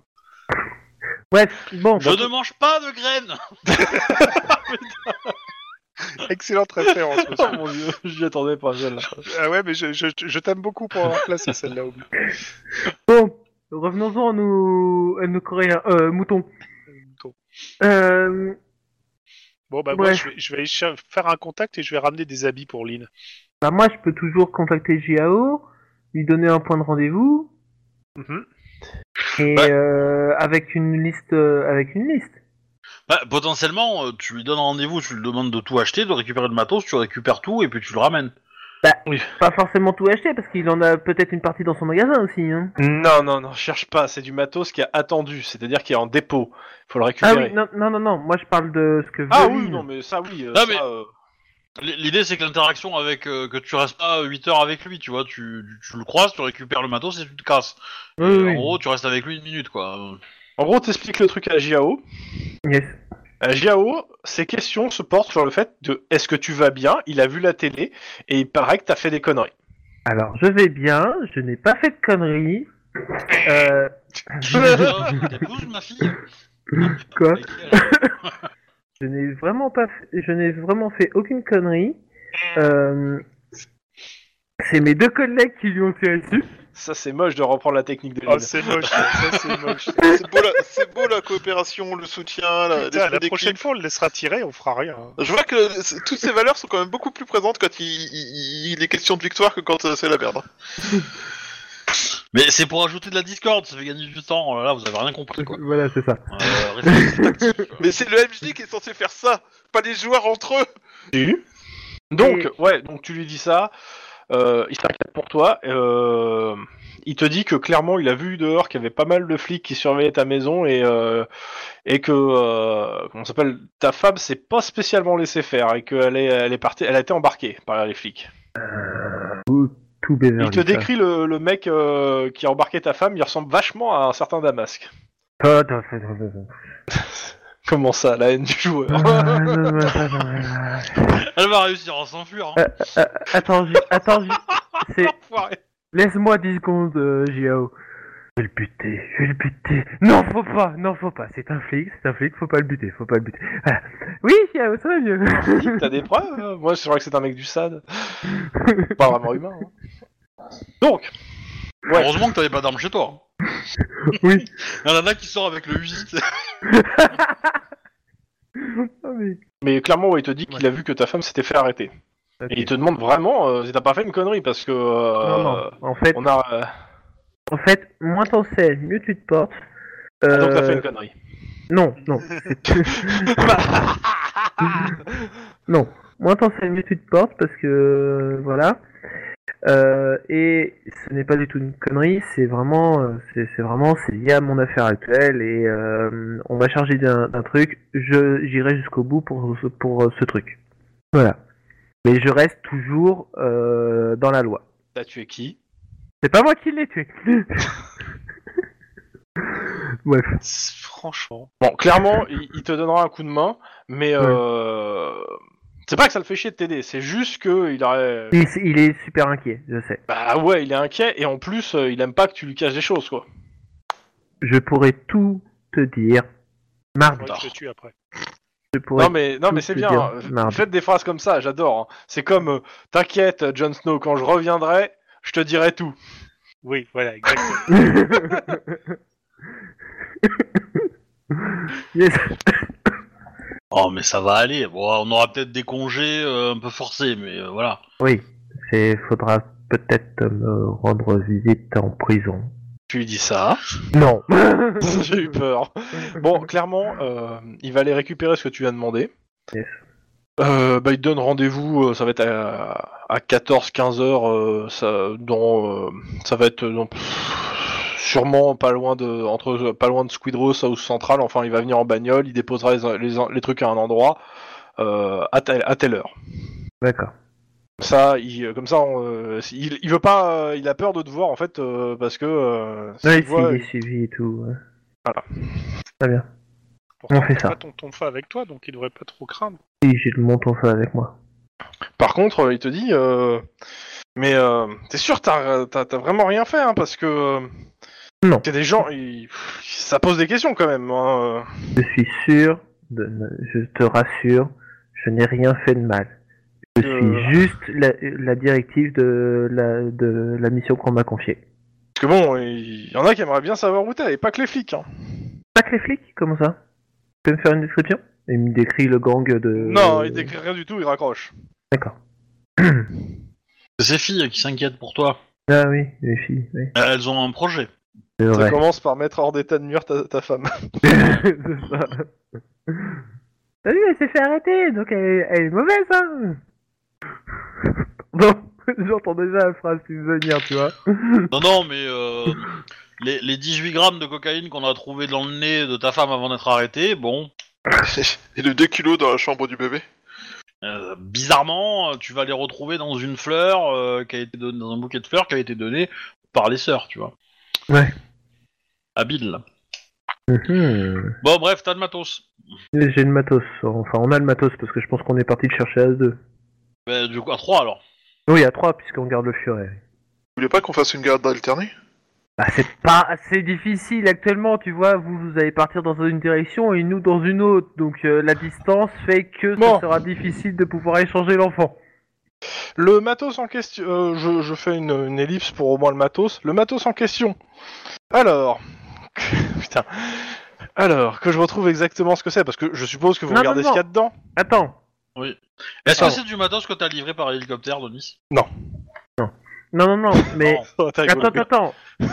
D: Bref, bon,
A: Je ne mange pas de graines
C: Excellente référence,
B: Oh
C: monsieur.
B: mon dieu, j'y attendais pas celle-là.
C: Ah ouais, mais je, je, je t'aime beaucoup pour avoir placé celle-là au bout.
D: bon, revenons-en à nos, à nos coréens, euh, moutons. Euh,
C: Bon, bah, moi,
D: Ouais.
C: je vais, je vais aller cher- faire un contact et je vais ramener des habits pour Lynn.
D: bah moi, je peux toujours contacter Jiao, lui donner un point de rendez-vous, et
B: Mhm. Bah.
A: Ouais.
D: euh, avec une liste, euh, avec une liste.
A: bah, Potentiellement, euh, tu lui donnes rendez-vous, tu lui demandes de tout acheter, de récupérer le matos, tu récupères tout et puis tu le ramènes.
D: pas forcément tout acheter parce qu'il en a peut-être une partie dans son magasin aussi. Hein.
B: Non, non, non, cherche pas, c'est du matos qui a attendu, c'est-à-dire qui est en dépôt. Faut le récupérer.
D: Ah oui, non, non, non, non, moi je parle de ce que veut
B: Ah oui,
D: Lynn.
B: non, mais ça oui. euh,
A: Ah,
B: ça,
A: mais-
B: euh,
A: L- L'idée, c'est que l'interaction avec. euh, que tu restes pas 8 heures avec lui, tu vois. Tu, tu le croises, tu récupères le matos et tu te casses.
D: Oui, oui.
A: En gros, tu restes avec lui une minute, quoi.
B: En gros, t'expliques le truc à Jiao. oh.
D: Yes.
B: À Jiao, ses questions se portent sur le fait de est-ce que tu vas bien Il a vu la télé et il paraît que t'as fait des conneries.
D: Alors je vais bien, je n'ai pas fait de conneries. Euh,
A: Euh, T'épouses ma fille euh,
D: Quoi
A: Lesquelles
D: je n'ai vraiment pas, fait- je n'ai vraiment fait aucune connerie. Euh, c'est mes deux collègues qui lui ont tiré dessus.
B: Ça, c'est moche de reprendre la technique de
C: Oh,
B: Lynn.
C: c'est moche, ça, c'est moche.
E: C'est beau, la... c'est beau la coopération, le soutien, la-
C: Putain,
E: l'esprit
C: la
E: d'équipe.
C: prochaine fois, on le laissera tirer, on fera rien. hein.
E: Je vois que c'est- toutes ces valeurs sont quand même beaucoup plus présentes quand il, il- il est question de victoire que quand euh, c'est la merde.
A: Mais c'est pour ajouter de la discorde, ça fait gagner du temps. Oh là là, vous avez rien compris quoi.
D: Voilà, c'est ça.
A: Euh, réflexe tactique, quoi.
E: Mais c'est le MJ qui est censé faire ça, pas les joueurs entre eux.
B: Donc, ouais, donc tu lui dis ça, euh, il s'inquiète pour toi, euh, il te dit que clairement il a vu dehors qu'il y avait pas mal de flics qui surveillaient ta maison et, euh, et que, euh, comment ça s'appelle, ta femme s'est pas spécialement laissée faire et qu'elle est, elle est partie, elle a été embarquée par les flics.
D: Tout Beverly.
B: Il te décrit le, le mec euh, qui a embarqué ta femme, il ressemble vachement à un certain Damasque. Comment ça, la haine du joueur
A: Elle va réussir à s'enfuir. hein.
D: Attends, J- attends, J- c'est
B: Enfoiré.
D: laisse-moi 10 secondes, euh, JAO. Je vais le buter, je vais le buter. Non, faut pas, non, faut pas. C'est un flic, c'est un flic, faut pas le buter, faut pas le buter. Voilà. Oui, JAO, ça va mieux.
B: T'as des preuves euh Moi, c'est vrai que c'est un mec du SAD. pas vraiment humain. hein. Donc, Ouais.
A: Heureusement que t'avais pas d'arme chez toi.
D: Oui.
A: Il y en a qui sort avec le Uzi.
D: Ah, mais-
B: mais clairement, ouais, il te dit qu'il a vu que ta femme s'était fait arrêter. Et il te demande vraiment euh, si t'as pas fait une connerie parce que euh,
D: Non, non. En fait,
B: on a euh,
D: en fait, moins t'en sais, mieux tu te portes. Euh,
B: Ah, donc t'as fait une connerie.
D: Non, non. non. Moins t'en sais, mieux tu te portes parce que euh, voilà. Euh, et ce n'est pas du tout une connerie, c'est vraiment, euh, c'est c'est vraiment, c'est lié à mon affaire actuelle et euh, on va charger d'un d'un truc. Je j'irai jusqu'au bout pour ce- pour euh, ce truc. Voilà. Mais je reste toujours euh, dans la loi.
B: T'as tué qui
D: C'est pas moi qui l'ai tué. Bref.
C: Franchement.
B: Bon, clairement, il, il te donnera un coup de main, mais euh, c'est pas que ça le fait chier de t'aider, c'est juste que il aurait.
D: Il, il est super inquiet, je sais.
B: Bah ouais, il est inquiet et en plus, euh, il aime pas que tu lui caches des choses, quoi.
D: Je pourrais tout te dire
C: Je
A: Bah.
D: mardi.
C: crois que je te tue après.
D: Je pourrais...
B: non mais non mais
D: tout
B: c'est
D: te
B: bien.
D: dire,
B: hein.
D: merde.
B: Faites des phrases comme ça, j'adore. hein. C'est comme euh, t'inquiète, Jon Snow, quand je reviendrai, je te dirai tout.
C: Oui, voilà, exactement.
D: Yes.
A: Oh, mais ça va aller. Bon, on aura peut-être des congés euh, un peu forcés, mais euh, voilà.
D: Oui, il faudra peut-être me rendre visite en prison.
B: Tu lui dis ça.
D: Non.
B: J'ai eu peur. Bon, clairement, euh, il va aller récupérer ce que tu lui as demandé.
D: Yes.
B: Euh, bah, il te donne rendez-vous, euh, ça va être à, 14-15 heures, euh, ça, dans, euh, ça va être euh, dans- pff, sûrement pas loin de, entre, pas loin de Squid Row, South Central, enfin il va venir en bagnole, il déposera les, les, les trucs à un endroit, euh, à, telle- à telle heure.
D: D'accord.
B: Comme ça, il, comme ça, on, euh, il, il veut pas, euh, il a peur de te voir en fait, euh, parce que euh, s'il
D: Oui,
B: voit-
D: s'il est suivi et tout. ouais.
B: Voilà.
D: Très bien.
C: Pourtant,
D: On fait
C: t'as
D: ça.
C: pas ton tonfa avec toi, donc il devrait pas trop craindre.
D: Et j'ai le montant ça avec moi.
B: Par contre, euh, il te dit, euh, mais euh, t'es sûr, t'as, t'as, t'as vraiment rien fait, hein, parce que euh,
D: Non.
B: t'es des gens, ils- pff, ça pose des questions quand même. hein, euh.
D: Je suis sûr, de ne- je te rassure, je n'ai rien fait de mal. Je
B: Euh.
D: suis juste la, la directive de la, de la mission qu'on m'a confiée.
B: Parce que bon, il y en a qui aimeraient bien savoir où t'es, et pas que les flics. Hein.
D: Pas que les flics, comment ça Tu peux me faire une description Il me décrit le gang de...
B: Non, il décrit rien du tout, il raccroche.
D: D'accord.
A: C'est ces filles qui s'inquiètent pour toi.
D: Ah oui, les filles, oui.
A: Euh, Elles ont un projet.
D: C'est
B: Ça
D: vrai.
B: commence par mettre hors d'état de mur ta, ta femme.
D: C'est ça. T'as vu, elle s'est fait arrêter, donc elle est, elle est mauvaise, hein Non, j'entends déjà la phrase qui me venir, tu vois.
A: Non, non, mais euh, les, les 18 grammes de cocaïne qu'on a trouvé dans le nez de ta femme avant d'être arrêtée, bon,
E: Et le 2 kilos dans la chambre du bébé.
A: euh, bizarrement, euh, tu vas les retrouver dans une fleur euh, qui a été donnée, dans un bouquet de fleurs qui a été donné par les sœurs, tu vois.
D: Ouais.
A: Habile. là.
D: Mhm.
A: Bon, bref, t'as le matos.
D: J'ai le matos, enfin on a le matos parce que je pense qu'on est parti le chercher à deux.
A: Bah, du coup, à 3 alors.
D: Oui, à trois puisqu'on garde le furet.
E: Vous voulez pas qu'on fasse une garde alternée
D: Bah, c'est pas assez difficile actuellement, tu vois. Vous, vous allez partir dans une direction et nous dans une autre. Donc euh, la distance fait que
B: Bon.
D: ça sera difficile de pouvoir échanger l'enfant.
B: Le matos en question, euh, je, je fais une, une ellipse pour au moins le matos. Le matos en question. Alors, putain. Alors, que je retrouve exactement ce que c'est, parce que je suppose que vous
D: Non, non,
B: regardez
D: non.
B: ce qu'il y a dedans.
D: Attends.
A: Est-ce
B: Ah
A: que
B: bon.
A: c'est du matos que t'as livré par hélicoptère, Denis
D: Non, non, non, mais...
A: Non.
B: Oh, t'as rigolé.
D: attends, attends, attends.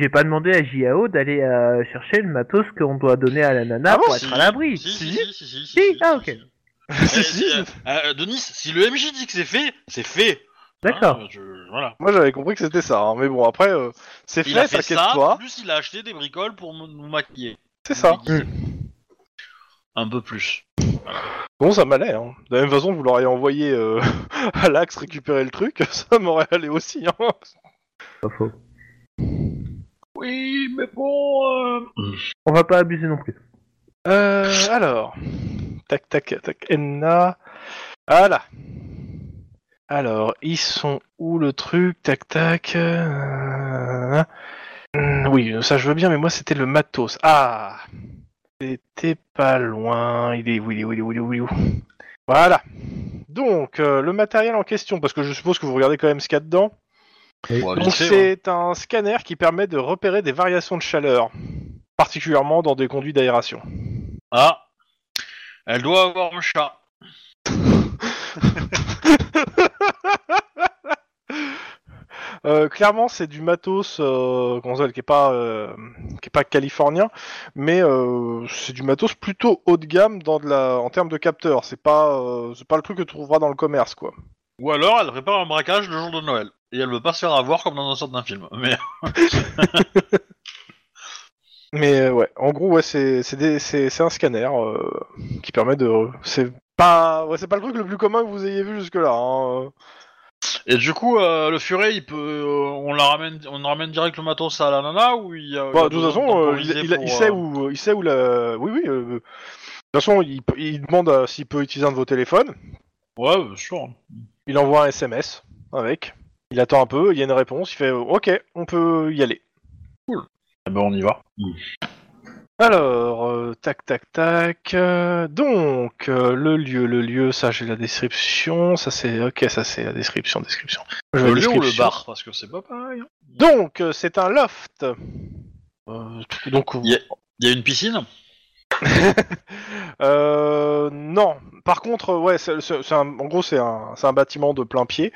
D: J'ai pas demandé à JAO d'aller euh, chercher le matos qu'on doit donner à la nana
B: Ah bon,
D: pour
A: si.
D: être à l'abri.
A: Si, si,
B: Si.
A: si, si, si, si,
D: Si,
A: si,
D: ah,
A: si, si.
D: ok.
B: Si,
A: Eh,
B: si,
A: si, euh, euh, Denis, si le MJ dit que c'est fait, c'est fait.
D: D'accord.
A: Hein, je- voilà.
B: Moi j'avais compris que c'était ça, hein, mais bon après euh, c'est
A: Il a
B: fait,
A: fait ça,
B: t'inquiète-toi,
A: plus il a acheté des bricoles pour nous nous maquiller.
B: c'est ça.
A: Nous déguiser. Un peu plus.
B: Bon, ça m'allait. Hein. De la même façon, vous l'auriez envoyé euh, à l'axe récupérer le truc, ça m'aurait allé aussi. Hein.
D: Pas faux.
A: Ah. Oui, mais bon. euh,
D: On va pas abuser non plus.
B: Euh, alors. Tac, tac, tac. Enna. Voilà. Alors, ils sont où le truc Tac, tac. euh, hum, Oui, ça je veux bien, mais moi c'était le matos. Ah C'était pas loin. Il est où Il est où Il est où Il est où, il est où Voilà. Donc, euh, le matériel en question, parce que je suppose que vous regardez quand même ce qu'il y a dedans.
A: ouais,
B: Donc
A: vite fait, hein. ouais.
B: c'est un scanner qui permet de repérer des variations de chaleur, particulièrement dans des conduits d'aération.
A: Ah. Elle doit avoir un chat.
B: Euh, clairement, c'est du matos, euh, comment ça, qui est pas, euh, qui est pas californien, mais euh, c'est du matos plutôt haut de gamme dans de la, en termes de capteurs. C'est pas, euh, c'est pas le truc que tu trouveras dans le commerce, quoi.
A: Ou alors elle prépare un braquage le jour de Noël. Et elle veut pas se faire avoir comme dans un certain film. Mais
B: Mais euh, ouais, en gros, ouais, c'est, c'est, des- c'est, c'est un scanner euh, qui permet de, c'est pas, ouais, c'est pas le truc le plus commun que vous ayez vu hein. jusque là.
A: Et du coup, euh, le furet, il peut, euh, on la ramène, on ramène direct le matos à la nana ou il. y a-
B: Bah,
A: il y a
B: de toute
A: besoin
B: façon, euh, il,
A: temporiser
B: il- il
A: pour,
B: sait
A: euh,
B: où, il sait où la. Oui, oui. euh, de toute façon, il, peut- il demande euh, s'il peut utiliser un de vos téléphones.
A: Ouais, bien sûr.
B: Il envoie un SMS avec. Il attend un peu. Il y a une réponse. Il fait euh, OK, on peut y aller.
A: Eh ben, on y va.
B: Alors, euh, tac, tac, tac. euh, donc, euh, le lieu, le lieu. Ça, j'ai la description. Ça, c'est OK. Ça, c'est la description, description. Je
A: Le
B: vais
A: lieu ou le
B: description.
A: bar, parce que c'est pas pareil. hein.
B: Donc, euh, c'est un loft. Euh, donc, vous-
A: Yeah. Il y a une piscine.
B: Euh, non. Par contre, euh, ouais, c'est, c'est- c'est un- en gros, c'est un, c'est un bâtiment de plein pied.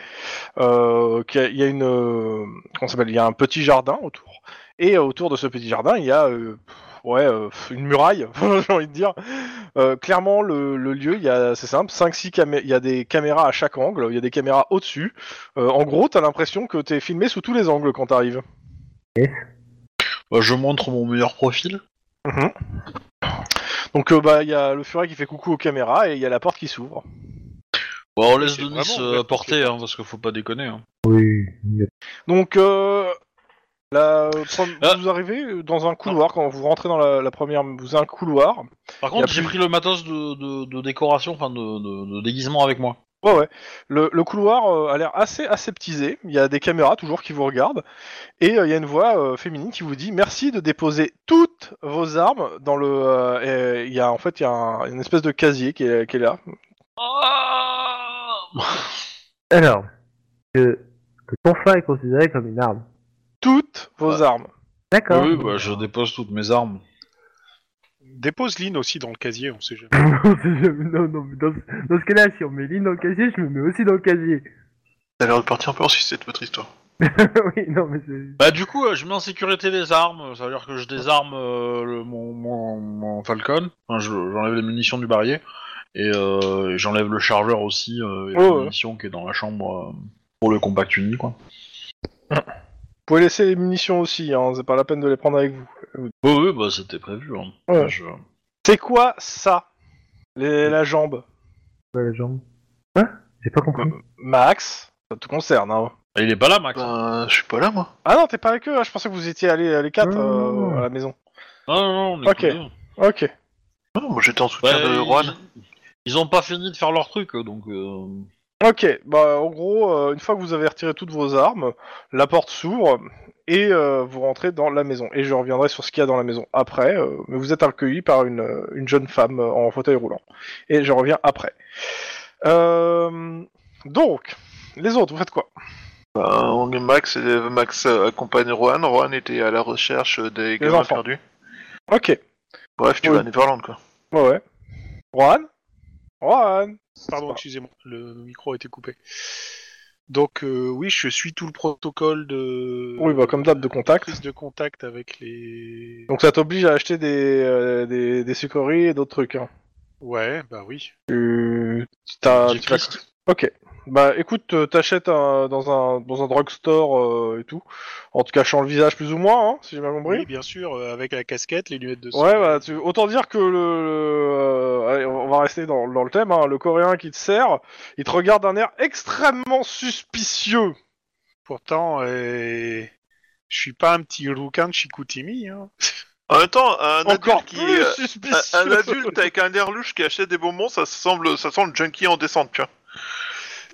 B: Euh, qui a- il y a une, euh, comment ça s'appelle Il y a un petit jardin autour. Et euh, autour de ce petit jardin, il y a, euh, pff, ouais, euh, pff, une muraille. j'ai envie de dire. Euh, clairement, le, le lieu, il y a, c'est simple, 5-6 camé- il y a des caméras à chaque angle. Il y a des caméras au-dessus. Euh, en gros, t'as l'impression que t'es filmé sous tous les angles quand t'arrives.
A: Bah, je montre mon meilleur profil.
B: Donc, euh, bah, il y a le furet qui fait coucou aux caméras et il y a la porte qui s'ouvre.
A: Bah, on laisse
C: C'est
A: Denis
C: vraiment
A: euh,
C: ouvert,
A: porter, hein, parce que faut pas déconner. hein.
D: Oui.
B: Donc, euh, la prom-
A: Ah.
B: vous arrivez dans un couloir, quand vous rentrez dans la, la première, vous avez un couloir.
A: Par
B: Il y a
A: contre, j'ai
B: plus-
A: pris le matos de, de, de décoration, enfin de, de- de déguisement avec moi.
B: Ouais, ouais. Le, le couloir euh, a l'air assez aseptisé. Il y a des caméras toujours qui vous regardent. Et euh, il y a une voix euh, féminine qui vous dit Merci de déposer toutes vos armes dans le. euh, et il y a, en fait, il y a un- une espèce de casier qui est, qui est là.
D: Alors, que, que ton flingue est considéré comme une arme.
B: Toutes vos armes.
D: D'accord.
A: oui, bah, je dépose toutes mes armes.
C: Dépose Lynn aussi dans le casier, on sait jamais.
D: non, c'est- je- non, non, mais dans, ce- dans ce cas-là, si on met Lynn dans le casier, je me mets aussi dans le casier.
E: T'as l'air de partir un peu en sucette, votre histoire.
D: oui, non, mais c'est.
A: Bah, du coup, euh, je mets en sécurité les armes. Ça veut dire que je désarme euh, le- mon, mon, mon Falcon. Enfin, je- j'enlève les munitions du barillet. Et euh, et j'enlève le chargeur aussi, euh, et
B: Ouais,
A: la
B: ouais.
A: munition qui est dans la chambre euh, pour le compact uni, quoi.
B: Vous pouvez laisser les munitions aussi, hein, c'est pas la peine de les prendre avec vous.
A: Oui, oui, bah, c'était prévu. hein.
B: Ouais.
A: Enfin, je-
B: C'est quoi ça Les- La jambe
D: Bah, la jambe. Hein J'ai pas compris.
B: Max, ça te concerne, hein.
A: Ah, Il est pas là, Max.
E: Ben, je suis pas là, moi.
B: Ah non, t'es pas avec eux, hein, je pensais que vous étiez allés euh, les quatre
D: Non, non,
B: euh,
D: non.
B: à la maison.
A: Non, non, non, on est
B: Ok.
A: tous deux.
B: Ok.
E: Non, moi j'étais en
A: Ouais,
E: soutien de
A: ils-
E: Juan.
A: Ils ont pas fini de faire leur truc, euh, donc. euh,
B: Ok, bah en gros, euh, une fois que vous avez retiré toutes vos armes, la porte s'ouvre et euh, vous rentrez dans la maison. Et je reviendrai sur ce qu'il y a dans la maison après, euh, mais vous êtes accueilli par une, euh, une jeune femme euh, en fauteuil roulant. Et je reviens après. Euh, donc, les autres, vous faites quoi
E: Ben, on est Max, et Max euh, accompagne Juan. Juan était à la recherche des gamins
B: enfants.
E: perdus.
B: Ok,
E: Bref, tu
B: Oui.
E: vas à Neverland, quoi.
B: ouais, ouais. Juan Juan
C: Pardon, excusez-moi, le micro a été coupé. Donc euh, oui, je suis tout le protocole de
B: Oui, bah comme d'hab de contact.
C: prise de contact avec les.
B: Donc ça t'oblige à acheter des, euh, des, des sucreries et d'autres trucs. Hein.
C: Ouais, bah oui.
B: Tu, t'as-
A: j'ai
B: Ah, tu vas-
A: Christ.
B: Ok. Bah écoute, euh, t'achètes un- dans un dans un drugstore euh, et tout, en te cachant le visage plus ou moins, hein, si j'ai bien compris. bah,
C: Oui, bien sûr, euh, avec la casquette, les lunettes de soleil.
B: ouais, bah tu- autant dire que le, le- euh, allez, on va va rester dans, dans le thème, hein, le Coréen qui te sert, il te regarde d'un air extrêmement suspicieux.
C: Pourtant, euh, je suis pas un petit rouquin de Chicoutimi. Hein.
E: En même temps, un
B: Encore
E: adulte qui
B: plus
E: euh,
B: suspicieux.
E: un, un adulte avec un air louche qui achète des bonbons, ça semble ça sent le junkie en descente, tu vois.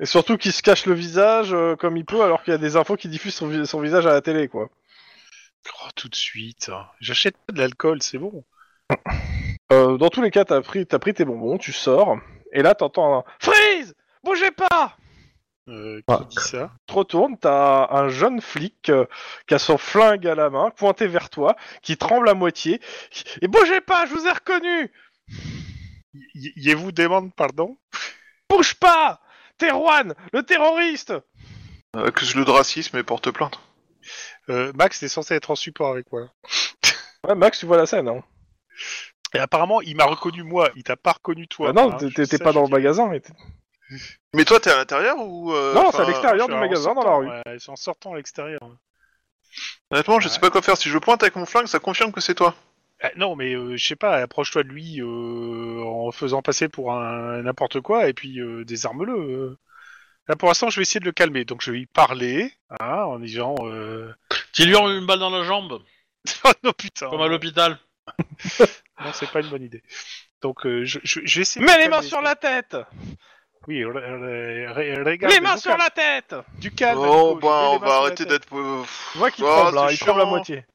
B: Et surtout qu'il se cache le visage euh, comme il peut, alors qu'il y a des infos qui diffusent son, vi- son visage à la télé, quoi.
C: Oh, tout de suite. hein. J'achète pas de l'alcool, c'est bon.
B: Euh, dans tous les cas, t'as pris, t'as pris tes bonbons, tu sors, et là t'entends un Freeze Bougez pas
C: Euh, qui
B: Bah.
D: Ah.
C: dit ça
B: Tu te retournes, t'as un jeune flic euh, qui a son flingue à la main, pointé vers toi, qui tremble à moitié. Et bougez pas, je vous ai reconnu
C: Y- y- y vous demande pardon
B: Bouge pas Terouane, le terroriste
E: Euh, Accuse le de racisme et porte plainte.
C: Euh, Max, t'es censé être en support avec moi.
B: Ouais, Max, tu vois la scène. Hein.
C: Et apparemment, il m'a reconnu moi, il t'a pas reconnu toi.
B: Bah non,
C: hein.
B: t'es-
C: Je-
B: t'es
C: ça,
B: pas
C: je
B: dans le
C: dis-
B: magasin. mais t'es-
E: Mais toi, t'es à l'intérieur ou euh,
B: non, c'est
E: enfin,
B: à
C: je
B: l'extérieur du
C: suis en
B: magasin, dans la
C: sortant,
B: rue.
C: ouais, c'est en sortant à l'extérieur.
E: Honnêtement, je
C: Ouais.
E: sais pas quoi faire. Si je pointe avec mon flingue, ça confirme que c'est toi.
C: Ah, non, mais euh, je sais pas, approche-toi de lui euh, en faisant passer pour un n'importe quoi et puis euh, désarme-le. euh. Là, pour l'instant, je vais essayer de le calmer. Donc, je vais lui parler hein, en disant euh...
A: Qui lui enlève une balle dans la jambe,
C: Oh non, putain
A: comme à l'hôpital.
C: Non, c'est pas une bonne idée. Donc, euh, je, je, je vais essayer de
B: Mets
C: le
B: les mains
C: calmer.
B: sur la tête
C: Oui, re- re- re- regarde.
B: Les mains
C: du
B: sur
C: calme,
B: la tête
C: Du calme Nico,
E: oh,
C: je
E: bah,
C: mets les mains
E: on va
C: sur la
E: arrêter
C: tête.
E: d'être. euh, pff.
B: Tu vois qu'il
E: Oh,
B: tremble, hein,
E: c'est
B: il tremble à
E: chiant.
B: moitié.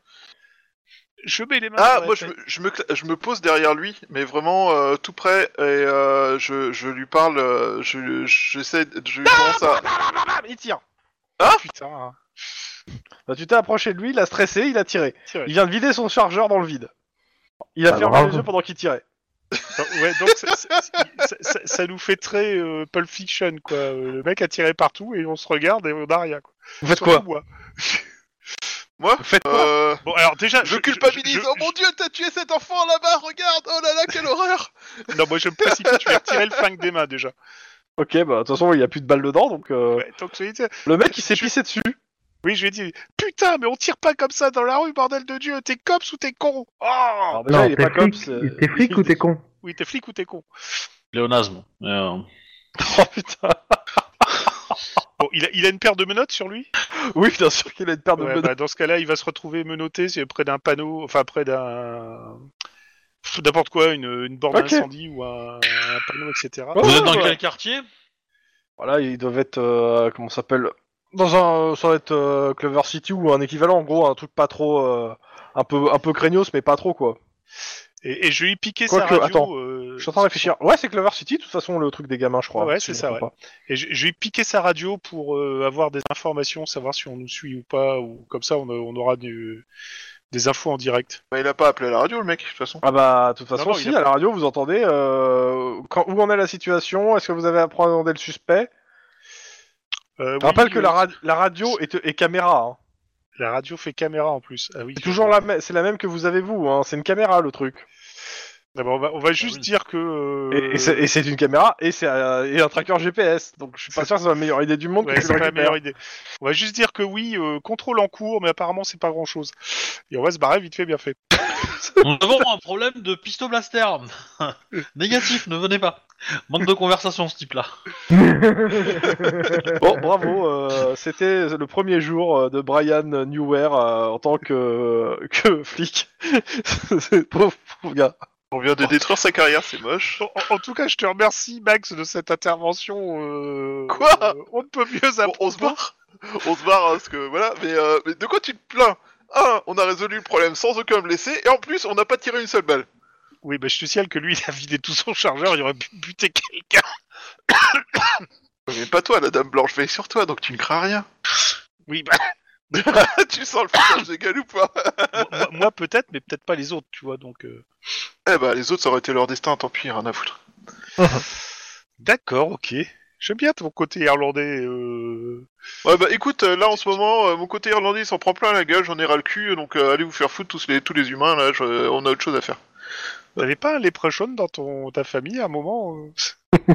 C: Je mets les mains sur
E: Ah,
C: la
E: moi, je
C: tête.
E: me, je, me, cla- je me pose derrière lui, mais vraiment euh, tout près, et euh, je, je lui parle. euh, je- J'essaie. de- Je commence à.
B: Bam, il tire
C: Putain, hein.
B: Bah, tu t'es approché de lui, il a stressé, il a tiré.
C: Tiré.
B: Il vient de vider son chargeur dans le vide. Il a
D: Bah,
B: fermé
D: bravo.
B: les yeux pendant qu'il tirait.
C: Donc, ouais, donc ça, ça- ça- ça- ça nous fait très euh, Pulp Fiction, quoi. Euh, Le mec a tiré partout et on se regarde et on n'a rien, quoi.
B: Vous faites
C: Surtout
B: quoi
C: moi.
E: Moi
B: Faites quoi
E: euh,
C: Bon, alors déjà,
E: Je culpabilise.
C: je-
E: oh mon dieu, t'as tué cet enfant là-bas, regarde. Oh là là, quelle horreur.
C: je- Non, moi je me précipite, je vais retirer le flingue des mains déjà.
B: Ok, bah de toute façon, il y a plus de balles dedans, donc euh,
C: Ouais, donc, je lui ai dit-
B: le mec il s'est
C: Je-
B: pissé dessus.
C: oui, je lui ai dit, putain, mais on tire pas comme ça dans la rue, bordel de dieu, t'es cops ou t'es con oh
A: Bah,
B: Alors, déjà,
D: Non,
B: il est
D: t'es
B: pas
D: flic,
B: cops, euh,
D: t'es flic ou t'es con
C: Oui, t'es flic ou t'es con
A: Léonasme. Euh,
B: Oh putain
C: Bon, il a, il a une paire de menottes sur lui
B: Ah, Oui, bien sûr qu'il a une paire de
C: Ouais,
B: menottes.
C: bah, Dans ce cas-là, il va se retrouver menotté c'est près d'un panneau, enfin près d'un. Pff, n'importe quoi, une, une borne
B: Ok.
C: d'incendie ou un, un panneau, etc.
B: Oh,
A: Vous êtes dans
B: ouais.
A: quel quartier
B: Voilà, ils doivent être. euh, comment ça s'appelle Dans un. Ça va être euh, Clover City ou un équivalent, en gros, un truc pas trop. euh, un peu un peu craignos, mais pas trop quoi.
C: Et, et je lui ai piqué
B: Quoi
C: sa
B: que,
C: radio.
B: attends,
C: euh,
B: Je suis en train de réfléchir. Ouais, c'est Clover City, de toute façon, le truc des gamins, je crois.
C: Ouais,
B: si
C: c'est
B: je me
C: ça,
B: trompe
C: ouais. Et je, je lui ai piqué sa radio pour euh, avoir des informations, savoir si on nous suit ou pas, ou comme ça on, a- on aura du- des infos en direct.
E: Bah, il a pas appelé à la radio, le mec, de toute façon.
B: Ah bah, de toute façon,
C: non, il
B: si,
C: a
B: à la radio, vous entendez euh, quand, où en est la situation, est-ce que vous avez appréhendé le suspect
C: Euh,
B: Je rappelle
C: oui,
B: que
C: euh,
B: la, ra- la radio est, est caméra, hein.
C: la radio fait caméra en plus. Ah oui.
B: c'est toujours la, me- c'est la même que vous avez vous, hein. c'est une caméra le truc.
C: Ah bah, on, va, on va juste
A: oui.
C: dire que. euh,
B: Et, et c'est- et c'est une caméra et c'est euh, et un tracker GPS, donc je suis pas sûr que c'est la meilleure idée du monde
C: Ouais,
B: que tu
C: c'est
B: le
C: pas la
B: récupères.
C: meilleure idée. On va juste dire que oui, euh, contrôle en cours, mais apparemment c'est pas grand chose. Et on va se barrer vite fait, bien fait.
A: Nous avons un problème de pistoblaster. Négatif, ne venez pas. Manque de conversation, ce type-là.
B: Bon, Oh, bravo, euh, c'était le premier jour euh, de Brian Newware euh, en tant que, que flic. C'est- pauvre, pauvre gars.
E: On vient de détruire sa carrière, c'est moche.
C: En, en- en tout cas, je te remercie, Max, de cette intervention. euh,
E: Quoi
C: euh, On ne peut mieux
E: Bon, on se barre. on se barre, hein, parce que voilà. Mais, euh, mais de quoi tu te plains Un, on a résolu le problème sans aucun blessé, et en plus, on n'a pas tiré une seule balle.
C: Oui, bah, je te signale que lui, il a vidé tout son chargeur, il aurait pu buter quelqu'un.
E: Mais pas toi, la dame blanche veille sur toi, donc tu ne crains rien.
C: Oui, bah,
E: tu sens le foutage des gars ou pas
C: moi, moi, peut-être, mais peut-être pas les autres, tu vois. Donc, euh.
E: Eh bah, les autres, ça aurait été leur destin, tant pis, rien à foutre.
C: D'accord, ok. J'aime bien ton côté irlandais. euh.
E: Ouais, bah écoute, euh, là en ce moment, euh, mon côté irlandais il s'en prend plein la gueule, j'en ai ras le cul, donc euh, allez vous faire foutre tous les, tous les humains, là, je- on a autre chose à faire.
C: T'avais pas un leprechaun dans ton, ta famille à un moment euh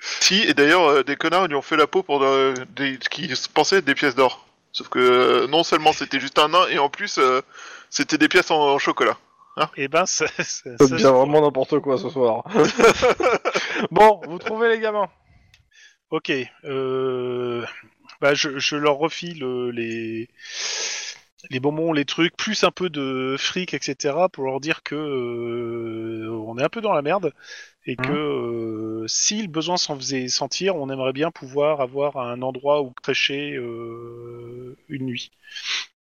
E: Si, et d'ailleurs, euh, des connards lui ont fait la peau pour euh, des, qui se pensaient être des pièces d'or. Sauf que euh, non seulement c'était juste un nain, et en plus, euh, c'était des pièces en, en chocolat.
C: Et ben, ça, ça-
B: Ça
C: ça-
B: devient vraiment n'importe quoi ce soir. bon, vous trouvez les gamins.
C: Ok. Euh... Bah, je, je leur refile euh, les... les bonbons, les trucs, plus un peu de fric, etc. pour leur dire que euh, on est un peu dans la merde et que euh, si le besoin s'en faisait sentir, on aimerait bien pouvoir avoir un endroit où crêcher euh, une nuit.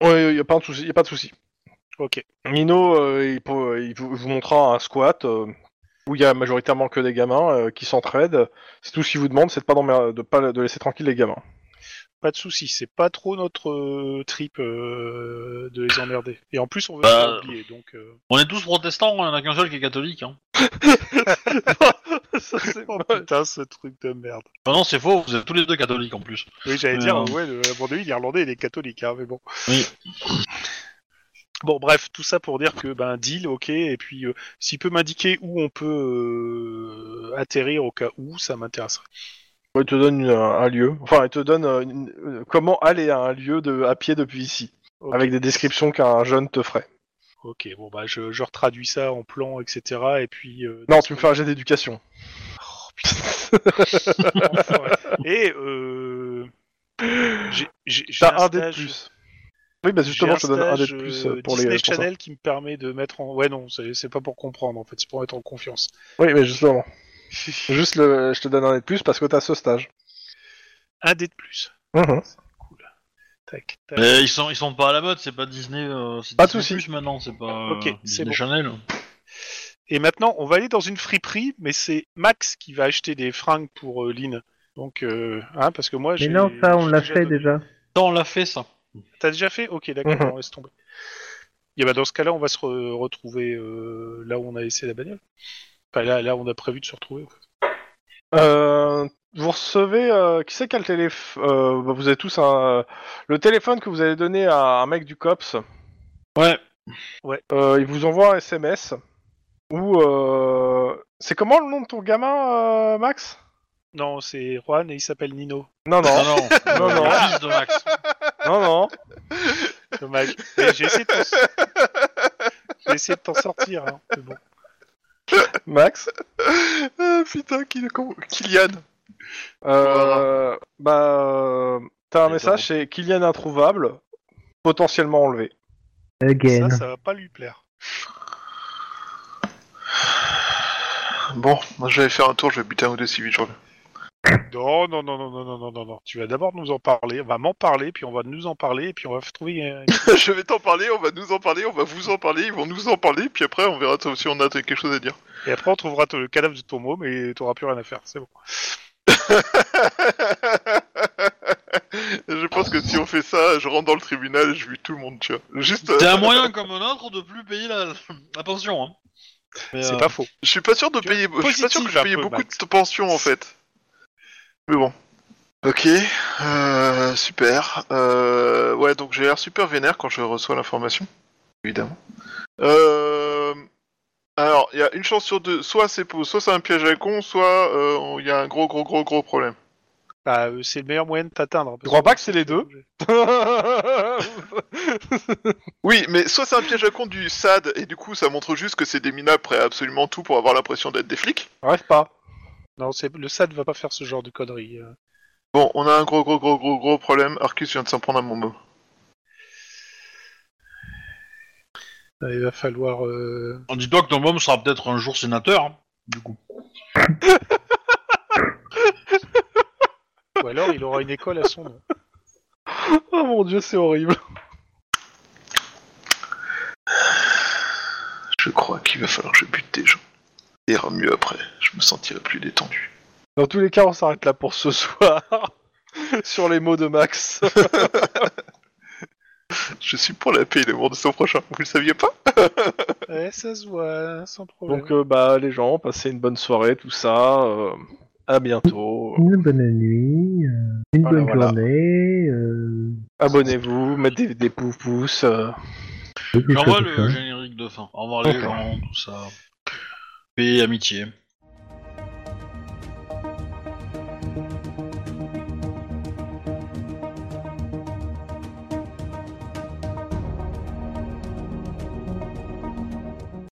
B: Ouais, y a pas de souci, y a pas de souci.
C: Ok.
B: Nino, euh, il, peut- il vous, vous montrera un squat euh, où il y a majoritairement que des gamins euh, qui s'entraident. C'est tout ce qu'il vous demande, c'est de pas d'emmer- de pas de laisser tranquille les gamins.
C: Pas de souci, c'est pas trop notre euh, trip euh, de les emmerder. Et en plus, on veut
A: Bah,
C: pas oublier, donc. euh,
A: On est tous protestants, on en a qu'un seul qui est catholique. Hein.
B: Ça, c'est
C: Oh
B: mal.
C: putain, ce truc de merde.
A: Enfin, non, c'est faux, vous êtes tous les deux catholiques en plus.
C: Oui, j'allais
A: Euh,
C: dire, ouais, le, bon, lui, l'Irlandais, il est catholique, hein, mais bon.
A: Oui.
C: Bon, bref, tout ça pour dire que, ben, deal, ok, et puis, euh, s'il peut m'indiquer où on peut euh, atterrir au cas où, ça m'intéresserait.
B: Ouais, il te donne une- un lieu, enfin il te donne euh, une- euh, comment aller à un lieu de, à pied depuis ici,
C: Ok.
B: avec des descriptions qu'un jeune te ferait.
C: Ok, bon, bah, je, je retraduis ça en plan, etc., et puis... euh,
B: Non, tu me fais un jet d'éducation.
C: Enfoiré. Et, euh... j'ai- j'ai- j'ai
B: T'as un dé de
C: stage-
B: plus. Oui, bah justement, je
C: J'ai
B: te
C: un
B: donne un dé de
C: stage,
B: plus
C: euh,
B: euh, pour
C: Disney
B: les. pour ça.
C: Channel qui me permet de mettre en. Ouais, non, c'est c'est pas pour comprendre en fait, c'est pour être en confiance.
B: Oui, mais justement. Juste, le, je te donne un dé de plus parce que t'as ce stage.
C: Un dé de plus.
B: Mhm.
C: Tac, tac.
A: Mais ils sont, ils sont pas à la mode, c'est pas Disney. euh, c'est
B: Pas de
A: Disney
B: souci.
A: Plus maintenant, c'est pas euh,
C: Ok,
A: Disney
C: c'est bon.
A: Channel.
C: Et maintenant, on va aller dans une friperie, mais c'est Max qui va acheter des fringues pour euh, Lynn. Donc, euh, hein, parce que moi,
D: Mais
C: j'ai.
D: non, ça, on
C: j'ai
D: l'a fait
C: donné.
D: déjà.
A: Ça, on l'a fait ça.
C: T'as déjà fait Ok, d'accord,
B: Mhm.
C: on laisse tomber. Et bah, dans ce cas-là, on va se re- retrouver euh, là où on a laissé la bagnole. Enfin, là, là, on a prévu de se retrouver.
B: Euh, vous recevez, euh, qui c'est qui a le téléphone Vous avez tous un, le téléphone que vous avez donné à un mec du cops.
A: Ouais.
B: euh, il vous envoie un SMS. Ou euh, c'est comment le nom de ton gamin, euh, Max
C: Non, c'est Juan et il s'appelle Nino.
B: Non, non,
A: Non, non,
B: Non,
A: euh,
B: non.
A: le fils de Max.
B: non, non.
C: Dommage. Mais J'ai essayé de t'en j'ai essayé de t'en sortir. hein, mais bon.
B: Max.
E: Ah, putain, qui le con- Kylian.
B: Euh, bah, euh, t'as un
A: Et
B: message, c'est Kylian introuvable, potentiellement enlevé.
D: Again.
C: Ça, ça va pas lui plaire.
E: Bon, moi, je vais faire un tour, je vais buter un ou deux civils, je reviens.
C: Non, non, non, non, non, non, non, non, non. Tu vas d'abord nous en parler. On va m'en parler, puis on va nous en parler, puis on va trouver. euh, une-
E: je vais t'en parler, on va nous en parler, on va vous en parler, ils vont nous en parler, puis après on verra si on a quelque chose à dire.
C: Et après, on trouvera t- le cadavre de ton môme et t'auras plus rien à faire. C'est bon.
E: je pense que si on fait ça, je rentre dans le tribunal, je bute tout le monde, tu vois. Juste, euh,
A: C'est un moyen comme un autre de plus payer la, la pension. Hein. Mais,
C: C'est
A: euh,
C: pas faux.
E: je suis pas sûr de
C: Tu vois,
E: payer, je suis pas sûr que je
C: positif un
E: payais
C: peu,
E: beaucoup
C: Max.
E: de pensions en fait. Mais bon. Ok, euh, super. Euh, ouais, donc j'ai l'air super vénère quand je reçois l'information, évidemment. Euh, alors, il y a une chance sur deux, soit c'est pour- soit c'est un piège à la con, soit euh, on- il y a un gros gros gros gros problème.
C: Bah, euh, c'est le meilleur moyen de t'atteindre.
B: Je crois pas que c'est les deux.
E: Oui, mais soit c'est un piège à con du SAD et du coup ça montre juste que c'est des minables prêts à absolument tout pour avoir l'impression d'être des flics.
B: Rêve pas.
C: Non, c'est le SAD va pas faire ce genre de conneries. euh.
E: Bon, on a un gros gros gros gros gros problème. Arcus vient de s'en prendre à mon mot.
C: Il va falloir. euh,
A: On dit toi que ton môme sera peut-être un jour sénateur. hein, du coup.
C: Ou alors, il aura une école à son nom.
B: Oh mon dieu, c'est horrible.
E: Je crois qu'il va falloir que je bute des gens. Ça ira mieux après. Je me sentirai plus détendu.
B: Dans tous les cas, on s'arrête là pour ce soir. Sur les mots de Max.
E: Je suis pour la paix et l'amour de son prochain. Vous le saviez pas
C: Ouais, ça se voit, hein, sans problème.
B: Donc, euh, bah, les gens, passez une bonne soirée, tout ça. euh, à bientôt.
D: Une bonne nuit, euh, une
B: Voilà,
D: bonne
B: voilà.
D: journée. Euh...
B: Abonnez-vous, mettez des, des pouces, pouces. euh.
D: tout, tout,
A: J'envoie
D: tout, tout.
A: le générique de fin. Au revoir les gens, tout ça. Paix, amitié.